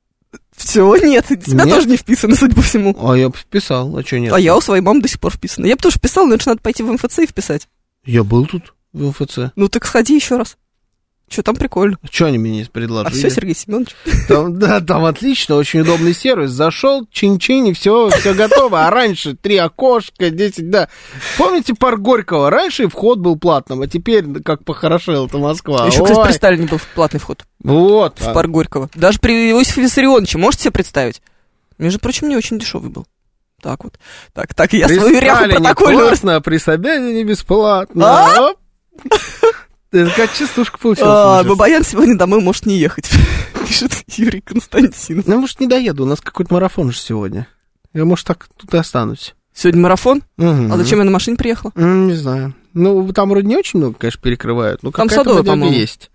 Все, нет, у тебя Нет? тоже не вписаны, судя по всему. А я бы вписал, а что нет? А я у своей мамы до сих пор вписана. Я бы тоже вписала, но это ж надо пойти в МФЦ и вписать. Я был тут в МФЦ. Ну так сходи еще раз. Че там прикольно. Что они мне А предложили? все, Сергей Семенович. Там, да, там отлично, очень удобный сервис. Зашел, чин-чин, и все, все готово. А раньше три окошка, 10, да. Помните парк Горького? Раньше вход был платным, а теперь как похорошела то Москва. Еще, кстати, Ой. при Сталине был платный вход Вот. в парк Горького. Типа Даже при Иосифе Виссарионовиче, можете себе представить? Между прочим, не очень дешевый был. Так вот. Так, так, я При свою ряху Сталине протокольную платно, а при Собянине бесплатно. Оп. Это как частушка А, получилась. Бабаян сегодня домой может не ехать, <laughs> пишет Юрий Константинов. Ну, может, не доеду, у нас какой-то марафон же сегодня. Я, может, так тут и останусь. Сегодня марафон? Мгм. А зачем я на машине приехала? М, Не знаю. Ну, там вроде не очень много, конечно, перекрывают. но Там какая-то Садовая, надежда по-моему. есть.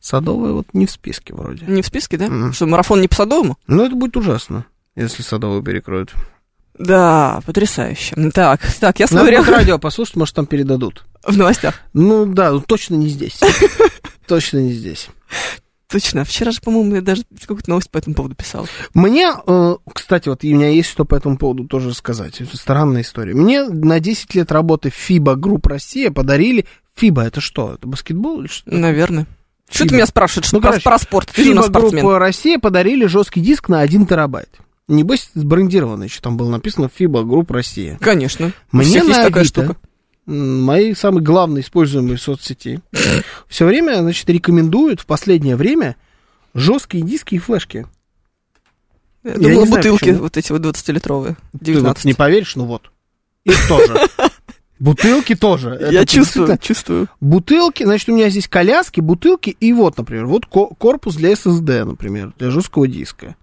Садовая вот не в списке вроде. Не в списке, да? Мгм. Что, марафон не по Садовому? Ну, это будет ужасно, если садовую перекроют. Да, потрясающе. Так, так, я Надо свою будет ряху радио послушать, может, там передадут. <laughs> в новостях. Ну, да, ну, точно не <laughs> здесь. Точно не здесь. Точно, вчера же, по-моему, я даже какую-то новость по этому поводу писала. Мне, э, кстати, вот у меня есть что по этому поводу тоже сказать. Это странная история. Мне на 10 лет работы ФИБА Групп Россия подарили... ФИБА это что? Это баскетбол или что? Наверное. Что Фиба. ты меня спрашиваешь Ну, про, короче, про спорт? Ты же у нас ФИБА спортсмен. Группа Россия подарили жесткий диск на 1 терабайт. Небось, сбрендированный еще там было написано ФИБА Групп Россия. Конечно. Мне у всех есть на такая Авито. штука. М, мои самые главные используемые соцсети, все время, значит, рекомендуют в последнее время жесткие диски и флешки. Я, Я не думала, знаю, бутылки почему. вот эти вот 20-литровые, Ты вот 19. не поверишь, ну вот. Их тоже. <laughs> Бутылки тоже. я Это чувствую, действительно- чувствую. Бутылки, значит, у меня здесь коляски, бутылки и вот, например, вот ко- корпус для SSD, например, для жесткого диска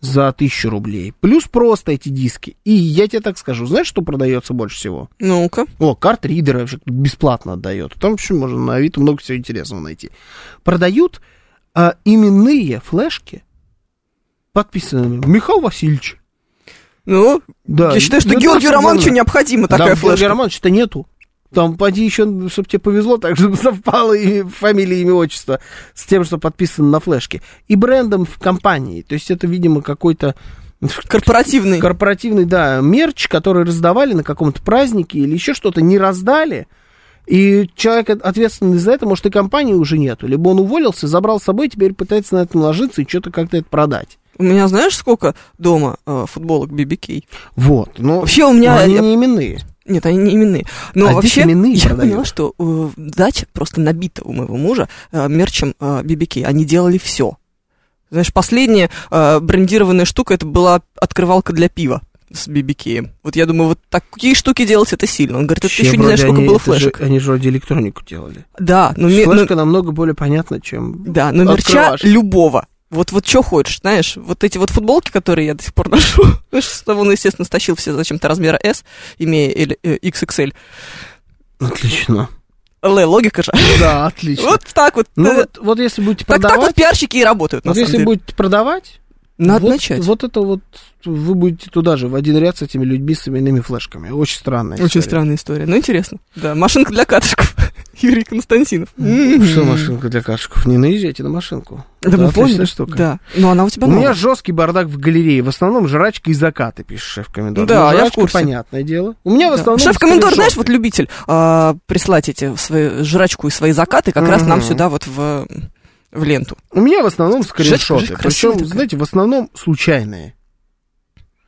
за 1000 рублей. Плюс просто эти диски. И я тебе так скажу, знаешь, что продается больше всего? Ну-ка. О, карт-ридеры вообще бесплатно отдает. Там вообще можно на Авито много всего интересного найти. Продают а, именные флешки, подписанными Михаил Васильевич. Ну, Да, я считаю, что ну, Георгию да, Романовичу да. необходима такая Там флешка. Георгия Романовича-то нету. Там поди еще, чтобы тебе повезло, так чтобы совпало и фамилия, имя, отчество с тем, что подписано на флешке. И брендом в компании. То есть это, видимо, какой-то Корпоративный. корпоративный, да, мерч, который раздавали на каком-то празднике или еще что-то, не раздали. И человек, от- ответственный за это, может, и компании уже нету. Либо он уволился, забрал с собой, теперь пытается на это наложиться и что-то как-то это продать. У меня знаешь сколько дома э, футболок BBK? Вот. Но Вообще у меня... но они ну, я- не именные. Нет, они не именные. Но А здесь вообще именные я продают. поняла, что э, дача просто набита у моего мужа э, мерчем э, BBK. Они делали все. Знаешь, последняя э, брендированная штука, это была открывалка для пива с BBK. Вот я думаю, вот такие штуки делать это сильно. Он говорит, это ты Чем еще не знаешь, вроде сколько они- было это же- флешек. Они же вроде электронику делали. Да, но, ме- но- Флешка намного более понятна, чем... Ну, да, но мерча открывашка. любого. Вот, вот что хочешь, знаешь, вот эти вот футболки, которые я до сих пор <laughs> ношу, с того, ну, естественно, стащил все зачем-то размера S, имея L- э, XXL. <laughs> Отлично. Л, логика же. Да, отлично. Вот так вот. Ну Э, вот, вот если будете Так так вот продавать... пиарщики и работают, на Вот самом если деле. будете продавать, Надо вот, начать. Вот это вот, вы будете туда же, в один ряд с этими людьми с именными флешками. Очень странная Очень история. странная история. Но интересно. Да, машинка для катышков. <laughs> Юрий Константинов. М-м. Что машинка для кашечков? Не наезжайте на машинку. Да мы поняли. отличная штука. Да. Но она у тебя У меня новая. жесткий бардак в галерее. В основном жрачка и закаты, пишет шеф-комендор. Ну, Да, я в жрачка, курсе. понятное дело. У меня в Да. основном... Шеф-комендор, скриншоты. знаешь, вот любитель а, прислать эти свои жрачку и свои закаты как раз нам Мгм. сюда вот в, в ленту. У меня в основном жесть скриншоты. красивая Причем, такая. знаете, в основном случайные.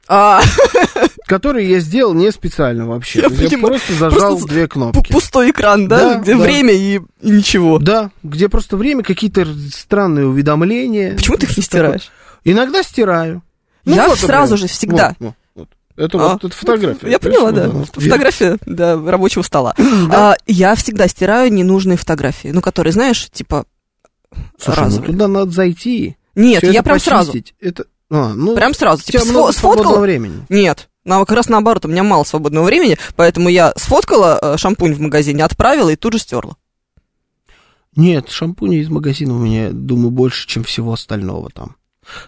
А, <laughs> Которые я сделал не специально вообще. Я То есть Я, понимаю. просто зажал Просто две пу- кнопки. пустой экран, да? Да, Где да. время и, и ничего. Да, где просто время, какие-то р- странные уведомления. Почему ты их не Что такое? стираешь? Ну, Иногда стираю. Ну, Я вот, сразу например. же всегда. Вот, вот, вот. Это А, вот это фотография. Я поняла, да. понимаешь? Вот она. Фотография да, рабочего <laughs> стола. А, я всегда стираю ненужные фотографии, ну, которые, знаешь, типа Слушай, ну разовые. туда надо зайти. Нет, всё я это прям сразу. почистить. Это, а, ну, Прям сразу. у тебя Типа, сфо- много свободного сфоткала. времени. Нет. Ну, как раз наоборот, у меня мало свободного времени, поэтому я сфоткала э, шампунь в магазине, отправила и тут же стерла. Нет, шампуни из магазина у меня, думаю, больше, чем всего остального там.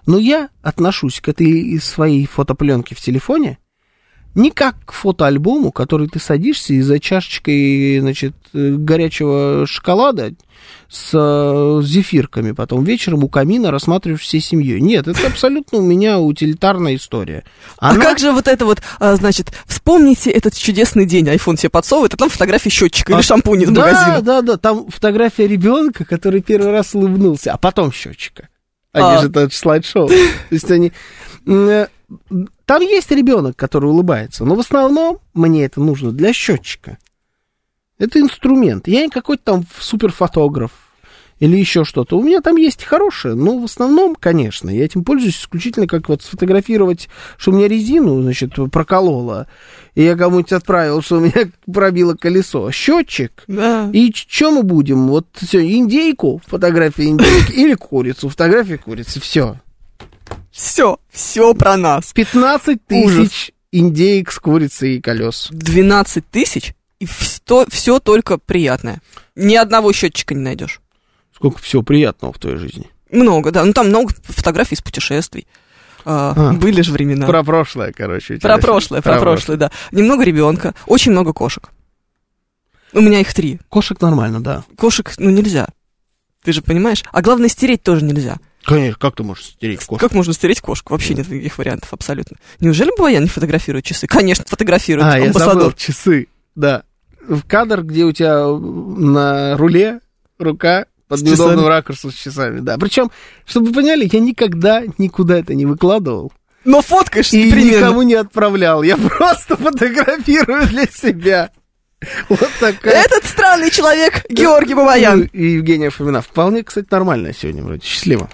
Но я отношусь к этой своей фотопленке в телефоне не как к фотоальбому, который ты садишься и за чашечкой, значит, э, горячего шоколада с э, зефирками, потом вечером у камина рассматриваешь всей семьей. Нет, это абсолютно у меня утилитарная история. А Она- как же вот это вот, а, значит, вспомните этот чудесный день, iPhone тебе подсовывает, а там фотографии счетчика или А, шампунь из да, магазина. Да, да, там фотография ребенка, который первый раз улыбнулся, а потом счетчика. Они А. же это слайд-шоу. То есть они... м, э, Там есть ребенок, который улыбается, но в основном мне это нужно для счетчика. Это инструмент. Я не какой-то там суперфотограф или еще что-то. У меня там есть хорошее, но в основном, конечно, я этим пользуюсь исключительно как вот сфотографировать, что у меня резину, значит, проколола, и я кому-нибудь отправил, что у меня <laughs> пробило колесо. А Счетчик. Да. И чем мы будем? Вот все, индейку, фотография индейки, или курицу, фотография курицы, все. Все, все про нас. 15 тысяч Ужас. индейк с курицей и колес. 12 тысяч, и все, все только приятное. Ни одного счетчика не найдешь. Сколько всего приятного в твоей жизни. Много, да. Ну, там много фотографий из путешествий. А, А. Были же времена. Про прошлое, короче. у тебя Про всё. прошлое, про прошлое, да. Немного ребенка, очень много кошек. У меня их три. Кошек нормально, да. Кошек, ну, нельзя. Ты же понимаешь? А главное, стереть тоже нельзя. Конечно, как ты можешь стереть кошку? Как можно стереть кошку? Вообще нет никаких вариантов абсолютно. Неужели Баваян не фотографирует часы? Конечно, фотографирует. А, я забыл Амбассадор. часы, да. В кадр, где у тебя на руле рука под С неудобным часами. ракурсом с часами, да. Причем, чтобы вы поняли, я никогда никуда это не выкладывал. Но фоткаешь И непременно. никому не отправлял. Я <laughs> просто фотографирую для себя. Вот такая. Этот странный человек, Георгий Бабаян. И Евгения Фомина. Вполне, кстати, нормально сегодня вроде. Счастливо.